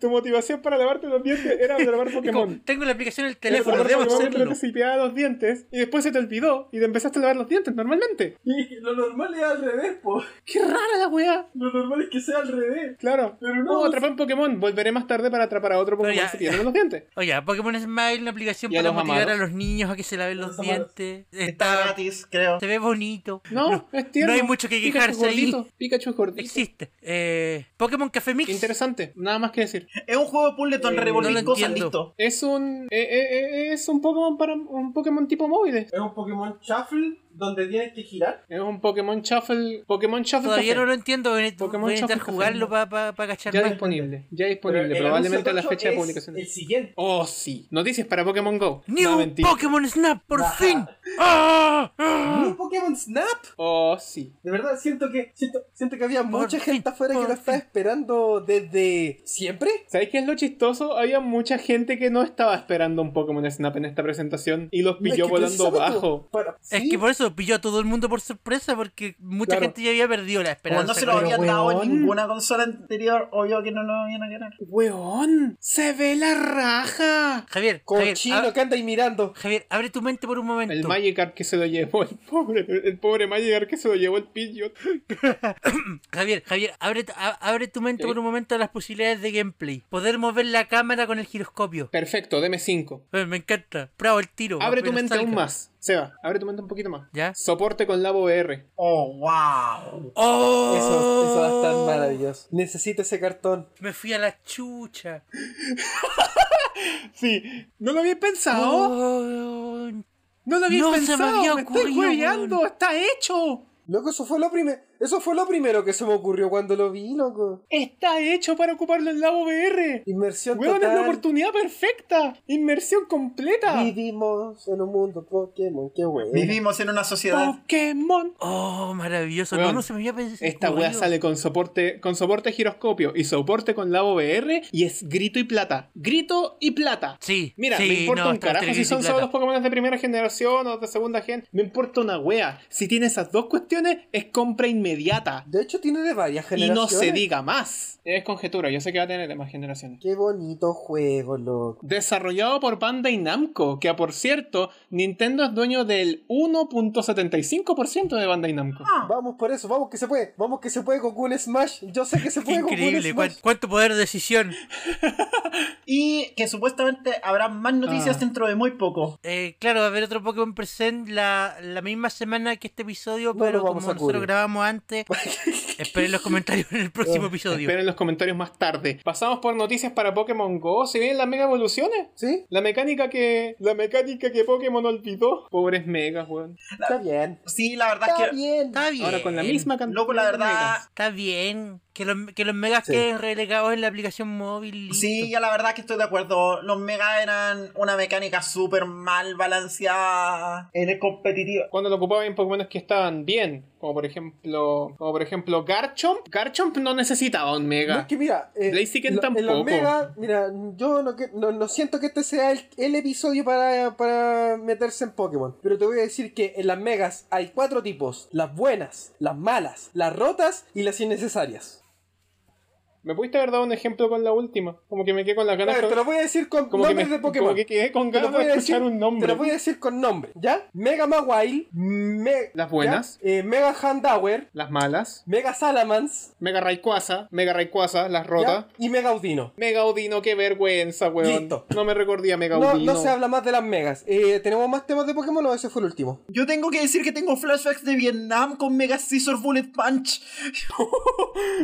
Speaker 2: Tu motivación para lavarte los dientes era observar
Speaker 4: Es como,
Speaker 2: Pokémon.
Speaker 4: tengo la aplicación en el
Speaker 2: Era
Speaker 4: teléfono,
Speaker 2: observar
Speaker 4: debo
Speaker 2: Pokémon
Speaker 4: hacerlo.
Speaker 2: mientras te cepillabas los dientes y después se te olvidó y te empezaste a lavar los dientes normalmente.
Speaker 3: Y lo normal es al revés, po.
Speaker 2: Qué rara la weá.
Speaker 3: Lo normal es que sea al revés.
Speaker 2: Claro.
Speaker 3: Pero no,
Speaker 2: no, atrapé un Pokémon. Volveré más tarde para atrapar a otro
Speaker 4: Pero
Speaker 2: Pokémon
Speaker 4: ya-
Speaker 2: cepillándome los dientes.
Speaker 4: Oye, Pokémon Smile, una aplicación
Speaker 2: Y a
Speaker 4: para
Speaker 2: los
Speaker 4: motivar
Speaker 2: amados.
Speaker 4: a los niños a que se laven los
Speaker 3: Los amados.
Speaker 4: dientes.
Speaker 1: Está
Speaker 4: Está,
Speaker 1: gratis, creo.
Speaker 4: se ve bonito.
Speaker 2: No, es tierno.
Speaker 4: no hay mucho que
Speaker 2: Pikachu
Speaker 4: quejarse ahí.
Speaker 2: gordito, Pikachu es gordito.
Speaker 4: Existe. Eh, Pokémon Café Mix.
Speaker 2: Interesante, nada más que decir.
Speaker 1: Es un juego Puzzleton
Speaker 2: Eh,
Speaker 1: revolver
Speaker 4: no lo
Speaker 1: cosas,
Speaker 4: entiendo.
Speaker 1: listo.
Speaker 2: Es un eh, eh, eh, es un Pokémon para un Pokémon tipo móviles.
Speaker 3: Es un Pokémon Shuffle donde tienes que girar.
Speaker 2: Es un Pokémon Shuffle, Pokémon Shuffle
Speaker 4: Todavía
Speaker 2: Café.
Speaker 4: no lo entiendo. Voy a
Speaker 2: Pokémon
Speaker 4: voy a intentar
Speaker 2: Shuffle Café.
Speaker 4: jugarlo para pa, pa cachar
Speaker 2: ya
Speaker 4: más.
Speaker 2: disponible, ya
Speaker 3: Pero
Speaker 2: disponible,
Speaker 3: el
Speaker 2: probablemente a la
Speaker 3: anuncio
Speaker 2: fecha de
Speaker 3: es
Speaker 2: publicación.
Speaker 3: El siguiente.
Speaker 2: Oh, sí. Noticias para Pokémon Go.
Speaker 4: New
Speaker 2: No, mentira.
Speaker 4: Pokémon Snap, por
Speaker 3: Ajá.
Speaker 4: fin. ¡Ah! ¡Ah!
Speaker 3: Un Pokémon Snap.
Speaker 2: Oh, sí.
Speaker 3: De verdad, siento que siento, siento que había
Speaker 4: Por
Speaker 3: mucha
Speaker 4: fin,
Speaker 3: gente afuera que
Speaker 4: por
Speaker 3: lo estaba
Speaker 4: fin.
Speaker 3: esperando desde siempre.
Speaker 2: ¿Sabéis qué es lo chistoso? Había mucha gente que no estaba esperando un Pokémon Snap en esta presentación y los
Speaker 3: Es
Speaker 2: pilló
Speaker 3: que
Speaker 2: volando
Speaker 3: precisamente
Speaker 2: bajo.
Speaker 3: para-
Speaker 4: Es
Speaker 3: sí,
Speaker 4: que por eso pilló a todo el mundo por sorpresa, porque mucha
Speaker 2: Claro.
Speaker 4: gente ya había perdido la
Speaker 1: Como
Speaker 4: esperanza.
Speaker 1: no se lo
Speaker 4: con-
Speaker 1: habían dado en
Speaker 2: weón.
Speaker 1: ninguna consola anterior, obvio que no lo iban a ganar.
Speaker 2: ¡Weón! ¡Se ve la raja!
Speaker 4: Javier,
Speaker 3: Cochino
Speaker 4: Javier,
Speaker 3: que anda ahí mirando.
Speaker 4: ab- Javier, abre tu mente por un
Speaker 2: El
Speaker 4: momento.
Speaker 2: Magikarp que se lo llevó el pobre, el pobre Magikarp que se lo llevó el Pidgeot.
Speaker 4: Javier, Javier, abre, tu- a- abre tu mente
Speaker 2: Sí.
Speaker 4: por un momento a las posibilidades de gameplay. Poder mover la cámara con el giroscopio.
Speaker 2: Perfecto, deme 5.
Speaker 4: Eh, Me encanta. Bravo el tiro.
Speaker 2: Abre tu
Speaker 4: apenas
Speaker 2: mente aún
Speaker 4: salga.
Speaker 2: más. Seba, abre tu mente un poquito más.
Speaker 4: ¿Ya?
Speaker 2: Soporte con la VR.
Speaker 1: Oh, wow.
Speaker 4: ¡Oh!
Speaker 3: Eso, eso va a
Speaker 2: Oh.
Speaker 3: estar maravilloso. Necesito ese cartón.
Speaker 4: Me fui a la chucha.
Speaker 2: Sí, no lo había pensado.
Speaker 4: Oh,
Speaker 2: No lo había
Speaker 4: no se me
Speaker 2: pensado.
Speaker 4: había
Speaker 2: me estoy
Speaker 4: ocurrido,
Speaker 2: hueveando, está hecho.
Speaker 3: Loco, eso fue lo primero. Eso fue lo primero que se me ocurrió cuando lo vi, loco.
Speaker 2: Está hecho para ocuparlo en la VR.
Speaker 3: Inmersión
Speaker 2: Weón, es la
Speaker 3: total.
Speaker 2: oportunidad perfecta. Inmersión completa.
Speaker 3: Vivimos en un mundo Pokémon, qué bueno.
Speaker 1: Vivimos en una sociedad.
Speaker 2: Pokémon.
Speaker 4: oh, maravilloso.
Speaker 2: Weón,
Speaker 4: no, no se me había pensado.
Speaker 2: Esta wea sale con soporte, con soporte giroscopio y soporte con la VR y es grito y plata. Grito y plata.
Speaker 4: Sí,
Speaker 2: Mira,
Speaker 4: sí,
Speaker 2: me importa
Speaker 4: no,
Speaker 2: un
Speaker 4: está bien,
Speaker 2: carajo si
Speaker 4: grito y
Speaker 2: son solo
Speaker 4: plata.
Speaker 2: los Pokémon de primera generación o de segunda gen. Me importa una wea. Si tiene esas dos cuestiones, es compra inmediata.
Speaker 3: De hecho, tiene de varias
Speaker 2: Y no
Speaker 3: generaciones.
Speaker 2: se diga más. Es conjetura, yo sé que va a tener de más generaciones.
Speaker 3: Qué bonito juego, loco.
Speaker 2: Desarrollado por Bandai Namco, que ah, por cierto, Nintendo es dueño del 1.75% de Bandai Namco.
Speaker 3: Vamos por eso, vamos que se puede. Vamos que se puede con un Smash. Yo sé que se
Speaker 4: Qué
Speaker 3: puede con un
Speaker 4: increíble.
Speaker 3: Smash.
Speaker 4: cuán- cuánto poder de decisión.
Speaker 1: Y que supuestamente habrá más noticias
Speaker 2: Ah.
Speaker 1: dentro de muy poco.
Speaker 4: Eh, claro, va a haber otro Pokémon Present la, la misma semana que este episodio,
Speaker 3: No
Speaker 4: pero
Speaker 3: lo vamos
Speaker 4: como
Speaker 3: a
Speaker 4: nosotros
Speaker 3: cubrir.
Speaker 4: grabamos antes, esperen los comentarios en el próximo episodio.
Speaker 2: Oh, Esperen los comentarios más tarde. Pasamos por noticias para Pokémon Go. ¿Se vienen las mega evoluciones?
Speaker 3: ¿Sí?
Speaker 2: La mecánica que. La mecánica que Pokémon olvidó. Pobres megas, weón.
Speaker 3: Está bien.
Speaker 1: Sí, la verdad
Speaker 3: Está
Speaker 1: es que.
Speaker 3: bien.
Speaker 4: Está bien.
Speaker 2: Ahora con la misma cantidad.
Speaker 1: Loco, la
Speaker 2: de
Speaker 1: verdad.
Speaker 2: megas.
Speaker 4: Está bien. Que los, que los megas
Speaker 3: Sí.
Speaker 4: queden relegados en la aplicación móvil.
Speaker 1: Sí,
Speaker 4: listo.
Speaker 1: ya la verdad es que estoy de acuerdo. Los Mega eran una mecánica súper mal balanceada en el competitivo.
Speaker 2: Cuando lo ocupaba en Pokémon que estaban bien. Como por ejemplo. Como por ejemplo Garchomp. Garchomp no necesitaba un mega.
Speaker 3: No, es que mira, eh,
Speaker 2: Blaziken
Speaker 3: lo- en los
Speaker 2: tampoco.
Speaker 3: Mega, mira, yo no, que- no, no siento que este sea el, el episodio para, para meterse en Pokémon. Pero te voy a decir que en las Megas hay cuatro tipos: las buenas, las malas, las rotas y las innecesarias.
Speaker 2: ¿Me pudiste haber dado un ejemplo con la última? Como que me quedé con las ganas.
Speaker 7: A ver, te
Speaker 2: con-
Speaker 7: lo voy a decir con
Speaker 2: como, que
Speaker 7: nombres
Speaker 2: me-
Speaker 7: de Pokémon.
Speaker 2: como que quedé con
Speaker 7: Te lo
Speaker 2: ganas de
Speaker 7: voy a
Speaker 2: escuchar
Speaker 7: decir-
Speaker 2: un nombre.
Speaker 7: Te lo voy a decir con nombre, ¿ya? Mega Mawile, me-
Speaker 2: Las buenas.
Speaker 7: ¿ya? Eh, Mega Handower,
Speaker 2: Las malas.
Speaker 7: Mega Salamans,
Speaker 2: Mega Rayquaza. Mega Rayquaza. Las
Speaker 7: ¿ya?
Speaker 2: rotas.
Speaker 7: y Mega Udino.
Speaker 2: Mega Odino, qué vergüenza, weón.
Speaker 7: Listo.
Speaker 2: No me recordía Mega
Speaker 7: No,
Speaker 2: Odino.
Speaker 7: no se habla más de las megas. Eh, ¿Tenemos más temas de Pokémon o ese fue el último?
Speaker 1: Yo tengo que decir que tengo flashbacks de Vietnam con Mega Scissor Bullet Punch.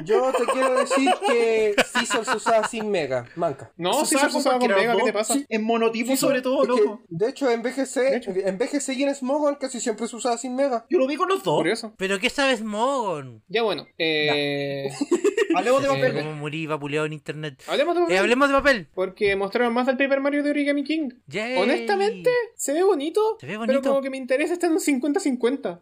Speaker 7: Yo te quiero decir que Scizor se usaba sin mega, manca.
Speaker 2: No, sí,
Speaker 1: Susaba
Speaker 2: se usaba con
Speaker 1: cualquiera
Speaker 2: Mega,
Speaker 1: de
Speaker 2: ¿qué
Speaker 1: los
Speaker 2: te
Speaker 1: dos.
Speaker 2: pasa?
Speaker 1: Sí, En monotipo sobre todo,
Speaker 7: Es que,
Speaker 1: loco.
Speaker 7: de hecho, en BGC,
Speaker 2: hecho.
Speaker 7: en BGC y en Smogon casi siempre se usaba sin mega.
Speaker 1: Yo lo vi con los dos.
Speaker 2: Curioso.
Speaker 4: ¿Pero qué sabes, Mogon?
Speaker 2: Ya bueno. Eh...
Speaker 1: Hablemos de
Speaker 2: Eh,
Speaker 1: papel.
Speaker 4: Como morí vapuleado en internet.
Speaker 2: Hablemos de
Speaker 4: Eh, hablemos de papel.
Speaker 2: Porque mostraron más del Paper Mario de Origami King.
Speaker 4: Yay.
Speaker 2: Honestamente, se ve bonito.
Speaker 4: Se ve bonito.
Speaker 2: Pero como que me interesa estar en un 50-50.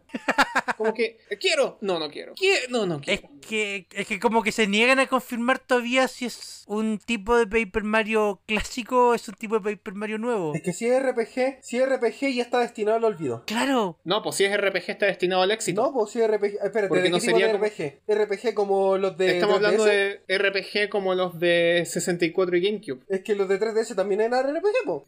Speaker 2: como que, eh, quiero. No, no quiero. Quie- No, no
Speaker 4: Es
Speaker 2: quiero.
Speaker 4: que, es que como que se niegan a confirmar todavía si es un tipo de Paper Mario clásico o es un tipo de Paper Mario nuevo.
Speaker 7: Es que si es RPG, si es RPG ya está destinado al olvido.
Speaker 4: Claro.
Speaker 2: No, pues si es RPG está destinado al éxito.
Speaker 7: No, pues si es RPG. Espérate,
Speaker 2: Porque
Speaker 7: ¿de qué
Speaker 2: no
Speaker 7: tipo
Speaker 2: sería
Speaker 7: de
Speaker 2: como-
Speaker 7: RPG? RPG como los de.
Speaker 2: Estamos
Speaker 7: 3DS.
Speaker 2: hablando de RPG como los de 64 y GameCube.
Speaker 7: Es que los de 3DS también eran RPG, po.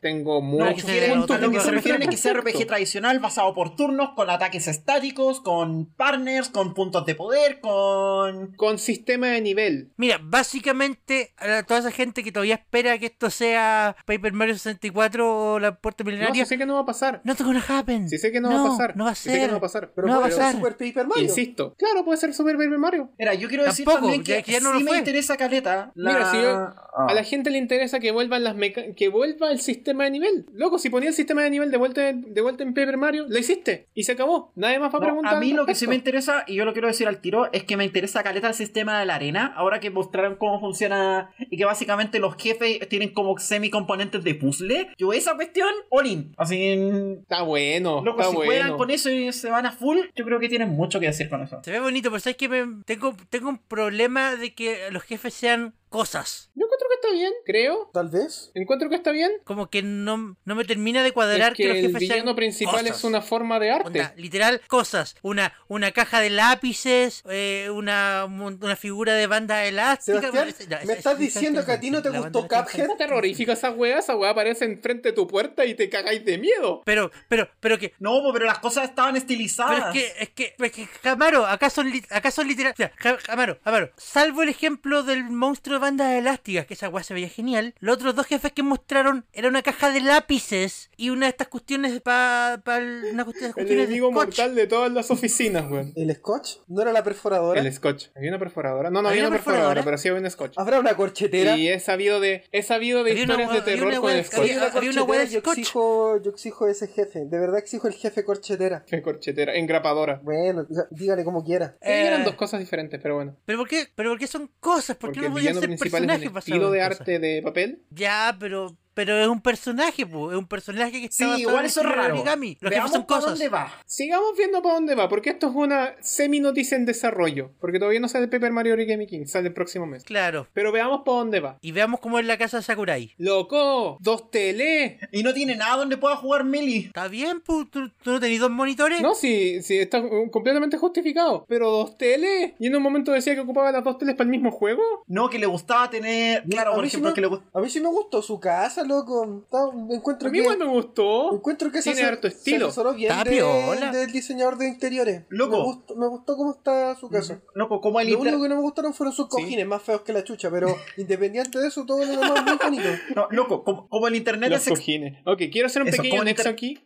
Speaker 2: Tengo
Speaker 1: No,
Speaker 2: mucho.
Speaker 4: que se-
Speaker 1: quieren-
Speaker 4: no,
Speaker 1: a lo que
Speaker 4: tampoco.
Speaker 1: se refieren es que sea RPG tradicional basado por turnos, con ataques estáticos, con partners, con puntos de poder, con...
Speaker 2: Con sistema de nivel.
Speaker 4: Mira, básicamente a toda esa gente que todavía espera que esto sea Paper Mario 64 o la puerta
Speaker 2: No,
Speaker 4: milenaria,
Speaker 2: sí sé que no va a pasar.
Speaker 4: no te gonna happen.
Speaker 2: Sí sé que no, va a pasar.
Speaker 4: No va a
Speaker 2: Sí
Speaker 4: ser.
Speaker 2: sé que no va a pasar.
Speaker 7: Pero
Speaker 4: No va a
Speaker 7: puede ser
Speaker 4: pasar.
Speaker 7: Super Paper Mario.
Speaker 2: Insisto. Claro, puede ser Super Paper Mario.
Speaker 1: Mira, yo quiero decir
Speaker 4: Tampoco,
Speaker 1: también que
Speaker 4: ya- ya no lo
Speaker 1: sí me
Speaker 4: fue.
Speaker 1: interesa Caleta. la-
Speaker 2: Mira, si yo-
Speaker 1: Ah.
Speaker 2: A la gente le interesa que vuelvan las meca- que vuelva el sistema de nivel. Loco, si ponía el sistema de nivel de vuelta, de vuelta en Paper Mario, lo hiciste y se acabó. Nadie más va a
Speaker 1: No,
Speaker 2: preguntar.
Speaker 1: a mí
Speaker 2: al
Speaker 1: lo que sí me
Speaker 2: respecto.
Speaker 1: interesa, y yo lo quiero decir al tiro, es que me interesa caleta el sistema de la arena, ahora que mostraron cómo funciona y que básicamente los jefes tienen como semicomponentes de puzzle. Yo esa cuestión, Olin. Así,
Speaker 2: está
Speaker 4: Oh,
Speaker 2: bueno,
Speaker 1: loco,
Speaker 2: está
Speaker 1: si juegan
Speaker 2: bueno.
Speaker 1: con eso y se van a full, yo creo que tienen mucho que decir con eso.
Speaker 4: Se ve bonito, pero sabes que tengo, tengo un problema de que los jefes sean cosas.
Speaker 2: Yo encuentro que está bien, creo.
Speaker 7: Tal vez.
Speaker 2: Encuentro que está bien.
Speaker 4: Como que no, no me termina de cuadrar
Speaker 2: Es que,
Speaker 4: que, los
Speaker 2: el
Speaker 4: jefes sean.
Speaker 2: villano principal
Speaker 4: cosas.
Speaker 2: es una forma de arte.
Speaker 4: Onda, literal, cosas. Una, una caja de lápices, eh, una, mon- una figura de banda elástica.
Speaker 7: Sebastián,
Speaker 4: Ese- no, ese-
Speaker 7: me
Speaker 4: ese-
Speaker 7: estás
Speaker 4: ese-
Speaker 7: diciendo que a ti no te
Speaker 4: la
Speaker 7: gustó
Speaker 4: banda elástica.
Speaker 7: Cuphead.
Speaker 2: Está terrorífica esa weá, esa weá aparece enfrente de tu puerta y te cagáis de miedo.
Speaker 4: Pero, pero, pero que.
Speaker 1: No, po, pero las cosas estaban
Speaker 4: Pero
Speaker 1: estilizadas.
Speaker 2: Ah.
Speaker 4: es que, es que, es que, Camaro, acá son, lit- acá son literal. Mira, Ja- Camaro, Camaro, salvo el ejemplo del monstruo de bandas elásticas, que esa guay se veía genial, los otros dos jefes que mostraron era una caja de lápices y una de estas cuestiones para. Pa, una cuestión,
Speaker 2: El
Speaker 4: cuestiones de
Speaker 2: enemigo
Speaker 4: scotch.
Speaker 2: mortal de todas las oficinas, weón.
Speaker 7: ¿El Scotch? ¿No era la perforadora?
Speaker 2: El scotch. ¿Había una perforadora? No, no había, una perforadora, pero sí había un scotch.
Speaker 7: ¿Habrá una corchetera?
Speaker 2: Y he sabido de, he sabido de
Speaker 4: Ah, Había una
Speaker 2: historias de
Speaker 4: hua- había
Speaker 2: terror
Speaker 4: una
Speaker 2: con
Speaker 4: hua-
Speaker 2: el
Speaker 4: había-
Speaker 2: Scotch.
Speaker 7: Había
Speaker 4: una hueá de
Speaker 7: yo
Speaker 4: scotch.
Speaker 7: exijo, yo exijo ese jefe. De verdad exijo el jefe corchetera.
Speaker 2: Qué corchetera, engrapadora.
Speaker 7: Bueno, diga- dígale como quiera.
Speaker 2: Sí, eran
Speaker 4: Eh.
Speaker 2: dos cosas diferentes, pero bueno.
Speaker 4: ¿Pero por qué? ¿Pero por qué son cosas? ¿Por
Speaker 2: Porque
Speaker 4: qué no
Speaker 2: el
Speaker 4: podían
Speaker 2: villano
Speaker 4: ser
Speaker 2: principal es
Speaker 4: personajes
Speaker 2: un
Speaker 4: basados
Speaker 2: estilo de
Speaker 4: en cosas?
Speaker 2: arte de papel.
Speaker 4: Ya, pero pero es un personaje, po. es un personaje que está
Speaker 1: Sí,
Speaker 4: basado en
Speaker 1: igual
Speaker 4: el
Speaker 1: eso es
Speaker 4: estilo de
Speaker 1: raro.
Speaker 4: origami. Los jefes
Speaker 1: Veamos
Speaker 4: son
Speaker 1: para
Speaker 4: cosas.
Speaker 1: dónde va.
Speaker 2: Sigamos viendo para dónde va, porque esto es una semi-noticia en desarrollo. Porque todavía no sale el Paper Mario Origami King, sale el próximo mes.
Speaker 4: Claro.
Speaker 2: Pero veamos para dónde va.
Speaker 4: Y veamos cómo es la casa de Sakurai.
Speaker 2: ¡Loco! ¡Dos tele!
Speaker 1: Y no tiene nada donde pueda jugar Melee.
Speaker 4: ¿Está bien, po? ¿Tú, tú no tenés dos monitores?
Speaker 2: No, sí, sí, está uh, completamente justificado. Pero dos tele. Y en un momento decía que ocupaba las dos teles para el mismo juego.
Speaker 1: No, que le gustaba tener. Claro,
Speaker 7: a
Speaker 1: por
Speaker 7: mí sí
Speaker 1: ejemplo,
Speaker 7: me-
Speaker 1: que le gustaba.
Speaker 7: A mí sí me gustó su casa, loco. Está- me encuentro
Speaker 2: A mí
Speaker 7: que...
Speaker 2: igual me gustó.
Speaker 7: Encuentro que
Speaker 2: Tiene
Speaker 7: se,
Speaker 2: harto
Speaker 7: se
Speaker 2: estilo.
Speaker 7: asesoró bien
Speaker 4: Está
Speaker 7: de-
Speaker 4: piola.
Speaker 7: del diseñador de interiores.
Speaker 1: Loco.
Speaker 7: Me gustó, me gustó cómo está su casa.
Speaker 1: Loco, como el
Speaker 7: Lo
Speaker 1: inter-
Speaker 7: único que no me gustaron fueron sus
Speaker 2: Sí.
Speaker 7: cojines, más feos que la chucha, pero independiente de eso, todo lo demás es muy bonito.
Speaker 1: no, loco, como, como el internet
Speaker 2: Los
Speaker 1: es ex-
Speaker 2: cojines. Ok, quiero hacer un
Speaker 1: Eso,
Speaker 2: pequeño
Speaker 1: ¿cómo
Speaker 2: nexo
Speaker 1: inter-
Speaker 2: aquí.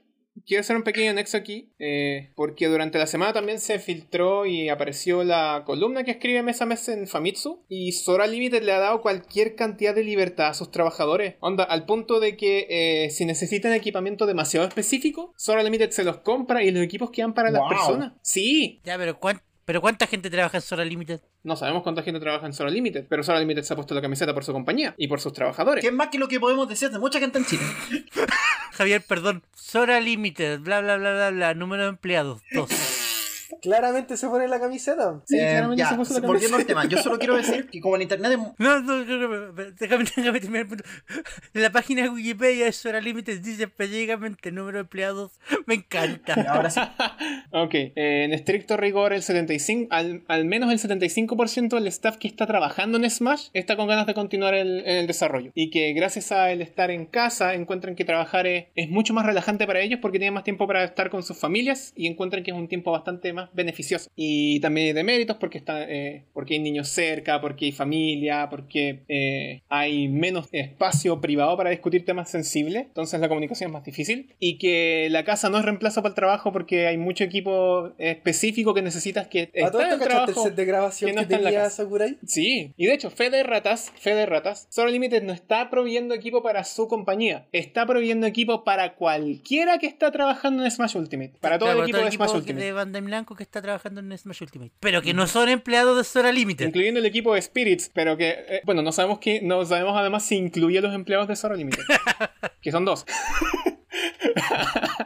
Speaker 2: Quiero hacer un pequeño nexo aquí, eh, porque durante la semana también se filtró y apareció la columna que escribe mes a mes en Famitsu. Y Sora Limited le ha dado cualquier cantidad de libertad a sus trabajadores. Onda, al punto de que eh, si necesitan equipamiento demasiado específico, Sora Limited se los compra y los equipos quedan para las
Speaker 1: Wow.
Speaker 2: personas. Sí,
Speaker 4: Ya, pero ¿cuán- pero ¿cuánta gente trabaja en Sora Limited?
Speaker 2: no sabemos cuánta gente trabaja en Sora Limited, pero Sora Limited se ha puesto la camiseta por su compañía y por sus trabajadores.
Speaker 1: Que es más que lo que podemos decir de mucha gente en Chile.
Speaker 4: Javier, perdón. Sora Limited, bla, bla, bla, bla, bla. Número de empleados, dos.
Speaker 3: Claramente se pone la camiseta.
Speaker 2: Sí,
Speaker 1: Eh,
Speaker 2: claramente
Speaker 1: ya,
Speaker 2: se puso la
Speaker 1: volviendo al
Speaker 2: camiseta.
Speaker 1: tema, yo solo quiero decir que como en internet es
Speaker 4: No, no, no, no, no, déjame, déjame terminar el punto. En la página de Wikipedia es hora límite, dice específicamente número de empleados. Me encanta.
Speaker 1: Ahora sí.
Speaker 2: Ok, eh, en estricto rigor, el 75, al, al menos el 75% del staff que está trabajando en Smash está con ganas de continuar el, en el desarrollo. Y que gracias a el estar en casa, encuentran que trabajar es, es mucho más relajante para ellos porque tienen más tiempo para estar con sus familias y encuentran que es un tiempo bastante más beneficioso. Y también de méritos porque, está, eh, porque hay niños cerca, porque hay familia, porque eh, hay menos espacio privado para discutir temas sensibles, entonces la comunicación es más difícil. Y que la casa no es reemplazo para el trabajo porque hay mucho equipo específico que necesitas que
Speaker 3: ¿A todo
Speaker 2: está
Speaker 3: Ah, esto
Speaker 2: en
Speaker 3: cachaste el
Speaker 2: trabajo.
Speaker 3: set de grabación
Speaker 2: que
Speaker 3: que,
Speaker 2: no está en la
Speaker 3: tenía
Speaker 2: casa.
Speaker 3: Sakurai?
Speaker 2: Sí, y de hecho, Fede Ratas, Fede Ratas, Solo Limited no está proveyendo equipo para su compañía, está proveyendo equipo para cualquiera que está trabajando en Smash Ultimate, para todo
Speaker 4: Claro,
Speaker 2: el equipo de Smash
Speaker 4: que-
Speaker 2: Ultimate.
Speaker 4: de Bandai Blanco que está trabajando en Smash Ultimate. Pero que no son empleados de Sora Límite.
Speaker 2: Incluyendo el equipo de Spirits, pero que, eh, bueno, no sabemos que, no sabemos además si incluye a los empleados de Zoro Limited, que son dos.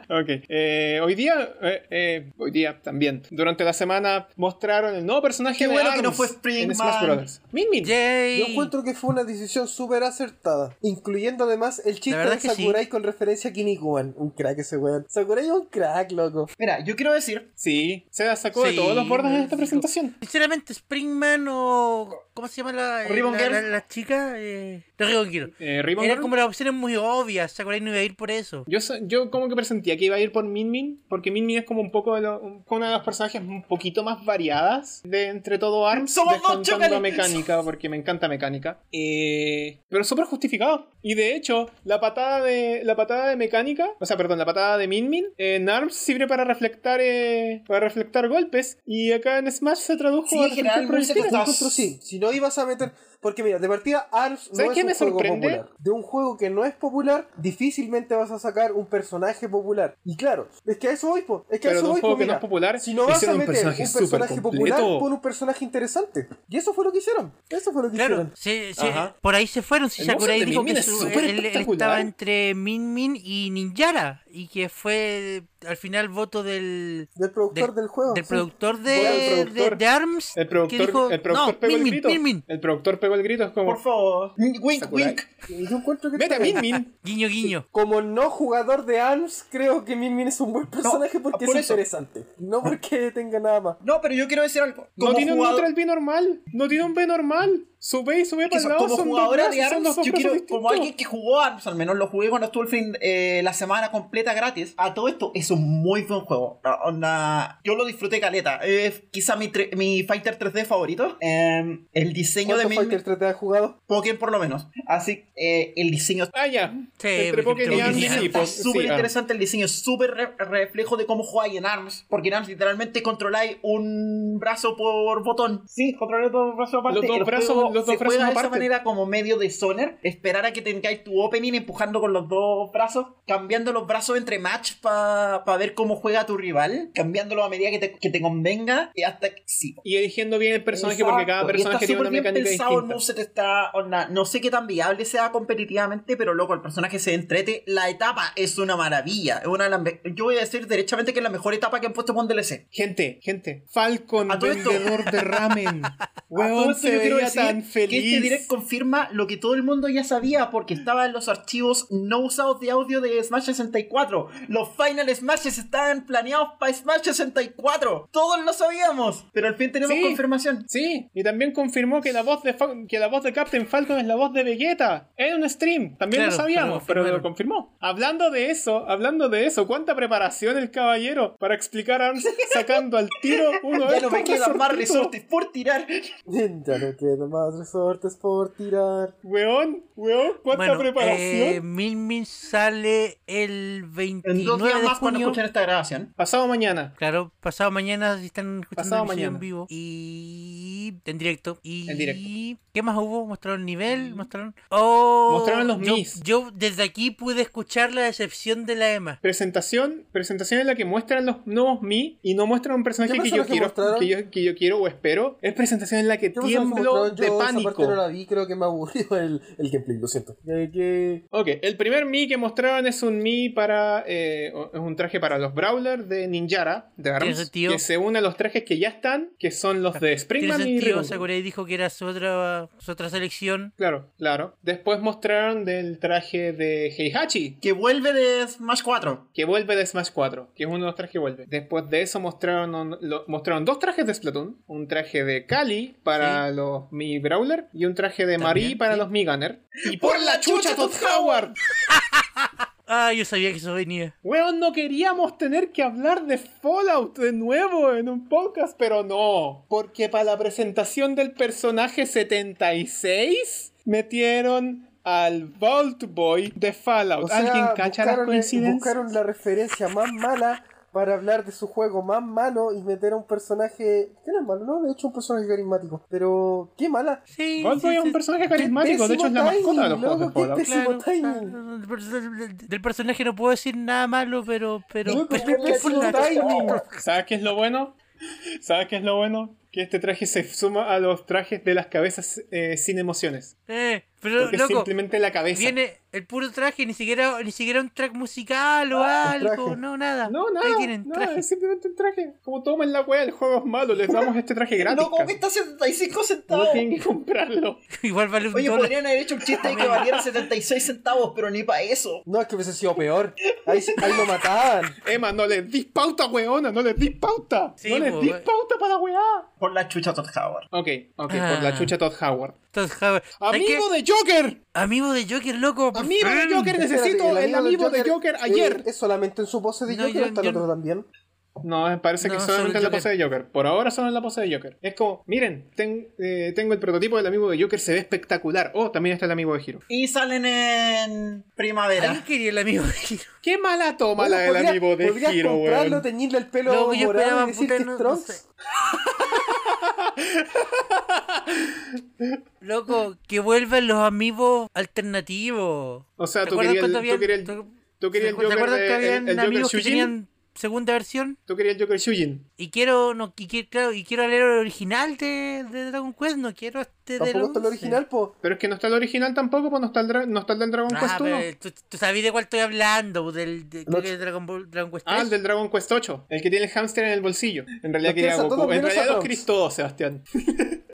Speaker 2: ok, eh, hoy día, eh, eh, hoy día también, durante la semana mostraron el nuevo personaje
Speaker 1: Qué
Speaker 2: de
Speaker 1: bueno que
Speaker 2: Arms
Speaker 1: no fue
Speaker 2: en
Speaker 1: Springman.
Speaker 2: Smash Brothers. Min Min.
Speaker 4: Yay.
Speaker 3: Yo encuentro que fue una decisión súper acertada, incluyendo además el chiste
Speaker 4: La verdad
Speaker 3: de
Speaker 4: es que sí.
Speaker 3: Sakurai con referencia a Kinnikuman. Un crack ese weón. Sakurai es un crack, loco.
Speaker 1: Mira, yo quiero decir,
Speaker 2: Sí, se la sacó de
Speaker 4: Sí,
Speaker 2: todos los bordes en
Speaker 4: me-
Speaker 2: esta presentación.
Speaker 4: Sinceramente, Springman o. ¿Cómo se llama la, eh,
Speaker 1: Ribbon
Speaker 4: la,
Speaker 1: Girl.
Speaker 4: la- la chica? Eh, no, Ribbon Girl.
Speaker 2: Eh, Ribbon
Speaker 4: Eran
Speaker 2: Girl.
Speaker 4: como las opciones muy obvias. Sakurai no iba a ir por eso.
Speaker 2: Yo, so- yo como que presentía que iba a ir por Min Min, porque Min Min es como un poco de lo- un- una de las personajes un poquito más variadas de entre todo ARMS,
Speaker 1: ¡Somos dos,
Speaker 2: descontando a
Speaker 1: chócale!
Speaker 2: mecánica, porque me encanta mecánica. Eh, pero súper justificado. Y de hecho, la patada de la patada de mecánica, o sea, perdón, la patada de Min Min en ARMS sirve para reflectar eh, para reflectar golpes, y acá en Smash se tradujo
Speaker 1: sí,
Speaker 2: a
Speaker 1: en
Speaker 2: reflectar
Speaker 1: general, Bruce
Speaker 2: proyectiles.
Speaker 3: Yo encuentro sí. Si no ibas a meter. Porque mira, de partida, ARMS no
Speaker 2: ¿Sabes
Speaker 3: es
Speaker 2: qué
Speaker 3: un
Speaker 2: me
Speaker 3: juego
Speaker 2: sorprende?
Speaker 3: popular. De un juego que no es popular, difícilmente vas a sacar un personaje popular. Y claro, es que a eso voy, po. Es que a
Speaker 2: Pero
Speaker 3: eso
Speaker 2: de
Speaker 3: voy,
Speaker 2: un juego
Speaker 3: po,
Speaker 2: que no
Speaker 3: mira.
Speaker 2: es popular,
Speaker 3: si no vas a
Speaker 2: hicieron un
Speaker 3: meter
Speaker 2: personaje
Speaker 3: un
Speaker 2: súper
Speaker 3: personaje popular,
Speaker 2: completo.
Speaker 3: pon un personaje interesante. Y eso fue lo que hicieron. Eso fue lo que
Speaker 4: Claro,
Speaker 3: hicieron.
Speaker 4: sí, sí,
Speaker 2: Ajá.
Speaker 4: por ahí se fueron. Si
Speaker 2: El motion
Speaker 4: Sakurai
Speaker 2: de
Speaker 4: dijo
Speaker 2: Min
Speaker 4: que
Speaker 2: Min es
Speaker 4: su-
Speaker 2: súper
Speaker 4: él, él
Speaker 2: espectacular. ¿eh?
Speaker 4: estaba entre Min Min y Ninjara. Y que fue al final voto del.
Speaker 3: Del productor
Speaker 4: del-
Speaker 3: del juego.
Speaker 4: del
Speaker 3: sí.
Speaker 4: productor
Speaker 2: Voy
Speaker 4: de,
Speaker 2: al productor.
Speaker 4: de- de ARMS.
Speaker 2: El
Speaker 4: que
Speaker 2: productor,
Speaker 4: dijo,
Speaker 2: el productor
Speaker 4: no,
Speaker 2: pegó
Speaker 4: Min
Speaker 2: el
Speaker 4: Min,
Speaker 2: grito.
Speaker 4: Min Min".
Speaker 2: El productor pegó el grito, es como.
Speaker 1: por favor, wink,
Speaker 2: Sakurai.
Speaker 1: wink.
Speaker 3: Y yo encuentro que.
Speaker 2: Vete a
Speaker 3: está
Speaker 2: Min
Speaker 3: bien.
Speaker 2: Min.
Speaker 4: Guiño, guiño.
Speaker 3: Como no jugador de ARMS, creo que Min Min es un buen personaje porque
Speaker 1: por
Speaker 3: es
Speaker 1: eso.
Speaker 3: interesante. No porque tenga nada más.
Speaker 1: No, pero yo quiero decir algo. Como
Speaker 2: no tiene un
Speaker 1: jugador-
Speaker 2: neutral B normal. No tiene un B normal. Sube y sube
Speaker 1: que
Speaker 2: para el
Speaker 1: so-
Speaker 2: lado.
Speaker 1: como
Speaker 2: son dos
Speaker 1: jugadora de
Speaker 2: brazos, son
Speaker 1: ARMS,
Speaker 2: dos
Speaker 1: yo
Speaker 2: brazos
Speaker 1: quiero, como
Speaker 2: distintos.
Speaker 1: alguien que jugó ARMS, al menos lo jugué cuando estuvo el fin, eh, la semana completa gratis. A todo esto es un muy buen juego. La onda- yo lo disfruté caleta. Es quizá mi, tre- mi Fighter 3D favorito. Eh, el diseño de
Speaker 3: ¿Cuántos
Speaker 1: mi
Speaker 3: Fighter 3 te has jugado?
Speaker 1: Pokémon, por lo menos. Así, eh, el diseño
Speaker 2: Ah, ya.
Speaker 4: Sí,
Speaker 2: Entre
Speaker 4: porque
Speaker 2: Pokémon
Speaker 4: creo que
Speaker 2: y
Speaker 4: sí.
Speaker 2: Andy,
Speaker 1: Está
Speaker 2: pues,
Speaker 1: súper
Speaker 2: sí, ah.
Speaker 1: interesante el diseño, súper re- reflejo de cómo jugáis en ARMS, porque en ARMS literalmente controláis un brazo por botón. Sí, controláis dos brazos aparte.
Speaker 2: Los dos
Speaker 1: El
Speaker 2: brazos-
Speaker 1: juego
Speaker 2: los dos
Speaker 1: se
Speaker 2: brazos
Speaker 1: juega de esa
Speaker 2: aparte.
Speaker 1: manera como medio de sonar, esperar a que tengáis tu opening empujando con los dos brazos, cambiando los brazos entre match para ver cómo juega tu rival, cambiándolo a medida que te, que te convenga y hasta que sí.
Speaker 2: Y eligiendo bien el personaje porque cada
Speaker 1: Exacto, y
Speaker 2: personaje
Speaker 1: está
Speaker 2: tiene una
Speaker 1: súper bien
Speaker 2: mecánica
Speaker 1: pensado, el
Speaker 2: distinta.
Speaker 1: moveset está, onda, no sé qué tan viable sea competitivamente, pero loco, el personaje se entrete. La etapa es una maravilla. Es una de las me- yo voy a decir derechamente que es la mejor etapa que han puesto con DLC.
Speaker 2: Gente, gente. Falcon,
Speaker 1: A todo esto-
Speaker 2: vendedor de ramen.
Speaker 1: A todo
Speaker 2: Weón,
Speaker 1: esto
Speaker 2: se
Speaker 1: yo quiero
Speaker 2: veía
Speaker 1: decir
Speaker 2: tan
Speaker 1: Que este direct
Speaker 2: feliz.
Speaker 1: confirma lo que todo el mundo ya sabía porque estaba en los archivos no usados de audio de Smash 64. Los Final Smashes estaban planeados para Smash 64. Todos lo sabíamos, pero al fin tenemos
Speaker 2: Sí.
Speaker 1: confirmación.
Speaker 2: Sí, y también confirmó que la voz de Fa- que la voz de Captain Falcon es la voz de Vegeta en un stream. También lo
Speaker 4: Claro,
Speaker 2: sabíamos,
Speaker 4: pero
Speaker 2: pero
Speaker 4: lo
Speaker 2: lo confirmó. Hablando de eso, hablando de eso, cuánta preparación el caballero para explicar a Arms sacando al tiro uno de
Speaker 1: Ya no me
Speaker 2: estos
Speaker 1: quedan más
Speaker 2: resortitos.
Speaker 1: resortes por tirar.
Speaker 3: Ya no quedan más resortes por tirar.
Speaker 2: Weón, weón, cuánta
Speaker 4: Bueno,
Speaker 2: preparación.
Speaker 4: eh, Min Min sale el
Speaker 1: En dos
Speaker 4: 29
Speaker 1: días
Speaker 4: de
Speaker 1: más cuando
Speaker 4: junio.
Speaker 1: escuchen esta grabación.
Speaker 2: Pasado mañana.
Speaker 4: Claro, pasado mañana si están escuchando
Speaker 2: Pasado
Speaker 4: el episodio
Speaker 2: mañana.
Speaker 4: en vivo y en directo y
Speaker 2: En directo. Mm.
Speaker 4: ¿qué más hubo? Mostraron nivel, mostraron oh,
Speaker 2: Mostraron los
Speaker 4: yo,
Speaker 2: Mis.
Speaker 4: Yo desde aquí pude escuchar la decepción de la Emma.
Speaker 2: Presentación, presentación en la que muestran los nuevos Mi y no muestran un personaje
Speaker 3: ¿Qué
Speaker 2: que yo
Speaker 3: personaje
Speaker 2: quiero
Speaker 3: mostraron?
Speaker 2: que yo, que yo quiero o espero. Es presentación en la que
Speaker 3: personaje
Speaker 2: tiemblo
Speaker 3: mostraron?
Speaker 2: de
Speaker 3: Yo esa parte
Speaker 2: pánico.
Speaker 3: no la vi, creo que me aburrió el, el gameplay, lo siento. Eh, que-
Speaker 2: Ok, el primer Mi que mostraron es un Mi para. eh, o- es un traje para los Brawlers de Ninjara, de
Speaker 4: Tiene
Speaker 2: ARMS,
Speaker 4: sentido. Ah,
Speaker 2: que se une a los trajes que ya están, que son los de
Speaker 4: Tiene
Speaker 2: Springman y
Speaker 4: sentido,
Speaker 2: Ribbon.
Speaker 4: Sakurai dijo que era su otra, su otra selección.
Speaker 2: Claro, claro. Después mostraron del traje de Heihachi,
Speaker 1: Que vuelve de Smash 4.
Speaker 2: que vuelve de Smash 4, que es uno de los trajes que vuelve. Después de eso mostraron, un- lo- mostraron dos trajes de Splatoon, un traje de Kali para los Mi Brawler y un traje de Marie para
Speaker 4: sí.
Speaker 2: los Mi Gunner. Y por la chucha Todd Howard.
Speaker 4: Ah, yo sabía que eso venía.
Speaker 2: Weón, no queríamos tener que hablar de Fallout de nuevo en un podcast, pero no. Porque para la presentación del personaje 76 metieron al Vault Boy de Fallout.
Speaker 7: O sea,
Speaker 2: ¿Alguien cacha las
Speaker 7: buscaron-
Speaker 2: coincidencias?
Speaker 7: Buscaron la referencia más mala para hablar de su juego más malo y meter a un personaje que no es malo, no, de hecho un personaje carismático, pero qué mala.
Speaker 4: Sí.
Speaker 2: Vault
Speaker 4: sí,
Speaker 2: Boy es
Speaker 4: sí,
Speaker 2: un personaje carismático, de hecho es la
Speaker 7: pésimo
Speaker 2: mascota de los
Speaker 7: timing,
Speaker 2: juegos de
Speaker 7: loco, qué
Speaker 2: Fallout.
Speaker 7: pésimo
Speaker 4: claro,
Speaker 7: timing.
Speaker 4: del per- Del personaje no puedo decir nada malo, pero. pero,
Speaker 7: Loco,
Speaker 4: pero-
Speaker 7: qué
Speaker 4: pero-
Speaker 7: pésimo timing.
Speaker 2: ¿Sabes qué es lo bueno? ¿Sabes qué es lo bueno? Que este traje se suma a los trajes de las cabezas eh, sin emociones.
Speaker 4: Eh, pero
Speaker 2: Porque es
Speaker 4: loco,
Speaker 2: simplemente la cabeza.
Speaker 4: viene el puro traje, ni siquiera, ni siquiera un track musical o algo,
Speaker 7: traje.
Speaker 4: no, nada.
Speaker 2: Ah, No, nada.
Speaker 4: Ahí tienen
Speaker 2: nada,
Speaker 4: traje.
Speaker 2: es simplemente un traje. Como toman la wea, el juego es malo, les damos este traje gratis.
Speaker 1: Loco,
Speaker 2: casi.
Speaker 1: cuesta 75 centavos.
Speaker 2: No tienen que comprarlo.
Speaker 4: Igual vale un
Speaker 1: Oye,
Speaker 4: dólar.
Speaker 1: podrían haber hecho un chiste de que valiera 76 centavos, pero ni para eso.
Speaker 7: No, es que hubiese sido peor. Ahí, se- ahí lo mataban.
Speaker 2: Emma, no les dis pauta, weona, no les dis pauta.
Speaker 4: Sí, pues, eh.
Speaker 2: no les
Speaker 4: po,
Speaker 2: dis
Speaker 4: we-
Speaker 2: pauta para la weá.
Speaker 1: Por la chucha Todd Howard.
Speaker 2: Ok, ok, por
Speaker 4: Ah.
Speaker 2: la chucha Todd Howard.
Speaker 4: Entonces, Javi, ¿sabes qué?
Speaker 2: Amigo de Joker.
Speaker 4: Amigo de Joker, loco. por
Speaker 2: Amigo de
Speaker 4: fin.
Speaker 2: Joker, necesito
Speaker 7: Espérate,
Speaker 2: el, amigo de Joker, ayer.
Speaker 7: eh, ¿Es solamente en su pose de
Speaker 4: No,
Speaker 7: Joker
Speaker 4: yo-
Speaker 7: o está
Speaker 4: yo-
Speaker 7: el otro también?
Speaker 2: No, me parece que
Speaker 4: No,
Speaker 2: solamente en
Speaker 4: solo el
Speaker 2: la
Speaker 4: Joker.
Speaker 2: pose de Joker. Por ahora solo en la pose de Joker. Es como, miren, ten- eh, tengo el prototipo del amigo de Joker, se ve espectacular. Oh, también está el amigo de Hiro.
Speaker 1: Y salen en primavera.
Speaker 4: ¿Alguien quería el amigo de Joker?
Speaker 2: Qué mala toma
Speaker 7: Bueno,
Speaker 2: la del
Speaker 7: podrías-
Speaker 2: amigo de
Speaker 7: podrías
Speaker 2: Hiro,
Speaker 7: comprarlo,
Speaker 2: weón.
Speaker 7: teñirle el pelo
Speaker 4: Loco, yo
Speaker 7: morado
Speaker 4: esperaba
Speaker 7: y decir
Speaker 4: puta,
Speaker 7: que es
Speaker 4: no, no
Speaker 7: Trunks.
Speaker 4: sé. Loco, que vuelvan los amigos alternativos.
Speaker 2: O sea,
Speaker 4: ¿Te
Speaker 2: tú
Speaker 4: acuerdas
Speaker 2: querías, el,
Speaker 4: cuando
Speaker 2: tú
Speaker 4: habían-
Speaker 2: querías el-
Speaker 4: te-
Speaker 2: tú querías el
Speaker 4: ¿Te
Speaker 2: Joker
Speaker 4: acuerdas
Speaker 2: de-
Speaker 4: que habían
Speaker 2: el- el Joker
Speaker 4: amigos que
Speaker 2: Shujin?
Speaker 4: tenían segunda versión?
Speaker 2: Tú querías el Joker Shujin.
Speaker 4: Y quiero, no, y quiero, claro, y quiero leer el original de, de Dragon Quest, no quiero este de
Speaker 7: Tampoco está el original, po.
Speaker 2: Pero es que no está el original tampoco, pues no está el, dra- no está el del Dragon
Speaker 4: Ah,
Speaker 2: Quest 1.
Speaker 4: pero tú, tú sabes de cuál estoy hablando, pues, del de, creo que de Dragon, Ball- Dragon Quest
Speaker 2: Ah,
Speaker 4: 3.
Speaker 2: el del Dragon Quest 8. El que tiene el hámster en el bolsillo. En realidad
Speaker 7: Los
Speaker 2: quería
Speaker 7: quieres a
Speaker 2: Goku.
Speaker 7: todos
Speaker 2: En
Speaker 7: menos a
Speaker 2: realidad los
Speaker 7: Trunks.
Speaker 2: querís todos, Sebastián.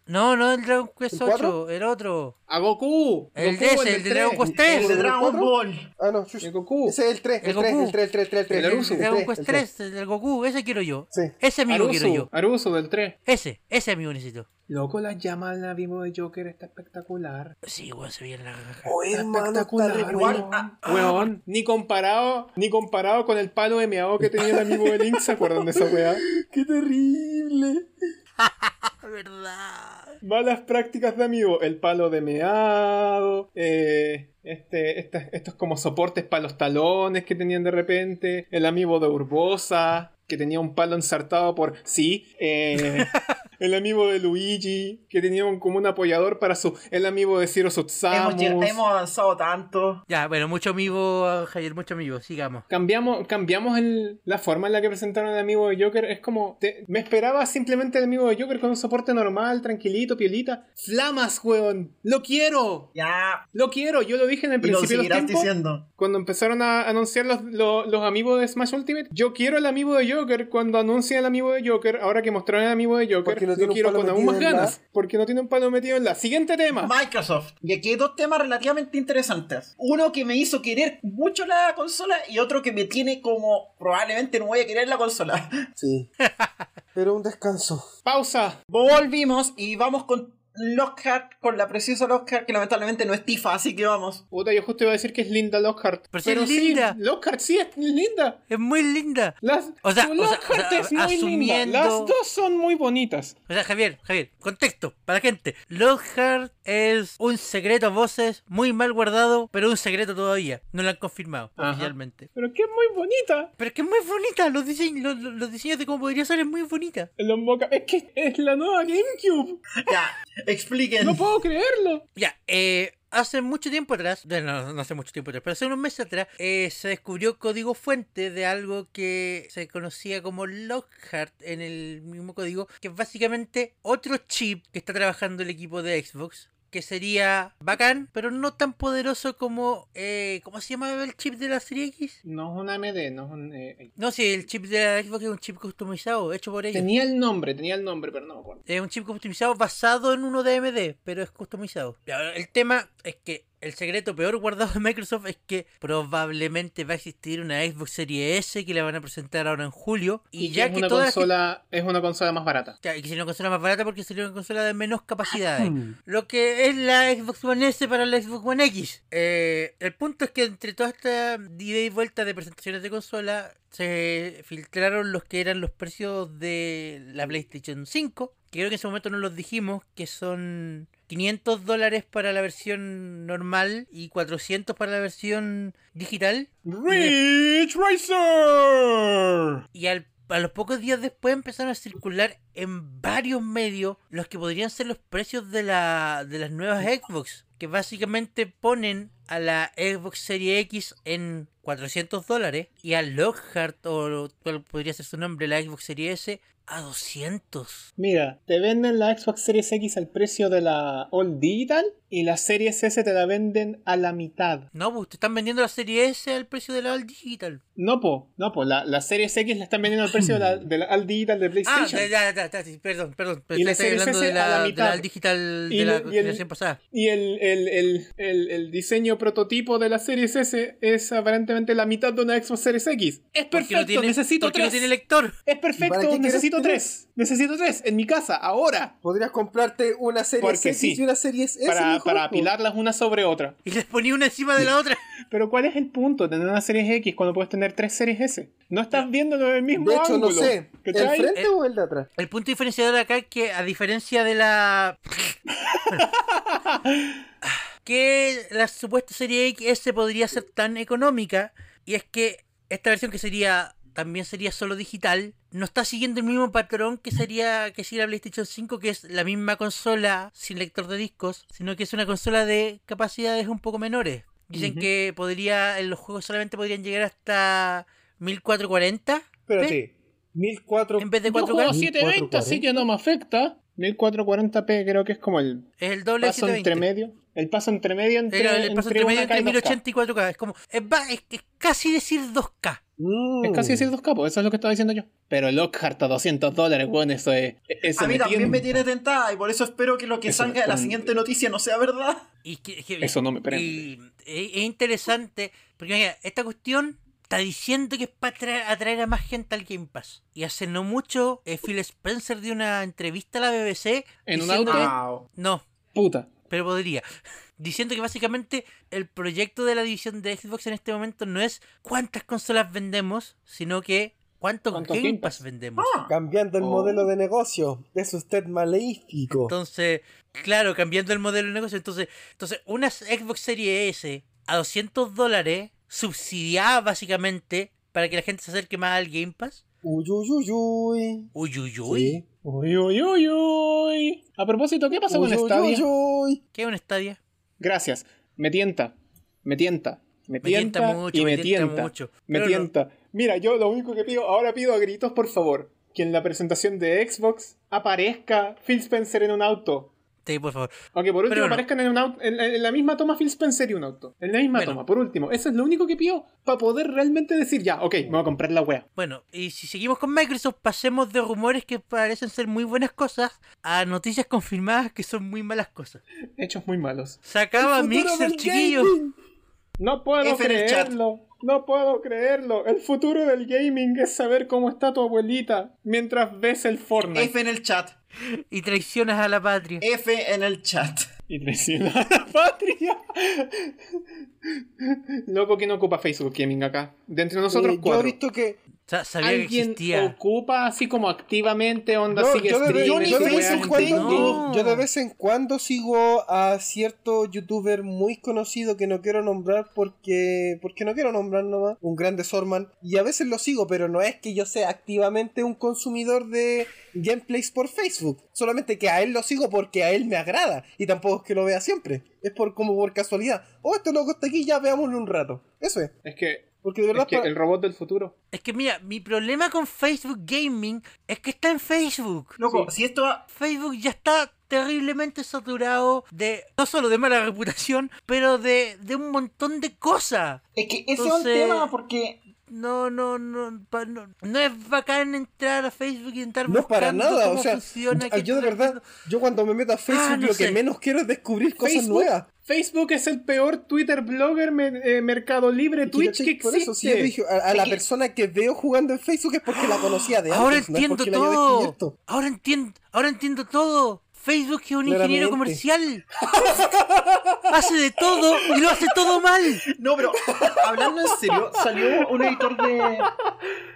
Speaker 4: No, no el Dragon Quest
Speaker 7: ¿El
Speaker 4: 8,
Speaker 7: cuatro?
Speaker 4: el otro.
Speaker 2: ¡A Goku!
Speaker 4: El
Speaker 2: Goku,
Speaker 4: de ese, el de
Speaker 2: del
Speaker 4: Dragon
Speaker 2: tres.
Speaker 4: Quest
Speaker 1: El de
Speaker 4: 3.
Speaker 1: Dragon
Speaker 7: ¿Cuatro?
Speaker 1: Ball.
Speaker 7: Ah, no, shush.
Speaker 2: El Goku.
Speaker 7: Ese es el 3, el
Speaker 4: El
Speaker 7: 3,
Speaker 4: Goku.
Speaker 7: el 3, el 3, el 3, el 3.
Speaker 2: El Arusu.
Speaker 4: Dragon Quest 3, el del Goku, ese quiero yo.
Speaker 7: Sí.
Speaker 4: Ese amigo quiero
Speaker 2: Arusu,
Speaker 4: yo.
Speaker 2: Arusu del 3.
Speaker 4: Ese, ese amigo necesito.
Speaker 2: Loco, la llama al amigo de Joker está espectacular.
Speaker 4: Sí, weón, se veía en la caja.
Speaker 7: Oh, hermano, está re bueno.
Speaker 2: weón. Weón, ni comparado, ni comparado con el palo de meado que tenía el amigo de Link, ¿se acuerdan de esa weá?
Speaker 7: ¡Qué terrible!
Speaker 4: verdad.
Speaker 2: Malas prácticas de amigo, el palo de meado, eh, este, esta- estos como soportes para los talones que tenían de repente, el amigo de Urbosa, que tenía un palo ensartado por sí, eh, el amigo de Luigi, que tenía un- como un apoyador para su, el amigo de Ciro
Speaker 1: Hemos, lleg-
Speaker 2: Sutsamus.
Speaker 1: hemos avanzado tanto.
Speaker 4: Ya, bueno, mucho amigo, ah, Javier, mucho amigo, sigamos.
Speaker 2: Cambiamos, cambiamos el- la forma en la que presentaron al amigo de Joker. Es como. te- me esperaba simplemente el amigo de Joker con un soporte normal, tranquilito, piolita. ¡Flamas, weón! ¡Lo quiero!
Speaker 1: Ya.
Speaker 2: Lo quiero, yo lo dije en el
Speaker 1: Y lo
Speaker 2: principio de los
Speaker 1: seguirás
Speaker 2: tiempos.
Speaker 1: diciendo.
Speaker 2: Cuando empezaron a anunciar los, lo- los amigos de Smash Ultimate, yo quiero el amigo de Joker. Cuando anuncian el amigo de Joker, ahora que mostraron el amigo de Joker,
Speaker 7: Porque no
Speaker 2: lo
Speaker 7: tiene un
Speaker 2: quiero
Speaker 7: palo
Speaker 2: con aún
Speaker 7: metido
Speaker 2: más
Speaker 7: en la-
Speaker 2: ganas. Porque no tiene un palo metido en la. Siguiente tema.
Speaker 1: Microsoft. Y aquí hay dos temas relativamente interesantes. Uno que me hizo querer mucho la consola y otro que me tiene como probablemente no voy a querer la consola.
Speaker 7: Sí. Pero un descanso.
Speaker 2: Pausa.
Speaker 1: Volvimos y vamos con Lockhart, con la preciosa Lockhart que lamentablemente no es Tifa, así que vamos.
Speaker 2: Puta, yo justo iba a decir que es linda Lockhart.
Speaker 4: Pero si es linda.
Speaker 2: Sí, Lockhart sí es linda.
Speaker 4: Es muy linda.
Speaker 2: Las,
Speaker 4: O sea,
Speaker 2: su
Speaker 4: o sea,
Speaker 2: Lockhart
Speaker 4: o sea,
Speaker 2: es muy linda.
Speaker 4: asumiendo-
Speaker 2: Las dos son muy bonitas.
Speaker 4: O sea, Javier, Javier, contexto para la gente. Lockhart es un secreto a voces, muy mal guardado, pero un secreto todavía. No lo han confirmado
Speaker 2: Ajá.
Speaker 4: oficialmente.
Speaker 2: Pero que es muy bonita.
Speaker 4: Pero es que es muy bonita, los, diseñ- los, los- los diseños de cómo podría ser es muy bonita.
Speaker 2: El Onboca- Es que es la nueva GameCube.
Speaker 1: Ya, expliquen.
Speaker 2: No puedo creerlo.
Speaker 4: Ya, eh, Hace mucho tiempo atrás, de- no, no hace mucho tiempo atrás, pero hace unos meses atrás, eh, se descubrió código fuente de algo que se conocía como Lockhart en el mismo código, que es básicamente otro chip que está trabajando el equipo de Xbox. Que sería bacán, pero no tan poderoso como. eh, ¿Cómo se llama el chip de la serie X?
Speaker 2: No es un AMD, no es un... eh,
Speaker 4: No, sí, el chip de la Xbox es un chip customizado, hecho por ellos.
Speaker 2: tenía el nombre, tenía el nombre, pero no me acuerdo.
Speaker 4: Es un chip customizado basado en uno de AMD, pero es customizado. Y ahora, El tema es que el secreto peor guardado de Microsoft es que probablemente va a existir una Xbox Series S que la van a presentar ahora en julio. Y, ya
Speaker 2: es
Speaker 4: que
Speaker 2: una
Speaker 4: todas las que-
Speaker 2: consola, es una consola más barata.
Speaker 4: Claro, y que sería una consola más barata porque sería una consola de menos capacidades. Lo que es la Xbox One S para la Xbox One X. Eh, el punto es que entre toda esta ida y vuelta de presentaciones de consola, se filtraron los que eran los precios de la PlayStation 5. Que creo que en ese momento no los dijimos, que son 500 dólares para la versión normal y 400 para la versión digital.
Speaker 2: Rich Racer.
Speaker 4: Y al- a los pocos días después empezaron a circular en varios medios los que podrían ser los precios de, la, de las nuevas Xbox. Que básicamente ponen a la Xbox Series X en 400 dólares y a Lockhart, o cuál podría ser su nombre, la Xbox Series S, a 200.
Speaker 2: Mira, te venden la Xbox Series X al precio de la All Digital y la Series S te la venden a la mitad.
Speaker 4: No, pues te están vendiendo la Series S al precio de la All Digital.
Speaker 2: No, po, no, po, la, la Series X la están vendiendo al precio de la, de la All Digital de
Speaker 4: Ah,
Speaker 2: PlayStation.
Speaker 4: da- da- da- da- sí, perdón, perdón. pero
Speaker 2: Y la
Speaker 4: estoy
Speaker 2: Series
Speaker 4: hablando
Speaker 2: S
Speaker 4: de
Speaker 2: a la
Speaker 4: la, de la
Speaker 2: mitad.
Speaker 4: All Digital
Speaker 2: Y
Speaker 4: de
Speaker 2: lo-
Speaker 4: la
Speaker 2: y el-
Speaker 4: generación pasada.
Speaker 2: Y el, el, el, el, el diseño prototipo de la Series S es aparentemente la mitad de una Xbox Series X. Es
Speaker 4: Porque
Speaker 2: perfecto,
Speaker 4: no tiene-
Speaker 2: necesito
Speaker 4: porque no
Speaker 2: tres.
Speaker 4: tiene lector.
Speaker 2: es
Speaker 7: ¿Y para
Speaker 2: perfecto,
Speaker 7: qué quieres
Speaker 2: necesito
Speaker 7: tres?
Speaker 2: tres. Necesito tres en mi casa, ahora.
Speaker 7: Podrías comprarte una serie
Speaker 2: Porque
Speaker 7: X
Speaker 2: sí.
Speaker 7: y una serie S.
Speaker 2: Para,
Speaker 7: mejor,
Speaker 2: para
Speaker 7: po.
Speaker 2: apilarlas una sobre otra.
Speaker 4: Y les ponía una encima de la otra.
Speaker 2: Pero ¿cuál es el punto de tener una series X cuando puedes tener tres series S? No estás viéndolo del mismo
Speaker 7: De hecho,
Speaker 2: ángulo.
Speaker 7: no sé. ¿El
Speaker 2: ¿cachai?
Speaker 4: Eh,
Speaker 7: frente o el de atrás?
Speaker 4: El punto diferenciador acá es que, a diferencia de la. que la supuesta serie XS podría ser tan económica, y es que esta versión que sería también sería solo digital, no está siguiendo el mismo patrón que sería que sigue la PlayStation 5, que es la misma consola sin lector de discos, sino que es una consola de capacidades un poco menores. Dicen que podría, en los juegos solamente podrían llegar hasta 1440. p,
Speaker 5: Espérate. 1004.
Speaker 4: En vez de
Speaker 2: Yo juego
Speaker 4: 4K,
Speaker 2: 720, así que no me afecta. 1440p creo que es como el
Speaker 4: es el doble de
Speaker 2: paso
Speaker 4: 720.
Speaker 2: entre medio. El paso entre medio entre,
Speaker 4: El, el paso entre medio
Speaker 2: una K
Speaker 4: entre
Speaker 2: y
Speaker 4: 1080 y 4K. Es como. Es, ba- es, es casi decir 2K.
Speaker 2: 2K. Es casi decir dos capos, eso es lo que estaba diciendo yo. Pero Lockhart a 200 dólares, bueno, eso es. Eso
Speaker 1: A mí
Speaker 2: me
Speaker 1: también
Speaker 2: tiene-
Speaker 1: me tiene tentada y por eso espero que lo que
Speaker 2: Eso me
Speaker 1: salga de la
Speaker 2: pone-
Speaker 1: siguiente noticia no sea verdad.
Speaker 4: Y que- que-
Speaker 2: Eso no me prende.
Speaker 4: y- Es es interesante. Porque mira, esta cuestión está diciendo que es para atraer, atraer a más gente al Game Pass. Y hace no mucho, eh, Phil Spencer dio una entrevista a la BBC.
Speaker 2: En un
Speaker 4: diciendo-
Speaker 2: auto.
Speaker 4: No,
Speaker 2: Puta.
Speaker 4: pero podría. Diciendo que básicamente el proyecto de la división de Xbox en este momento no es cuántas consolas vendemos, sino que cuántos
Speaker 2: ¿Cuántos
Speaker 4: Game
Speaker 2: Game
Speaker 4: Pass vendemos.
Speaker 7: Cambiando el
Speaker 2: Oh.
Speaker 7: modelo de negocio. Es usted maléfico.
Speaker 4: Entonces, claro, cambiando el modelo de negocio. Entonces, entonces una Xbox Series S a 200 dólares, subsidiada básicamente para que la gente se acerque más al Game Pass.
Speaker 7: Uy, uy, uy, uy.
Speaker 4: Uy, uy, uy.
Speaker 7: Sí.
Speaker 2: Uy, uy, uy, uy. A propósito, ¿qué pasó
Speaker 7: Uy,
Speaker 2: con
Speaker 7: uy,
Speaker 2: Stadia?
Speaker 7: uy, uy.
Speaker 4: ¿Qué es un Stadia?
Speaker 2: Gracias. Me tienta. Me tienta. Me
Speaker 4: Me tienta
Speaker 2: tienta,
Speaker 4: mucho,
Speaker 2: y
Speaker 4: me
Speaker 2: me,
Speaker 4: tienta
Speaker 2: tienta.
Speaker 4: mucho.
Speaker 2: Me
Speaker 4: Pero no.
Speaker 2: tienta. Mira, yo lo único que pido, ahora pido a gritos, por favor, que en la presentación de Xbox aparezca Phil Spencer en un auto.
Speaker 4: Sí, por favor.
Speaker 2: Aunque por último
Speaker 4: Pero no.
Speaker 2: aparezcan en, un auto, en, la- en la misma toma Phil Spencer y un auto. En la misma
Speaker 4: Bueno.
Speaker 2: toma, por último. Eso es lo único que pido para poder realmente decir, ya, ok, me voy a comprar la wea.
Speaker 4: Bueno, y si seguimos con Microsoft, pasemos de rumores que parecen ser muy buenas cosas a noticias confirmadas que son muy malas cosas.
Speaker 2: Hechos muy malos.
Speaker 4: Sacaba Mixer, chiquillos.
Speaker 2: No puedo
Speaker 1: F en el chat.
Speaker 2: creerlo. No puedo creerlo. El futuro del gaming es saber cómo está tu abuelita mientras ves el Fortnite.
Speaker 1: F en el chat.
Speaker 4: Y traicionas a la patria.
Speaker 1: Eh, F en el chat.
Speaker 2: Y traicionar a la patria. Loco, ¿quién ocupa Facebook Gaming acá? De entre nosotros
Speaker 7: Eh, yo he
Speaker 2: cuatro.
Speaker 7: visto que
Speaker 4: Sa- sabía que
Speaker 2: ¿Alguien
Speaker 4: existía.
Speaker 2: ocupa así como activamente onda
Speaker 3: No,
Speaker 2: sigue
Speaker 3: yo, de, yo
Speaker 2: streaming?
Speaker 3: de
Speaker 2: que
Speaker 3: vez en
Speaker 2: weas
Speaker 3: cuando,
Speaker 2: en
Speaker 4: tengo.
Speaker 2: Twitch?
Speaker 4: No.
Speaker 3: yo de vez en cuando sigo a cierto youtuber muy conocido que no quiero nombrar porque porque no quiero nombrar nomás, un grande Sorman, y a veces lo sigo, pero no es que yo sea activamente un consumidor de gameplays por Facebook, solamente que a él lo sigo porque a él me agrada y tampoco es que lo vea siempre, es por como por casualidad. Oh, este loco está aquí, ya veámoslo un rato. Eso es,
Speaker 2: Es que,
Speaker 3: porque de
Speaker 2: es
Speaker 3: verdad
Speaker 2: que
Speaker 3: pa-
Speaker 2: el robot del futuro.
Speaker 4: Es que mira, mi problema con Facebook Gaming es que está en Facebook.
Speaker 1: Loco, si esto va-
Speaker 4: Facebook ya está terriblemente saturado de no solo de mala reputación, pero de, de un montón de cosas.
Speaker 1: Es que ese
Speaker 4: Entonces-
Speaker 1: es el tema, porque
Speaker 4: No, no, no, pa- no, no es bacán entrar a Facebook y entrar
Speaker 3: No, para
Speaker 4: buscando
Speaker 3: nada,
Speaker 4: cómo
Speaker 3: o sea,
Speaker 4: funciona,
Speaker 3: yo,
Speaker 4: qué
Speaker 3: yo de
Speaker 4: está
Speaker 3: verdad,
Speaker 4: haciendo.
Speaker 3: yo cuando me meto a Facebook
Speaker 4: no
Speaker 3: lo que
Speaker 4: sé.
Speaker 3: menos quiero es descubrir cosas
Speaker 2: Facebook,
Speaker 3: nuevas.
Speaker 2: Facebook es el peor Twitter blogger, me- eh, mercado libre,
Speaker 3: Y
Speaker 2: Twitch
Speaker 3: cachai,
Speaker 2: que existe.
Speaker 3: Por eso, si yo dije, a, a la persona que veo jugando en Facebook es porque la conocía de antes.
Speaker 4: Ahora
Speaker 3: no es
Speaker 4: entiendo
Speaker 3: porque la haya
Speaker 4: todo.
Speaker 3: descubierto.
Speaker 4: Ahora entiendo, ahora entiendo todo. Facebook es un
Speaker 3: Claramente.
Speaker 4: ingeniero comercial. hace de todo y lo hace todo mal.
Speaker 1: No, pero hablando en serio, salió un editor de.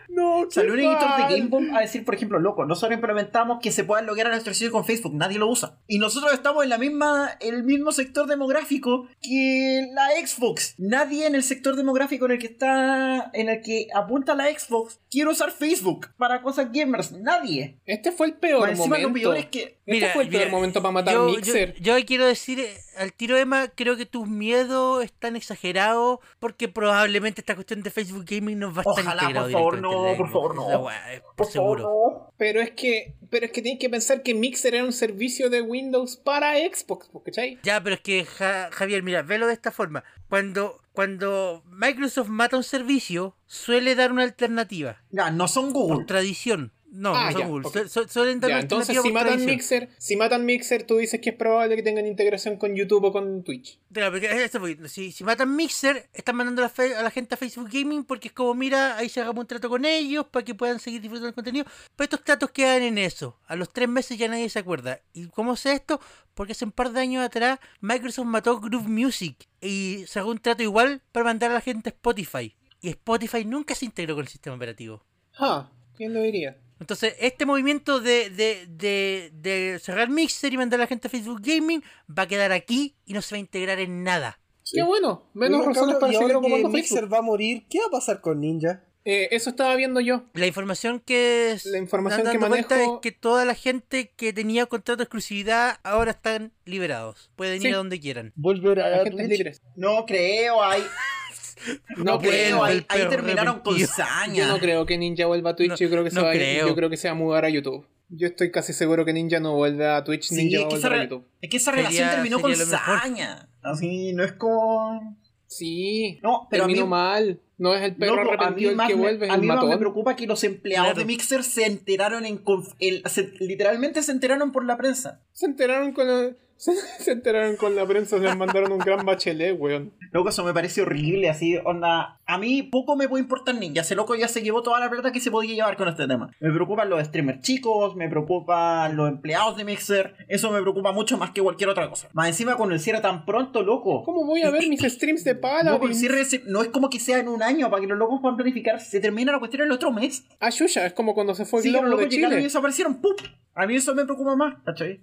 Speaker 2: No,
Speaker 1: Salió un
Speaker 2: qué
Speaker 1: editor de
Speaker 2: mal.
Speaker 1: Gamebomb a decir, por ejemplo, loco, nosotros implementamos que se pueda lograr nuestro sitio con Facebook, nadie lo usa. Y nosotros estamos en la misma, el mismo sector demográfico que la Xbox. Nadie en el sector demográfico en el que está, en el que apunta la Xbox, quiere usar Facebook para cosas gamers. Nadie.
Speaker 2: Este fue el
Speaker 1: Por
Speaker 2: peor
Speaker 1: encima
Speaker 2: momento.
Speaker 1: lo peor es que.
Speaker 2: Este fue el peor
Speaker 4: mira,
Speaker 2: momento para matar
Speaker 4: yo,
Speaker 2: Mixer.
Speaker 4: Yo, yo quiero decir eh, al tiro, Emma, creo que tus miedos están exagerados porque probablemente esta cuestión de Facebook Gaming nos va a estar
Speaker 1: Ojalá,
Speaker 4: integrado
Speaker 1: por favor,
Speaker 4: directamente
Speaker 1: no,
Speaker 4: en la
Speaker 1: por favor,
Speaker 4: Xbox.
Speaker 1: no.
Speaker 4: Esa weá es
Speaker 1: Por
Speaker 4: seguro.
Speaker 1: favor,
Speaker 3: Oh.
Speaker 1: no.
Speaker 2: Pero es que, pero es que tienes que pensar que Mixer era un servicio de Windows para Xbox, ¿po? ¿cachai?
Speaker 4: Ya, pero es que, Ja- Javier, mira, velo de esta forma. Cuando, cuando Microsoft mata un servicio, suele dar una alternativa.
Speaker 1: Ya, no son Google.
Speaker 4: Por tradición. No,
Speaker 2: Ah,
Speaker 4: no son
Speaker 2: ya,
Speaker 4: Google.
Speaker 2: ok.
Speaker 4: Su- su- suelen dar
Speaker 2: Ya,
Speaker 4: una
Speaker 2: entonces
Speaker 4: alternativa
Speaker 2: si
Speaker 4: por
Speaker 2: matan
Speaker 4: tradición.
Speaker 2: Mixer, si matan Mixer, tú dices que es probable que tengan integración con YouTube o con Twitch.
Speaker 4: Claro, porque a eso voy. Si, si matan Mixer, están mandando a la, fe- a la gente a Facebook Gaming porque es como, mira, ahí se haga un trato con ellos para que puedan seguir disfrutando del contenido. Pero estos tratos quedan en eso. A los tres meses ya nadie se acuerda. ¿Y cómo sé esto? Porque hace un par de años atrás Microsoft mató Groove Music y sacó un trato igual para mandar a la gente a Spotify. Y Spotify nunca se integró con el sistema operativo.
Speaker 2: Ah, ¿quién lo diría?
Speaker 4: Entonces, este movimiento de, de, de, de cerrar Mixer y mandar a la gente a Facebook Gaming va a quedar aquí y no se va a integrar en nada.
Speaker 2: Qué bueno, menos
Speaker 3: Oigan,
Speaker 2: razones
Speaker 3: cabrón,
Speaker 2: para
Speaker 3: y
Speaker 2: seguir
Speaker 3: ahora que
Speaker 2: ocupando Facebook.
Speaker 3: Mixer va a morir, ¿qué va a pasar con Ninja?
Speaker 2: Eh, eso estaba viendo yo.
Speaker 4: La información que es-
Speaker 2: La información
Speaker 4: dan-
Speaker 2: que
Speaker 4: dando vuelta
Speaker 2: manejo-
Speaker 4: es que toda la gente que tenía contrato de exclusividad ahora están liberados. Pueden
Speaker 2: Sí.
Speaker 4: ir a donde quieran.
Speaker 3: Volver
Speaker 2: La gente es libre.
Speaker 1: No creo, ahí,
Speaker 2: No
Speaker 1: no
Speaker 2: creo.
Speaker 1: creo, ahí,
Speaker 4: el
Speaker 1: ahí
Speaker 4: perro
Speaker 1: terminaron con
Speaker 4: arrepentido.
Speaker 2: Yo
Speaker 1: saña.
Speaker 2: no creo que Ninja vuelva a Twitch.
Speaker 4: No,
Speaker 2: yo, creo que se
Speaker 4: no
Speaker 2: va a-
Speaker 4: creo.
Speaker 2: yo creo que se va a mudar a YouTube. Yo estoy casi seguro que Ninja no vuelve a Twitch.
Speaker 1: Sí,
Speaker 2: Ninja va a
Speaker 1: es, que esa
Speaker 2: volver a
Speaker 1: re-
Speaker 2: YouTube.
Speaker 1: es que esa
Speaker 4: Sería-
Speaker 1: relación terminó con
Speaker 4: sería lo mejor.
Speaker 1: saña. Así, Ah, no es como...
Speaker 2: Sí,
Speaker 1: No, pero a
Speaker 2: terminó
Speaker 1: mí-
Speaker 2: mal. No es el perro
Speaker 1: Loco,
Speaker 2: arrepentido el
Speaker 1: más
Speaker 2: que
Speaker 1: me-
Speaker 2: vuelve, es
Speaker 1: a
Speaker 2: el
Speaker 1: mí más me
Speaker 2: matón.
Speaker 1: preocupa que los empleados
Speaker 4: Claro.
Speaker 1: de Mixer se enteraron en... conf- el- se- literalmente se enteraron por la prensa.
Speaker 2: Se enteraron con la... Se, se enteraron con la prensa, les mandaron un gran bachelet, weón.
Speaker 1: Loco, eso me parece horrible, así, onda... A mí poco me puede importar Ninja, ese loco ya se llevó toda la plata que se podía llevar con este tema. Me preocupan los streamers chicos, me preocupan los empleados de Mixer, eso me preocupa mucho más que cualquier otra cosa. Más encima con el cierre tan pronto, loco.
Speaker 2: ¿Cómo voy a ver mis streams de
Speaker 1: No,
Speaker 2: pala?
Speaker 1: pero el cierre es- no es como que sea en un año para que los locos puedan planificar. Se termina la cuestión el otro mes.
Speaker 2: Ah, Yuya, es como cuando se fue
Speaker 1: Sí, los
Speaker 2: Globo
Speaker 1: locos
Speaker 2: de
Speaker 1: llegaron y
Speaker 2: Chile.
Speaker 1: desaparecieron. ¡Pum! A mí eso me preocupa más, ¿cachai?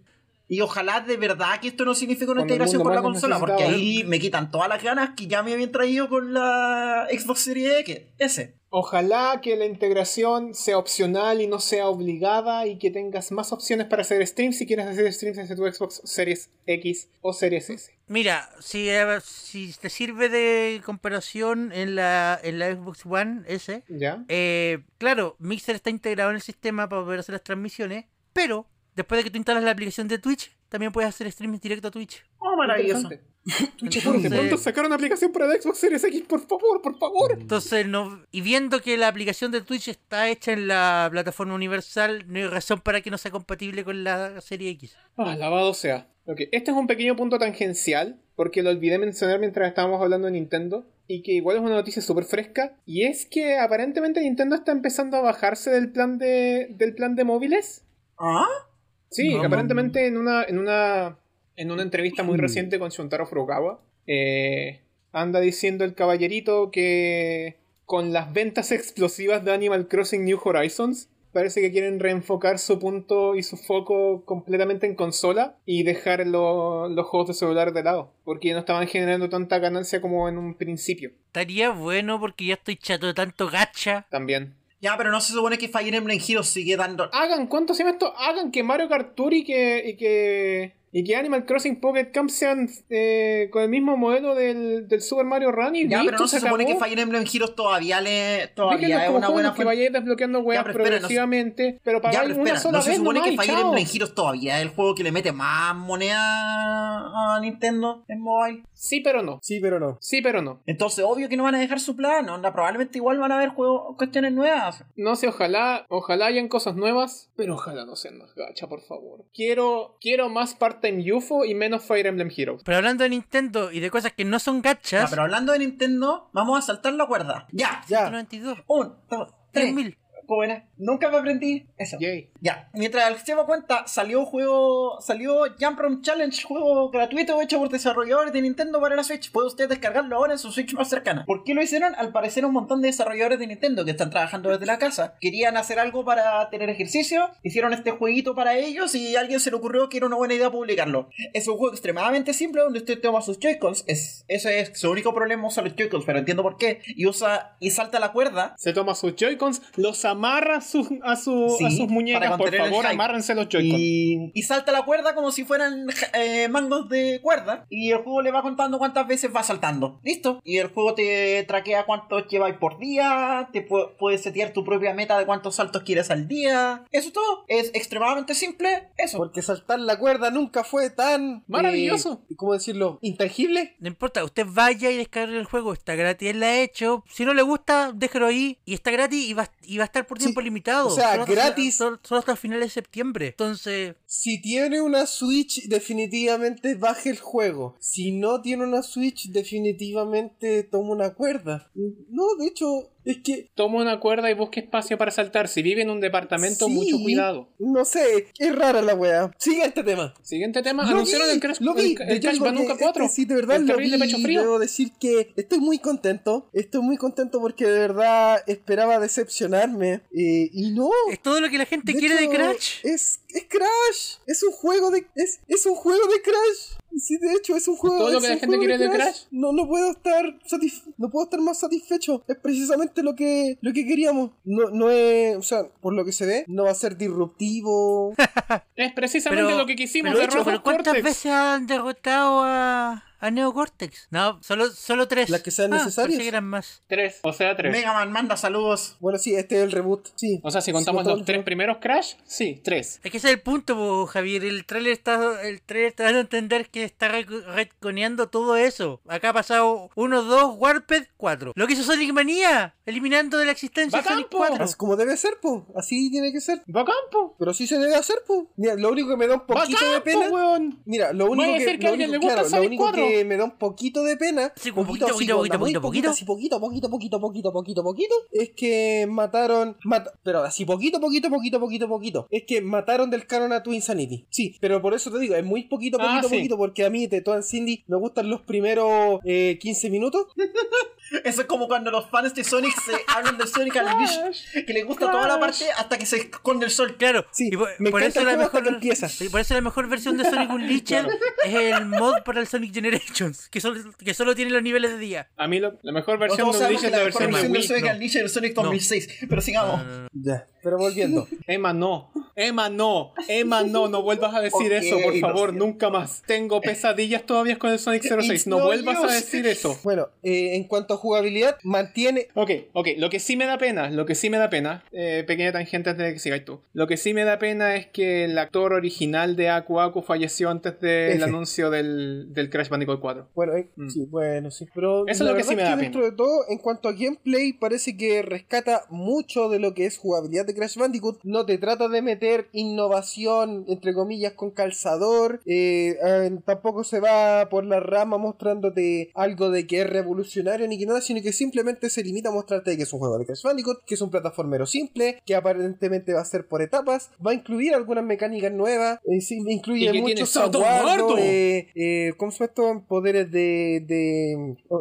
Speaker 1: Y ojalá de verdad que esto no signifique una
Speaker 2: Cuando el
Speaker 1: integración
Speaker 2: mundo
Speaker 1: con la
Speaker 2: más nos
Speaker 1: consola, porque
Speaker 2: necesitaba.
Speaker 1: ahí me quitan todas las ganas que ya me habían traído con la Xbox Series X. Ese.
Speaker 2: Ojalá que la integración sea opcional y no sea obligada y que tengas más opciones para hacer streams si quieres hacer streams desde tu Xbox Series X o Series S.
Speaker 4: Mira, si, eh, si te sirve de comparación en la, en la Xbox One S,
Speaker 2: ¿Ya?
Speaker 4: eh, claro, Mixer está integrado en el sistema para poder hacer las transmisiones, pero después de que tú instalas la aplicación de Twitch, también puedes hacer streaming directo a Twitch.
Speaker 1: Oh, maravilloso.
Speaker 2: Interesante. De pronto
Speaker 4: Entonces,
Speaker 2: sacaron aplicación para la Xbox Series X, por favor, por favor.
Speaker 4: entonces no, y viendo que la aplicación de Twitch está hecha en la plataforma universal, no hay razón para que no sea compatible con la serie X.
Speaker 2: Ah, lavado sea. Ok, este es un pequeño punto tangencial, porque lo olvidé mencionar mientras estábamos hablando de Nintendo, y que igual es una noticia súper fresca, y es que aparentemente Nintendo está empezando a bajarse del plan de, del plan de móviles.
Speaker 1: ¿Ah?
Speaker 2: Sí, aparentemente en una, en una, en una entrevista muy reciente con Shuntaro Furukawa, eh, anda diciendo el caballerito que con las ventas explosivas de Animal Crossing New Horizons, parece que quieren reenfocar su punto y su foco completamente en consola y dejar lo- los juegos de celular de lado, porque ya no estaban generando tanta ganancia como en un principio
Speaker 4: Estaría bueno porque ya estoy chato de tanto gacha.
Speaker 2: también.
Speaker 1: Ya, pero no se supone que Fire Emblem Heroes sigue dando.
Speaker 2: Hagan, ¿cuánto se llama esto? Hagan que Mario Kart Tour y que, y que, y que Animal Crossing Pocket Camp sean eh, con el mismo modelo del, del Super Mario Run y
Speaker 1: Ya,
Speaker 2: listo,
Speaker 1: pero no se, supone
Speaker 2: acabó.
Speaker 1: que Fire Emblem Heroes todavía le.
Speaker 2: Déjenlos
Speaker 1: Todavía es
Speaker 2: como
Speaker 1: una
Speaker 2: juegos
Speaker 1: buena
Speaker 2: que
Speaker 1: fuente.
Speaker 2: vayáis desbloqueando weas
Speaker 1: pero espera, no se-
Speaker 2: progresivamente, pero
Speaker 1: Ya,
Speaker 2: pagáis
Speaker 1: pero
Speaker 2: una
Speaker 1: espera,
Speaker 2: sola
Speaker 1: ¿no se
Speaker 2: vez
Speaker 1: supone
Speaker 2: nomás
Speaker 1: que
Speaker 2: y
Speaker 1: Fire
Speaker 2: chao.
Speaker 1: Emblem Heroes todavía es el juego que le mete más moneda a Nintendo en mobile?
Speaker 2: Sí, pero no.
Speaker 7: Sí, pero no.
Speaker 2: Sí, pero no.
Speaker 1: Entonces, obvio que no van a dejar su plan, onda, probablemente igual van a haber juegos, cuestiones nuevas.
Speaker 2: No sé, ojalá, ojalá hayan cosas nuevas, pero ojalá no sean más gacha, por favor. Quiero, quiero más part-time UFO y menos Fire Emblem Heroes.
Speaker 4: Pero hablando de Nintendo y de cosas que no son
Speaker 1: Ya,
Speaker 4: gachas,
Speaker 1: Ah, pero hablando de Nintendo, vamos a saltar la cuerda. Ya,
Speaker 7: Ya.
Speaker 4: 192,
Speaker 1: un, dos, tres.
Speaker 4: 3000.
Speaker 1: Jóvenes, nunca me aprendí eso.
Speaker 2: Yay.
Speaker 1: Ya, mientras el lleva cuenta, salió un juego, salió Jump Room Challenge, juego gratuito hecho por desarrolladores de Nintendo para la Switch. Puede usted descargarlo ahora en su Switch más cercana. ¿Por qué lo hicieron? Al parecer un montón de desarrolladores de Nintendo que están trabajando desde la casa. Querían hacer algo para tener ejercicio, hicieron este jueguito para ellos y a alguien se le ocurrió que era una buena idea publicarlo. Es un juego extremadamente simple donde usted toma sus Joy-Cons, es, ese es su único problema, usa los Joy-Cons, pero entiendo por qué, y usa y salta la cuerda
Speaker 2: Se toma sus Joy-Cons, los amarra a sus, a su-
Speaker 1: Sí,
Speaker 2: a sus muñecas,
Speaker 1: para
Speaker 2: por
Speaker 1: contener el
Speaker 2: favor,
Speaker 1: hype.
Speaker 2: amárrense los Joy-Cons.
Speaker 1: y, y salta la cuerda como si fueran eh, mangos de cuerda y el juego le va contando cuántas veces va saltando. Listo. Y el juego te traquea cuántos lleváis por día, te pu- puedes setear tu propia meta de cuántos saltos quieres al día. Eso es todo. Es extremadamente simple. Eso.
Speaker 7: Porque saltar la cuerda nunca fue tan. eh,
Speaker 2: Maravilloso.
Speaker 7: ¿Cómo decirlo? ¿Intangible?
Speaker 4: No importa, usted vaya y descargue el juego, está gratis, él la ha hecho. Si no le gusta, déjelo ahí y está gratis y va, y va a estar por
Speaker 7: Sí,
Speaker 4: tiempo limitado.
Speaker 7: o sea,
Speaker 4: hasta-
Speaker 7: gratis.
Speaker 4: solo, solo hasta finales de septiembre. Entonces,
Speaker 7: Si tiene una Switch, definitivamente baje el juego. Si no tiene una Switch, definitivamente toma una cuerda. No, de hecho, es que,
Speaker 2: Toma una cuerda y busque espacio para saltar. Si vive en un departamento,
Speaker 7: Sí.
Speaker 2: mucho cuidado.
Speaker 7: no sé, es rara la wea. Sigue este tema.
Speaker 2: Siguiente tema,
Speaker 7: Lo
Speaker 2: anunciaron
Speaker 7: vi,
Speaker 2: el Crash,
Speaker 7: lo vi.
Speaker 2: el- el
Speaker 7: Yo
Speaker 2: Crash
Speaker 7: digo
Speaker 2: Bandicoot
Speaker 7: que
Speaker 2: 4.
Speaker 7: este sí, de verdad
Speaker 2: el
Speaker 7: lo
Speaker 2: terrible
Speaker 7: vi.
Speaker 2: pecho frío.
Speaker 7: Debo decir que estoy muy contento. Estoy muy contento porque de verdad esperaba decepcionarme. eh, y no.
Speaker 4: es todo lo que la gente
Speaker 7: De
Speaker 4: quiere
Speaker 7: hecho,
Speaker 4: de Crash.
Speaker 7: Es, es Crash. Es un juego de. Es, es un juego de Crash. Sí, de hecho, es un juego
Speaker 2: todo lo
Speaker 7: es
Speaker 2: que la
Speaker 7: un
Speaker 2: gente
Speaker 7: juego
Speaker 2: quiere de Crash?
Speaker 7: No, no puedo estar satisf- no puedo estar más satisfecho. Es precisamente lo que, lo que queríamos. No, no es. O sea, por lo que se ve, no va a ser disruptivo.
Speaker 2: Es precisamente
Speaker 4: Pero-
Speaker 2: lo que quisimos
Speaker 4: Pero,
Speaker 2: de
Speaker 4: hecho,
Speaker 2: Rojo
Speaker 4: pero ¿cuántas
Speaker 2: Cortex.
Speaker 4: veces han derrotado a, a Neo Cortex? No, solo, solo tres.
Speaker 7: Las que sean
Speaker 4: Ah,
Speaker 7: necesarias.
Speaker 4: pensé que eran más.
Speaker 2: Tres, o sea, tres.
Speaker 1: Mega Man manda saludos.
Speaker 7: bueno, sí, este es el reboot. Sí.
Speaker 2: O sea, si contamos
Speaker 7: Sí,
Speaker 2: los tres primeros Crash, sí, tres.
Speaker 4: Es que ese es el punto, po, Javier. El tráiler está, el tráiler está dando a entender que está recu- retconeando todo eso. Acá ha pasado 1, 2, Warped 4. Lo que hizo Sonic Manía, eliminando de la existencia
Speaker 2: ¡Bacán,
Speaker 4: Sonic
Speaker 2: po!
Speaker 4: 4.
Speaker 7: Así como debe ser, po. Así tiene que ser.
Speaker 2: ¡Bacán, po!
Speaker 7: Pero sí se debe hacer, po. Mira, lo único que me da un poquito
Speaker 2: ¡Bacán,
Speaker 7: de
Speaker 2: po,
Speaker 7: pena.
Speaker 2: weón!
Speaker 7: Mira, lo único
Speaker 2: Vaya a
Speaker 7: que,
Speaker 2: ser que a
Speaker 7: lo
Speaker 2: alguien
Speaker 7: único,
Speaker 2: le gusta
Speaker 7: claro, lo
Speaker 2: Sonic
Speaker 7: único
Speaker 2: 4.
Speaker 7: que me da un poquito de pena,
Speaker 4: Sí, un poquito, poquito,
Speaker 7: onda,
Speaker 4: poquito,
Speaker 7: muy
Speaker 4: poquito,
Speaker 7: así poquito, poquito, poquito, poquito, poquito, poquito, es que mataron, mata- pero así poquito, poquito, poquito, poquito, poquito, es que mataron del canon a tu Insanity. Sí, pero por eso te digo, es muy poquito,
Speaker 2: Ah,
Speaker 7: poquito,
Speaker 2: sí.
Speaker 7: poquito, porque a mí de Toan Cindy me gustan los primeros eh, 15 minutos.
Speaker 1: Eso es como cuando los fans de Sonic se hablan de Sonic Unleashed, que les gusta toda la parte hasta que se esconde el sol.
Speaker 4: Claro,
Speaker 7: Sí,
Speaker 4: y po- por,
Speaker 7: me encanta
Speaker 4: eso
Speaker 7: el
Speaker 4: la
Speaker 7: juego hasta
Speaker 4: mejor,
Speaker 7: que empieza.
Speaker 4: sí, por eso la mejor versión de Sonic Unleashed es el mod para el Sonic Generations, que solo, que solo tiene los niveles de día.
Speaker 2: A mí lo- la mejor
Speaker 1: Los
Speaker 2: versión
Speaker 1: dos
Speaker 2: de
Speaker 1: sabemos
Speaker 2: Unleashed
Speaker 1: que
Speaker 2: es
Speaker 1: la
Speaker 2: la
Speaker 1: mejor versión de
Speaker 2: versión de Wii.
Speaker 1: Sonic Unleashed es el Sonic 2006, pero sigamos.
Speaker 7: Ya, pero volviendo.
Speaker 2: Emma, no. Emma, no. Emma, no. No vuelvas a decir
Speaker 1: Ok,
Speaker 2: eso, por
Speaker 1: lo
Speaker 2: favor.
Speaker 1: siento.
Speaker 2: Nunca más. Tengo pesadillas todavía con el Sonic 06. No
Speaker 1: no
Speaker 2: vuelvas a
Speaker 1: use.
Speaker 2: decir eso.
Speaker 7: Bueno, eh, en cuanto a jugabilidad, mantiene
Speaker 2: Ok, ok, lo que sí me da pena, lo que sí me da pena, eh, pequeña tangente antes de que sigáis tú, lo que sí me da pena es que el actor original de Aku Aku falleció antes del
Speaker 7: F.
Speaker 2: anuncio del, del Crash Bandicoot 4.
Speaker 7: Bueno, eh,
Speaker 2: Mm.
Speaker 7: sí, bueno, sí. Pero
Speaker 2: Eso es
Speaker 7: la
Speaker 2: lo que
Speaker 7: verdad
Speaker 2: sí me da pena.
Speaker 7: Dentro de todo, en cuanto a gameplay, parece que rescata mucho de lo que es jugabilidad de Crash Bandicoot. No te trata de meter innovación, entre comillas, con calzador. eh, eh, tampoco se va por la rama mostrándote algo de que es revolucionario ni que no nada, sino que simplemente se limita a mostrarte que es un juego de Crash Bandicoot, que es un plataformero simple, que aparentemente va a ser por etapas, va a incluir algunas mecánicas nuevas, eh, sí,
Speaker 2: ¿Y
Speaker 7: incluye
Speaker 2: qué tiene
Speaker 7: muchos
Speaker 2: Soto muerto?
Speaker 7: aguardos, eh, eh, ¿cómo se llama esto? Poderes de, de,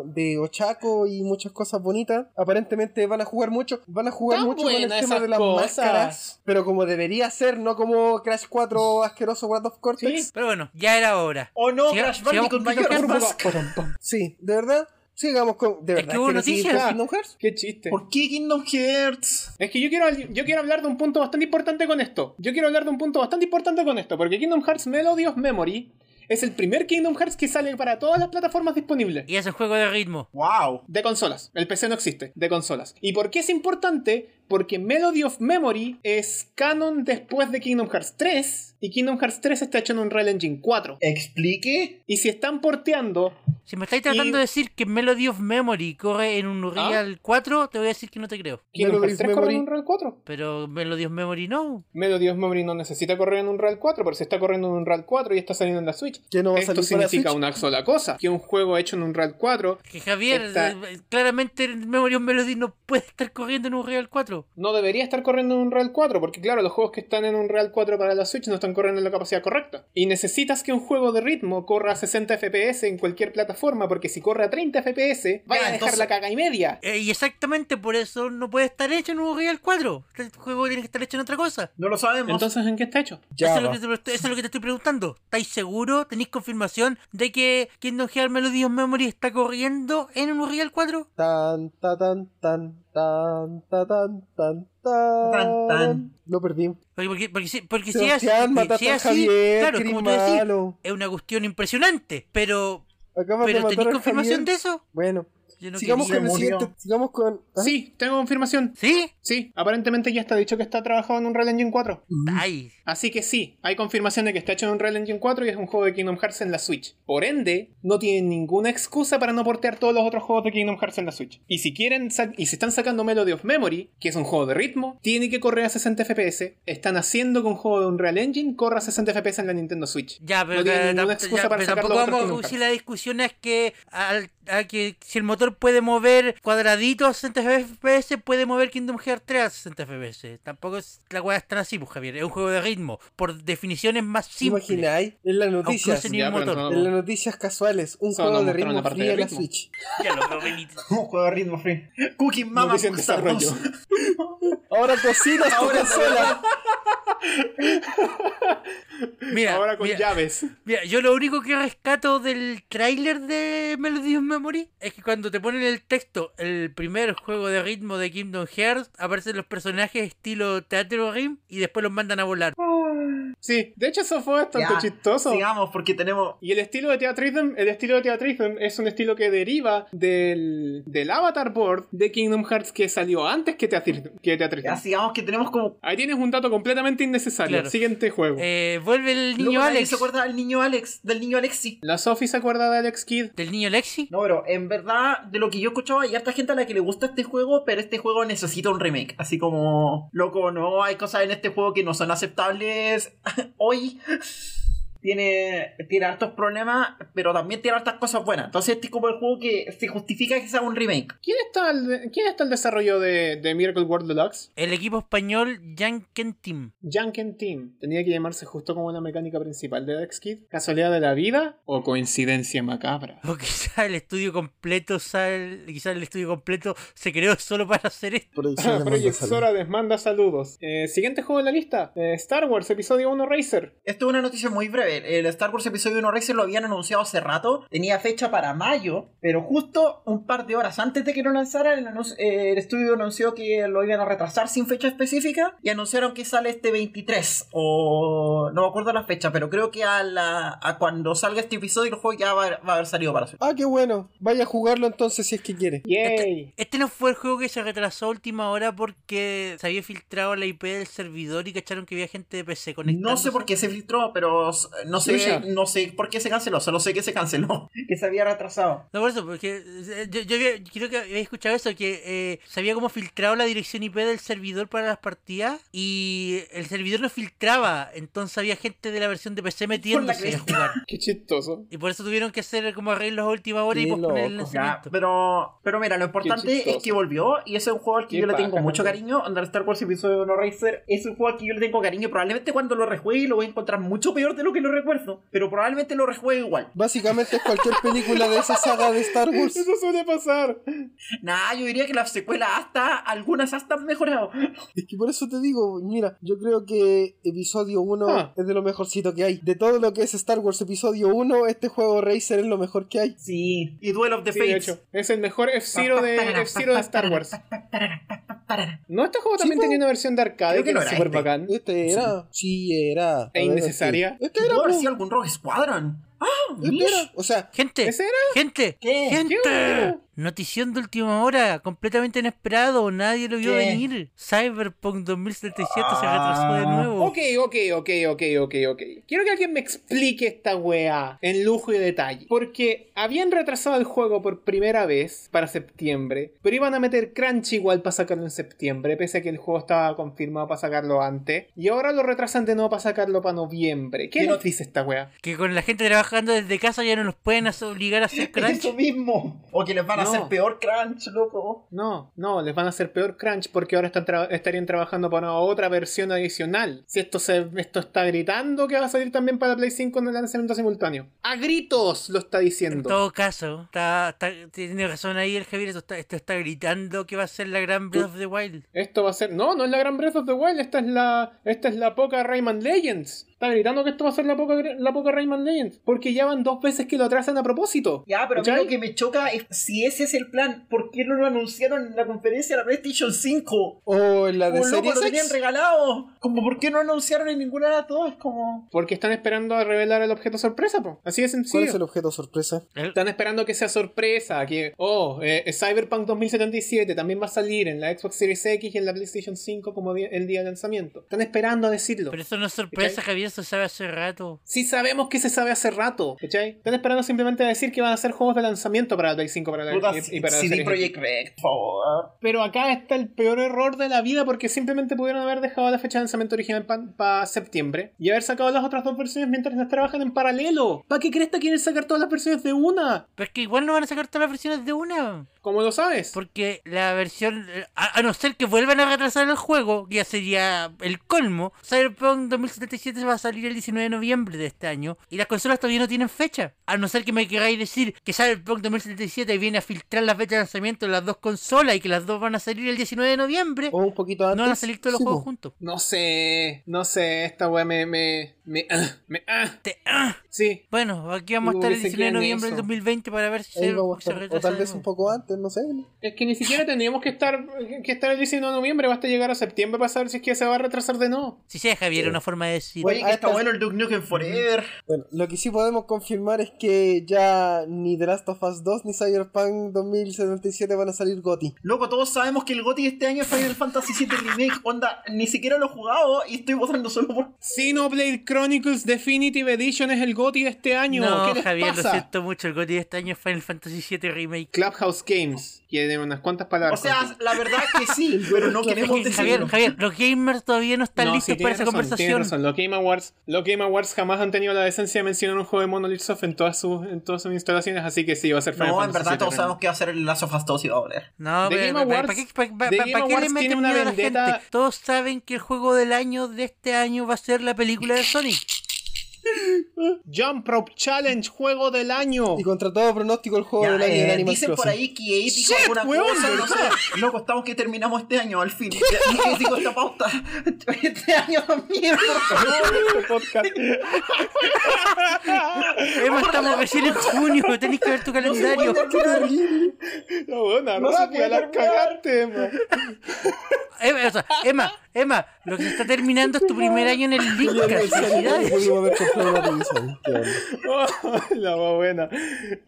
Speaker 7: de Ochaco y muchas cosas bonitas. Aparentemente van a jugar mucho, van a jugar
Speaker 2: Tan
Speaker 7: mucho con el
Speaker 2: buenas
Speaker 7: tema
Speaker 2: esas
Speaker 7: de las
Speaker 2: cosas.
Speaker 7: máscaras, pero como debería ser, no como Crash 4 asqueroso World of Cortex.
Speaker 4: Pero bueno, ya era hora.
Speaker 1: O no,
Speaker 4: Siga-
Speaker 1: Crash
Speaker 4: sigamos
Speaker 1: Bandicoot
Speaker 4: con Kingdom
Speaker 1: Mayor.
Speaker 4: Hearts.
Speaker 7: Sí, de verdad. Sigamos con. De
Speaker 4: Es
Speaker 7: verdad.
Speaker 4: que hubo
Speaker 7: ¿quieren seguir
Speaker 4: noticias.
Speaker 7: con Kingdom Hearts?
Speaker 2: Qué chiste.
Speaker 1: ¿Por qué Kingdom Hearts?
Speaker 2: Es que yo quiero, yo quiero hablar de un punto bastante importante con esto. Yo quiero hablar de un punto bastante importante con esto, porque Kingdom Hearts Melody of Memory es el primer Kingdom Hearts que sale para todas las plataformas disponibles.
Speaker 4: Y es un juego de ritmo.
Speaker 1: ¡Wow!
Speaker 2: De consolas. El PC no existe. De consolas. ¿Y por qué es importante? Porque Melody of Memory es canon después de Kingdom Hearts 3 y Kingdom Hearts 3 está hecho en Unreal Engine 4.
Speaker 1: ¿Explique?
Speaker 2: Y si están porteando,
Speaker 4: Si me estáis tratando
Speaker 2: Y-
Speaker 4: de decir que Melody of Memory corre en
Speaker 7: ¿Ah?
Speaker 4: un Unreal 4, te voy a decir que no te creo.
Speaker 2: Kingdom
Speaker 7: Melody
Speaker 2: Hearts
Speaker 7: of
Speaker 2: 3 corre en
Speaker 7: Memory.
Speaker 2: Unreal 4.
Speaker 4: Pero Melody of Memory no.
Speaker 2: Melody of Memory no necesita correr en un RAL 4, pero se está corriendo en un RAL 4 y está saliendo en la Switch.
Speaker 7: ¿Que no va a
Speaker 2: Esto
Speaker 7: salir para
Speaker 2: significa
Speaker 7: Switch?
Speaker 2: una sola cosa, que un juego hecho en un RAL 4
Speaker 4: Que Javier,
Speaker 2: Está-
Speaker 4: eh, claramente Memory of Melody no puede estar corriendo en un Unreal 4.
Speaker 2: no debería estar corriendo en un RAL 4, porque claro, los juegos que están en un RAL 4 para la Switch no están corriendo en la capacidad correcta. Y necesitas que un juego de ritmo corra a 60 FPS en cualquier plataforma, porque si corre a 30 FPS, vaya a dejar
Speaker 1: entonces-
Speaker 2: la caga y media.
Speaker 4: Eh, y exactamente por eso no puede estar hecho en un Unreal 4. Este juego tiene que estar hecho en otra cosa.
Speaker 1: No lo sabemos.
Speaker 2: Entonces, ¿en qué está hecho?
Speaker 4: Eso es, lo que te, eso es lo que te estoy preguntando. ¿Estáis seguros? ¿Tenéis confirmación de que Kingdom Hearts Melody of Memory está corriendo en un Unreal 4?
Speaker 7: Tan, ta, tan, tan, tan, ta, tan, tan, tan.
Speaker 1: Tan, tan.
Speaker 7: Lo perdí.
Speaker 4: Porque, porque, porque si- porque si es si
Speaker 7: Sebastián, mataste
Speaker 4: es
Speaker 7: a
Speaker 4: así,
Speaker 7: Javier.
Speaker 4: claro, es
Speaker 7: eres
Speaker 4: como tú decís,
Speaker 7: malo.
Speaker 4: es una cuestión impresionante. Pero,
Speaker 7: Acabas de
Speaker 4: pero
Speaker 7: matar
Speaker 4: ¿tenéis
Speaker 7: a
Speaker 4: confirmación
Speaker 7: Javier.
Speaker 4: de eso?
Speaker 7: Bueno,
Speaker 4: Yo no
Speaker 7: sigamos
Speaker 1: quería.
Speaker 7: con el
Speaker 1: Se murió.
Speaker 7: siguiente. Sigamos con. ¿Ah?
Speaker 2: Sí, tengo confirmación.
Speaker 4: ¿Sí?
Speaker 2: Sí, aparentemente ya está dicho que está trabajado en un RAL Engine 4.
Speaker 4: Ay,
Speaker 2: Así que sí, hay confirmación de que está hecho en Unreal Engine 4 y es un juego de Kingdom Hearts en la Switch. Por ende, no tienen ninguna excusa para no portear todos los otros juegos de Kingdom Hearts en la Switch. Y si quieren sa- y si están sacando Melody of Memory, que es un juego de ritmo, tiene que correr a 60 FPS. Están haciendo que un juego de Unreal Engine corra a 60 FPS en la Nintendo Switch.
Speaker 4: ya, pero,
Speaker 2: no tienen
Speaker 4: ta-
Speaker 2: ninguna
Speaker 4: ta-
Speaker 2: excusa
Speaker 4: ya,
Speaker 2: para
Speaker 4: pero
Speaker 2: sacar
Speaker 4: tampoco
Speaker 2: los otros
Speaker 4: vamos a
Speaker 2: Kingdom
Speaker 4: reducir
Speaker 2: Hearts.
Speaker 4: la discusión a que, al- a que si el motor puede mover cuadraditos a 60 FPS, puede mover Kingdom Hearts 3 a 60 FPS. Tampoco es, la weá es tan así, pues, Javier. Es un juego de ritmo. Por definiciones más
Speaker 7: ¿Te
Speaker 4: simples.
Speaker 7: imagináis? En las
Speaker 4: Aunque no
Speaker 7: noticias.
Speaker 4: se ni
Speaker 2: Ya,
Speaker 4: un
Speaker 2: pero no-
Speaker 4: motor.
Speaker 7: En las noticias casuales. Un
Speaker 2: Solo
Speaker 7: juego
Speaker 2: nos
Speaker 7: de
Speaker 2: mostraron la
Speaker 7: ritmo
Speaker 2: parte
Speaker 7: free
Speaker 2: de
Speaker 7: en la
Speaker 2: ritmo.
Speaker 7: Switch.
Speaker 4: Ya lo veo venir.
Speaker 1: Un juego de ritmo free. Cooking Mama
Speaker 2: Noticia en
Speaker 1: Rockstar
Speaker 2: desarrollo.
Speaker 1: 2.
Speaker 7: Ahora cocinas tu consola.
Speaker 4: Mira,
Speaker 2: Ahora con
Speaker 4: mira,
Speaker 2: llaves.
Speaker 4: Mira, yo lo único que rescato del tráiler de Melody of Memory es que cuando te ponen el texto, el primer juego de ritmo de Kingdom Hearts, aparecen los personajes estilo Teatro Rim y después los mandan a volar.
Speaker 1: Oh.
Speaker 2: Sí, de hecho eso fue bastante
Speaker 1: Ya,
Speaker 2: chistoso.
Speaker 1: Sigamos, porque tenemos.
Speaker 2: Y el estilo de Teatrism, el estilo de Teatrism es un estilo que deriva del, del Avatar Board de Kingdom Hearts que salió antes que Teatrism. Que Teatrism.
Speaker 1: Ya, sigamos que tenemos como.
Speaker 2: Ahí tienes un dato completamente innecesario.
Speaker 4: Claro.
Speaker 2: Siguiente juego.
Speaker 4: Eh, vuelve el niño
Speaker 1: Loco, nadie
Speaker 4: Alex.
Speaker 1: ¿Se acuerda del niño Alex? Del niño Alexi.
Speaker 2: La Sophie se acuerda de Alex Kidd.
Speaker 4: ¿Del niño Lexi?
Speaker 1: No, pero en verdad, de lo que yo he escuchado, hay harta gente a la que le gusta este juego, pero este juego necesita un remake. Así como, loco, no, hay cosas en este juego que no son aceptables hoy. Tiene, tiene hartos problemas, pero también tiene hartas cosas buenas. Entonces, este es como el juego que se justifica que sea un remake.
Speaker 2: ¿Quién está al, quién está al desarrollo de, de Miracle World Deluxe?
Speaker 4: El equipo español Janken Team.
Speaker 2: Janken Team. Tenía que llamarse justo como la mecánica principal de Alex Kidd. ¿Casualidad de la vida o coincidencia macabra?
Speaker 4: O quizá el estudio completo sal, quizá el estudio completo se creó solo para hacer esto.
Speaker 7: Producción de
Speaker 2: Project
Speaker 7: Mandalorian.
Speaker 2: Sora les manda saludos. Eh, siguiente juego en la lista: eh, Star Wars Episodio 1 Racer.
Speaker 1: Esto es una noticia muy breve. El Star Wars Episodio 1 Racer lo habían anunciado hace rato. Tenía fecha para mayo, pero justo un par de horas antes de que lo lanzaran, el, anuncio- eh, el estudio anunció que lo iban a retrasar sin fecha específica y anunciaron que sale este 23 o no me acuerdo la fecha, pero creo que a, la, a cuando salga este episodio el juego ya va, va a haber salido para su.
Speaker 7: Ah, qué bueno. Vaya a jugarlo entonces si es que quiere.
Speaker 2: ¡Yay!
Speaker 4: Este no fue el juego que se retrasó a última hora porque se había filtrado la IP del servidor y cacharon que había gente de PC conectada.
Speaker 1: No sé por qué se filtró, pero no sé,
Speaker 2: Lucha.
Speaker 1: no sé por qué se canceló, solo sé que se canceló, que se había retrasado.
Speaker 4: No, por eso, porque eh, yo, yo había- creo que había escuchado eso, que eh, se había como filtrado la dirección IP del servidor para las partidas y el servidor no filtraba, entonces había gente de la versión de PC metiéndose a
Speaker 1: cresta.
Speaker 4: jugar.
Speaker 2: Qué chistoso.
Speaker 4: Y por eso tuvieron que hacer como arreglos a última hora y
Speaker 3: Qué
Speaker 4: posponer el
Speaker 3: loco.
Speaker 1: Ya,
Speaker 4: lanzamiento.
Speaker 1: pero, pero mira, lo importante
Speaker 2: chistoso.
Speaker 1: es que volvió y ese es un juego al que
Speaker 2: Qué
Speaker 1: yo le tengo
Speaker 2: paja,
Speaker 1: mucho
Speaker 2: ¿no?
Speaker 1: cariño. Andar Star Wars Episodio 1 Racer es un juego al que yo le tengo cariño. Probablemente cuando lo rejuegue lo voy a encontrar mucho peor de lo que lo recuerdo, pero probablemente lo rejuegue igual.
Speaker 3: Básicamente es cualquier película de esa saga de Star Wars.
Speaker 2: Eso suele pasar.
Speaker 1: Nah, yo diría que las secuelas hasta, algunas hasta han mejorado.
Speaker 3: Es que por eso te digo, mira, yo creo que episodio 1
Speaker 2: Ah.
Speaker 3: es de lo mejorcito que hay. De todo lo que es Star Wars episodio 1, este juego Racer es lo mejor que hay.
Speaker 1: Sí, y Duel of the
Speaker 2: Sí, de
Speaker 1: Fates.
Speaker 2: hecho, es el mejor F-Zero de, F-Zero de Star Wars. No, este juego también
Speaker 3: po.
Speaker 2: tenía una versión de arcade
Speaker 1: pues, Creo
Speaker 2: que
Speaker 1: que
Speaker 2: era
Speaker 1: no era
Speaker 2: súper
Speaker 1: este.
Speaker 2: bacán.
Speaker 3: Este era. Sí, era. A
Speaker 2: E
Speaker 3: ver,
Speaker 2: innecesaria.
Speaker 3: Este, este era,
Speaker 1: ¿Pudo haber
Speaker 3: po.
Speaker 1: sido algún Rogue Squadron? ¡Ah!
Speaker 3: Este era. O sea,
Speaker 4: Gente,
Speaker 2: ¿Ese era?
Speaker 4: gente,
Speaker 1: ¿Qué?
Speaker 4: gente.
Speaker 2: ¿Qué era?
Speaker 4: Notición de última hora, completamente inesperado, nadie lo vio
Speaker 1: ¿Qué?
Speaker 4: venir. Cyberpunk 2077 se retrasó de nuevo.
Speaker 2: Ah. Ok, ok, ok, ok, ok, ok. Quiero que alguien me explique esta weá en lujo y detalle. Porque habían retrasado el juego por primera vez para septiembre, pero iban a meter crunch igual para sacarlo en septiembre, pese a que el juego estaba confirmado para sacarlo antes. Y ahora lo retrasan de nuevo para sacarlo para noviembre. ¿Qué
Speaker 1: Pero-
Speaker 2: nos dice esta weá?
Speaker 4: Que con la gente trabajando desde casa ya no los pueden hacer- obligar a hacer crunch.
Speaker 1: Eso mismo. O que les van a
Speaker 2: No.
Speaker 1: hacer peor crunch, loco.
Speaker 2: No, no, les van a hacer peor crunch porque ahora están tra- estarían trabajando para otra versión adicional. Si esto se esto está gritando que va a salir también para Play 5 en el lanzamiento simultáneo. A gritos lo está
Speaker 4: En
Speaker 2: diciendo.
Speaker 4: todo caso, está, está- tiene razón ahí el Javier, esto está, esto está gritando que va a ser la gran Breath of the Wild.
Speaker 2: Esto va a ser. No, no es la gran Breath of the Wild, esta es la. Esta es la poca Rayman Legends. Está gritando que esto va a ser la poca, la poca Rayman Legends. Porque ya van dos veces que lo atrasan a propósito.
Speaker 1: Ya, pero a mí
Speaker 2: ¿Cachai?
Speaker 1: lo que me choca es si ese es el plan, ¿por qué no lo anunciaron en la conferencia de la PlayStation 5?
Speaker 3: o en la de
Speaker 1: Como loco,
Speaker 3: Series
Speaker 1: lo
Speaker 3: X.
Speaker 1: tenían regalado. Como, ¿por qué no anunciaron en ninguna de las dos? Es como...
Speaker 2: Porque están esperando a revelar el objeto sorpresa, po. Así de
Speaker 3: ¿Cuál es el
Speaker 2: sencillo.
Speaker 3: objeto sorpresa?
Speaker 4: El-
Speaker 2: Están esperando que sea sorpresa, que, oh, eh, Cyberpunk 2077 también va a salir en la Xbox Series X y en la PlayStation 5 como di- el día de lanzamiento. Están esperando a decirlo.
Speaker 4: Pero eso no es sorpresa, Javier, eso sabe hace rato.
Speaker 2: Sí sabemos que se sabe hace rato, ¿cachai? Están esperando simplemente a decir que van a hacer juegos de lanzamiento para la Play 5 para la,
Speaker 1: Puta,
Speaker 2: y, y para la
Speaker 1: CD
Speaker 2: Series
Speaker 1: Projekt Red, por favor.
Speaker 2: Pero acá está el peor error de la vida porque simplemente pudieron haber dejado la fecha de lanzamiento original para septiembre y haber sacado las otras dos versiones mientras las trabajan en paralelo. ¿Para qué cresta quieren sacar todas las versiones de una?
Speaker 4: Pero es que igual no van a sacar todas las versiones de una.
Speaker 2: ¿Cómo lo sabes?
Speaker 4: Porque la versión, eh, a, a no ser que vuelvan a retrasar el juego, que ya sería el colmo, Cyberpunk 2077 va a salir el 19 de noviembre de este año y las consolas todavía no tienen fecha. A no ser que me queráis decir que Cyberpunk 2077 viene a filtrar la fecha de lanzamiento de las dos consolas y que las dos van a salir el 19 de noviembre,
Speaker 3: O un poquito antes.
Speaker 4: no van a salir todos los
Speaker 3: Sí,
Speaker 4: juegos
Speaker 3: po.
Speaker 4: juntos.
Speaker 2: No sé, no sé, esta weá me... me... me... ah, me ah.
Speaker 4: Te- ah.
Speaker 2: Sí,
Speaker 4: Bueno, aquí vamos a
Speaker 2: Y
Speaker 4: estar el
Speaker 2: como que se
Speaker 4: 19 de
Speaker 2: quedan en
Speaker 4: noviembre del
Speaker 2: eso.
Speaker 4: 2020 para ver si
Speaker 3: Ahí
Speaker 4: se,
Speaker 3: vamos a
Speaker 4: se
Speaker 3: estar. O
Speaker 4: retrasa
Speaker 3: tal
Speaker 4: de
Speaker 3: vez
Speaker 4: nuevo.
Speaker 3: un poco antes, no sé.
Speaker 2: es que ni siquiera tendríamos que estar, que estar el 19 de noviembre, basta llegar a septiembre para saber si es que se va a retrasar de nuevo.
Speaker 4: Si sea Javier, una forma de decir.
Speaker 1: Oye,
Speaker 3: Bueno,
Speaker 1: que está
Speaker 3: hasta-
Speaker 1: bueno el Duke Nukem Forever.
Speaker 3: Bueno, lo que sí podemos confirmar es que ya ni The Last of Us 2 ni Cyberpunk 2077 van a salir GOTI.
Speaker 1: Loco, todos sabemos que el GOTY este año es Final Fantasy VII Remake. Onda, ni siquiera lo he jugado y estoy votando solo por...
Speaker 2: Xenoblade Chronicles Definitive Edition es el GOTY de este año.
Speaker 4: No,
Speaker 2: ¿Qué les
Speaker 4: Javier,
Speaker 2: pasa?
Speaker 4: lo siento mucho. El GOTY de este año es Final Fantasy VII Remake.
Speaker 2: Clubhouse Games. Tiene unas cuantas
Speaker 1: O
Speaker 2: palabras.
Speaker 1: sea, la verdad es que sí, pero no queremos
Speaker 4: Javier, Javier,
Speaker 1: decirlo.
Speaker 4: Javier, los gamers todavía no están
Speaker 2: No, sí,
Speaker 4: listos para
Speaker 2: tienes
Speaker 4: esa
Speaker 2: razón, tienes
Speaker 4: conversación.
Speaker 2: razón. Los Game, Awards, los Game Awards jamás han tenido la decencia de mencionar un juego de Monolith Soft en todas sus, en todas sus instalaciones, así que sí, va a ser
Speaker 1: No, en
Speaker 2: Fantasy
Speaker 1: verdad
Speaker 2: VII
Speaker 1: todos
Speaker 2: Remake.
Speaker 1: sabemos que va a ser el Last of Us 2 y va a doler.
Speaker 4: No,
Speaker 2: The
Speaker 4: pero
Speaker 2: Game
Speaker 4: ¿para
Speaker 2: Awards-
Speaker 4: qué, pa- pa-
Speaker 2: The Game
Speaker 4: pa- pa' qué le
Speaker 2: Awards tiene
Speaker 4: meten
Speaker 2: una
Speaker 4: miedo a la
Speaker 2: vendetta-
Speaker 4: gente? Todos saben que el juego del año de este año va a ser la película de Sonic.
Speaker 2: Jump Rope Challenge, juego del año.
Speaker 3: Y contra todo pronóstico, el juego
Speaker 1: Ya,
Speaker 3: del año
Speaker 1: eh,
Speaker 3: de Animal
Speaker 1: dicen por
Speaker 3: Crossing.
Speaker 1: ahí que EA dijo
Speaker 2: Shit,
Speaker 1: alguna
Speaker 2: weón,
Speaker 1: cosa, no sé. Loco, estamos que terminamos este año, al fin. Ya, EA dijo esta pauta. Este año también, por favor.
Speaker 2: Este podcast.
Speaker 4: Emma, estamos recién en junio, tenés que ver tu calendario.
Speaker 2: La buena,
Speaker 1: No se
Speaker 2: rápida,
Speaker 1: puede terminar.
Speaker 2: la cagaste, man.
Speaker 4: Emma, o sea, Emma, Emma, lo que se está terminando es tu primer año en el
Speaker 3: Ya no
Speaker 4: League.
Speaker 3: hay Sonic, no
Speaker 4: Felicidades.
Speaker 3: pudimos haber comprado una televisión. Qué bueno.
Speaker 2: Oh, la más buena.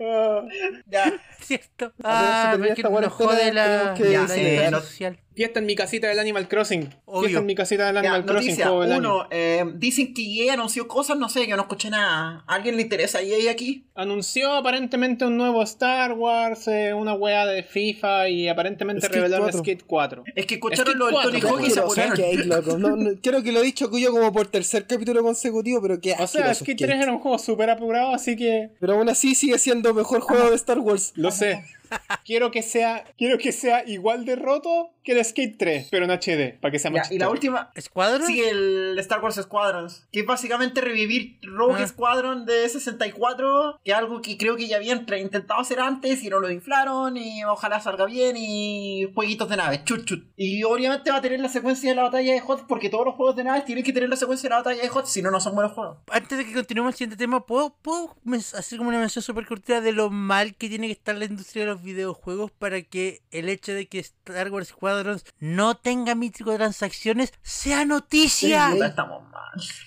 Speaker 2: Ah.
Speaker 1: Ya,
Speaker 4: ¿Cierto?
Speaker 3: Apenas se
Speaker 4: Ah,
Speaker 3: termina
Speaker 4: que
Speaker 3: esta
Speaker 4: nos
Speaker 3: cuarentena,
Speaker 4: jode la,
Speaker 3: tenemos que
Speaker 4: la
Speaker 1: desayunar.
Speaker 4: distancia social.
Speaker 2: Fiesta en mi casita del Animal Crossing.
Speaker 4: Obvio.
Speaker 2: Fiesta en mi casita del
Speaker 1: Ya,
Speaker 2: Animal Crossing,
Speaker 1: noticia
Speaker 2: juego del año.
Speaker 1: uno, eh, dicen que EA anunció cosas, no sé, yo no escuché nada. ¿A alguien le interesa EA aquí?
Speaker 2: Anunció aparentemente un nuevo Star Wars, eh, una wea de FIFA y aparentemente
Speaker 3: Skate
Speaker 2: revelaron
Speaker 3: 4.
Speaker 2: Skate 4.
Speaker 1: Es que escucharon
Speaker 2: Skate
Speaker 1: lo del
Speaker 2: 4,
Speaker 1: Tony
Speaker 2: pero
Speaker 1: Hawk y se
Speaker 7: Asqueroso,
Speaker 1: apuraron.
Speaker 7: Skate, loco.
Speaker 3: No, no, creo que lo he dicho Cuyo como por tercer capítulo consecutivo, pero que
Speaker 2: O sea, Skate 3 era un juego súper apurado, así que
Speaker 3: Pero aún así sigue siendo mejor juego de Star Wars.
Speaker 2: lo sé. Quiero que sea quiero que sea igual de roto que el Skate 3, pero en HD, para que sea
Speaker 1: Ya,
Speaker 2: más
Speaker 1: y la
Speaker 2: chistoso.
Speaker 1: última,
Speaker 4: ¿Escuadra?
Speaker 1: Sí, el Star Wars Squadrons, que es básicamente revivir Rogue
Speaker 4: Ah.
Speaker 1: Squadron de 64, que es algo que creo que ya habían tra- intentado hacer antes y no lo inflaron, y ojalá salga bien, y jueguitos de naves, chut chut. Y obviamente va a tener la secuencia de la batalla de Hot, porque todos los juegos de naves tienen que tener la secuencia de la batalla de Hot, si no, no son buenos juegos.
Speaker 4: Antes de que continuemos el siguiente tema, ¿puedo, puedo men- hacer como una mención súper cortita de lo mal que tiene que estar la industria de los videojuegos para que el hecho de que Star Wars Squadrons no tenga microtransacciones sea noticia?
Speaker 1: Puta, estamos mal.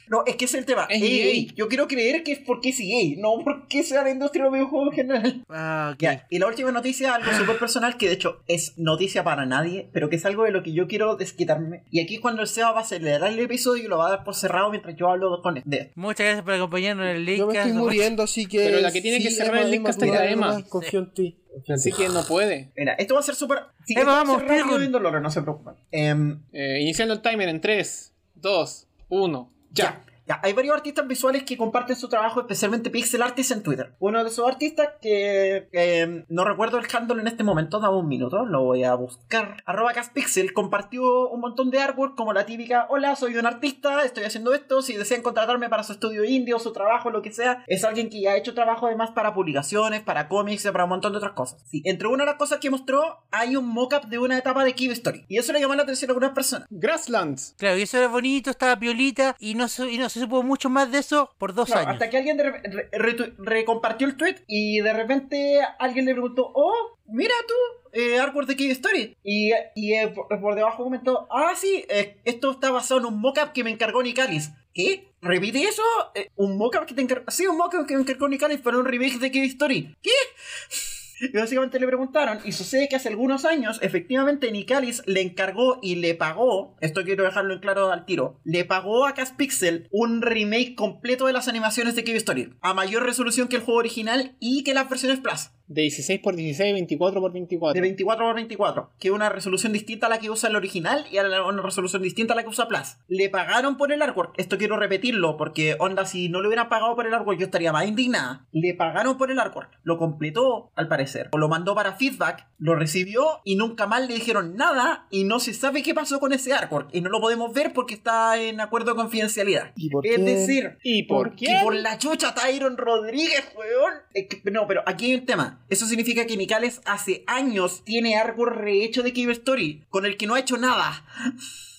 Speaker 1: No, es que ese es el tema.
Speaker 2: Es
Speaker 1: EA.
Speaker 2: EA.
Speaker 1: Yo quiero creer que es porque es EA, no porque sea la industria de los videojuegos en general.
Speaker 4: Ah, ok. Ah.
Speaker 1: Ya, y la última noticia, algo súper personal, que de hecho es noticia para nadie, pero que es algo de lo que yo quiero desquitarme. Y aquí cuando el Seba va a acelerar el episodio y lo va a dar por cerrado mientras yo hablo con él. De-
Speaker 4: Muchas gracias por acompañarnos en el link.
Speaker 3: Yo me estoy muriendo, así que.
Speaker 2: Pero la que tiene que cerrar el link hasta ir a Emma.
Speaker 3: nomás, Confío en ti.
Speaker 2: Así que no puede.
Speaker 1: Mira, esto va a ser súper... Sí,
Speaker 4: Seba,
Speaker 1: esto va a
Speaker 4: vamos,
Speaker 1: ser rápido
Speaker 4: Pirrun.
Speaker 1: y indoloro, no se preocupen. Em,
Speaker 2: Eh, iniciando el timer en 3, 2, 1, ya.
Speaker 1: Ya. ya, hay varios artistas visuales que comparten su trabajo, especialmente pixel artists en Twitter. Uno de esos artistas que eh, no recuerdo el handle en este momento, dame un minuto, lo voy a buscar. Arroba Caspixel compartió un montón de artwork como la típica, hola, soy un artista, estoy haciendo esto, si desean contratarme para su estudio indie o su trabajo, lo que sea, es alguien que ya ha hecho trabajo además para publicaciones, para cómics, para un montón de otras cosas. Sí, entre una de las cosas que mostró, hay un mockup de una etapa de Cube Story. Y eso le llamó la atención a algunas personas.
Speaker 2: Grasslands.
Speaker 4: Claro, y eso era bonito, estaba piolita, y no, se- y no se supo mucho más de eso por dos
Speaker 1: Claro,
Speaker 4: años.
Speaker 1: Hasta que alguien de rep- re- retu- recompartió el tweet y de repente alguien le preguntó, oh, mira tú, eh, artwork de Key Story. Y, y, eh, por, por debajo comentó, ah, sí, eh, esto está basado en un mockup que me encargó Nicalis. ¿Qué? ¿Repite eso? Eh, ¿Un mockup que te encargó? Sí, un mockup que me encargó Nicalis para un remake de Key Story. ¿Qué? Y básicamente le preguntaron, y sucede que hace algunos años, efectivamente, Nicalis le encargó y le pagó, esto quiero dejarlo en claro al tiro, le pagó a Caspixel un remake completo de las animaciones de Cave Story, a mayor resolución que el juego original y que las versiones Plus,
Speaker 2: De 16 por 16, 24 por 24.
Speaker 1: de 24x24, que es una resolución distinta a la que usa el original y a la- una resolución distinta a la que usa Plus. Le pagaron por el artwork, esto quiero repetirlo, porque onda, si no le hubieran pagado por el artwork, yo estaría más indignada. Le pagaron por el artwork, lo completó, al parecer, o lo mandó para feedback, lo recibió y nunca más le dijeron nada y no se sabe qué pasó con ese artwork y no lo podemos ver porque está en acuerdo de confidencialidad.
Speaker 3: ¿Y por
Speaker 1: Es
Speaker 3: qué?
Speaker 1: decir,
Speaker 2: ¿Y por
Speaker 1: que
Speaker 2: qué?
Speaker 1: por la chucha Tyron Rodríguez, weón. Eh, que- No, pero aquí hay un tema. Eso significa que Nicales hace años tiene algo rehecho de Cave Story, con el que no ha hecho nada.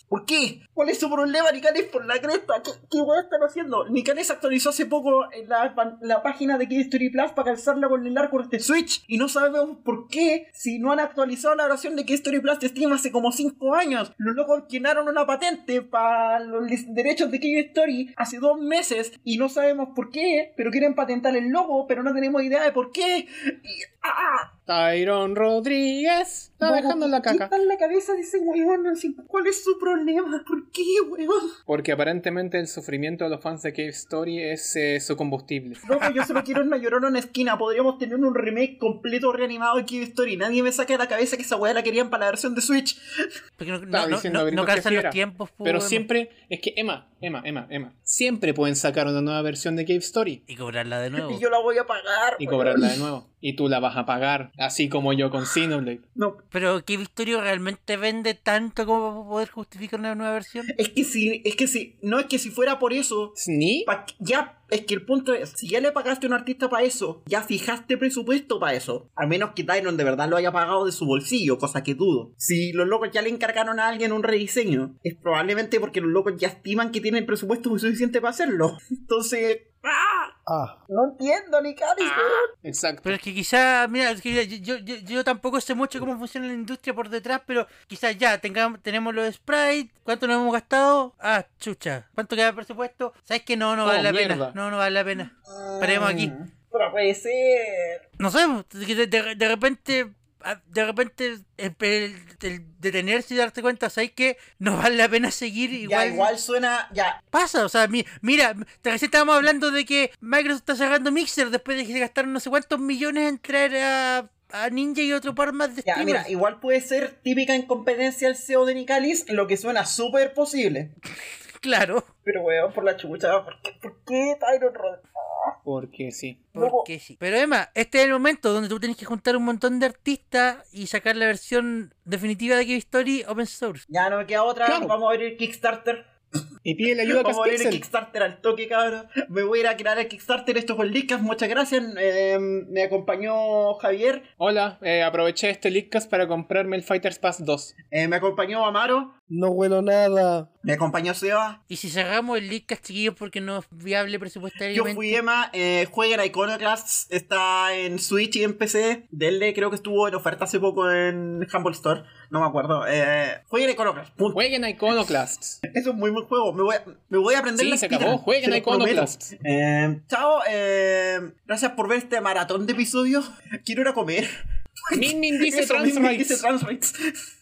Speaker 1: ¿Por qué? ¿Cuál es su problema, Nicales? Por la cresta. ¿Qué, qué weón están haciendo? Nicales actualizó hace poco en la, pan- la página de Cave Story Plus para calzarla con el arco de este Switch y no sabemos por qué si no han actualizado la versión de Cave Story Plus de Steam hace como 5 años. Los locos llenaron una patente para los lic- derechos de Cave Story hace dos meses y no sabemos por qué, pero quieren patentar el logo, pero no tenemos idea de por qué. Y- ¡Ah!
Speaker 2: Tyron Rodríguez. Está dejando la caca.
Speaker 1: Está en la cabeza de ese weón. así, ¿Cuál es su problema? ¿Por qué, weón?
Speaker 2: Porque aparentemente el sufrimiento de los fans de Cave Story es eh, su combustible.
Speaker 1: Loco, yo solo quiero una llorona en la esquina. Podríamos tener un remake completo reanimado de Cave Story. Nadie me saca de la cabeza que esa weá la querían para la versión de Switch.
Speaker 4: Porque no,
Speaker 2: Estaba
Speaker 4: no- no-
Speaker 2: diciendo
Speaker 4: no-
Speaker 2: Abril
Speaker 4: no
Speaker 2: Jorge
Speaker 4: calzan los
Speaker 2: Fiera.
Speaker 4: tiempos, po,
Speaker 2: Pero
Speaker 4: weón.
Speaker 2: siempre, es que Emma, Emma, Emma, Emma, siempre pueden sacar una nueva versión de Cave Story
Speaker 4: Y cobrarla de nuevo.
Speaker 1: Y yo la voy a pagar.
Speaker 2: y
Speaker 1: weón.
Speaker 2: cobrarla de nuevo. Y tú la vas a pagar, así como yo con Xenoblade.
Speaker 1: No,
Speaker 4: Pero ¿qué Victorio realmente vende tanto como para poder justificar una nueva versión?
Speaker 1: es que si, es que si, no es que si fuera por eso,
Speaker 2: ¿Sni?
Speaker 1: pa- ya, es que el punto es, si ya le pagaste a un artista para eso, ya fijaste presupuesto para eso. Al menos que Tyron de verdad lo haya pagado de su bolsillo, cosa que dudo. Si los locos ya le encargaron a alguien un rediseño, es probablemente porque los locos ya estiman que tienen presupuesto suficiente para hacerlo. Entonces, ¡ah!
Speaker 3: Ah.
Speaker 1: No entiendo, ni caris,
Speaker 2: Exacto.
Speaker 4: Pero es que quizá, mira, es que mira, yo, yo, yo tampoco sé mucho cómo funciona la industria por detrás, pero quizás ya tengamos, tenemos los sprites, ¿cuánto nos hemos gastado? Ah, chucha, ¿cuánto queda de presupuesto? ¿Sabes que no, no vale
Speaker 2: Oh,
Speaker 4: la
Speaker 2: mierda.
Speaker 4: pena? No, no vale la
Speaker 1: Ah.
Speaker 4: pena. Paremos aquí.
Speaker 1: Pero puede ser.
Speaker 4: No sé, de, de- de- de repente ah, de repente el, el- el detenerse y darte cuenta, ¿sabes que No vale la pena seguir
Speaker 1: Ya, igual suena. Ya,
Speaker 4: pasa. O sea, mi- mira, te recién estábamos hablando de que Microsoft está cerrando Mixer después de que se gastaron no sé cuántos millones en traer a, a Ninja y otro par más de
Speaker 1: ya,
Speaker 4: streamers.
Speaker 1: mira, igual puede ser típica incompetencia el CEO de Nicalis, lo que suena súper posible.
Speaker 4: Claro,
Speaker 1: Pero weón, por la chucha, ¿por qué, por qué Tyron Rod-
Speaker 2: Porque sí.
Speaker 4: porque sí. Pero Emma, este es el momento donde tú tienes que juntar un montón de artistas y sacar la versión definitiva de Cave Story open source.
Speaker 1: Ya no me queda otra,
Speaker 2: Claro.
Speaker 1: vamos a abrir Kickstarter.
Speaker 2: Y pídele ayuda a
Speaker 1: Vamos a abrir el
Speaker 2: Caspixel.
Speaker 1: Kickstarter al toque, cabrón. Me voy a ir a crear el Kickstarter, esto fue el Leadcast, muchas gracias. Eh, me acompañó Javier,
Speaker 2: Hola, eh, aproveché este Leadcast para comprarme el Fighters Pass 2.
Speaker 1: eh, me acompañó Amaro,
Speaker 7: No huelo nada.
Speaker 1: me acompañó Seba.
Speaker 4: Y si cerramos el Leadcast, chiquillos, porque no es viable
Speaker 1: Yo
Speaker 4: presupuestariamente.
Speaker 1: fui Emma, eh, juega en Iconoclasts, está en Switch y en PC. Dele, creo que estuvo en oferta hace poco en Humble Store, no me acuerdo. Eh, juega en Iconoclasts, punto.
Speaker 2: Jueguen a Iconoclasts.
Speaker 1: Eso es muy buen juego, me voy a, me voy a aprender
Speaker 2: Sí,
Speaker 1: la
Speaker 2: se acabó.
Speaker 1: speedrun,
Speaker 2: Jueguen
Speaker 1: se
Speaker 2: a
Speaker 1: los prometo.
Speaker 2: Iconoclasts.
Speaker 1: Eh, chao, eh, gracias por ver este maratón de episodios. Quiero ir a comer.
Speaker 2: Min Min dice
Speaker 1: Eso,
Speaker 2: trans
Speaker 1: mismo
Speaker 2: rights.
Speaker 1: dice trans rights.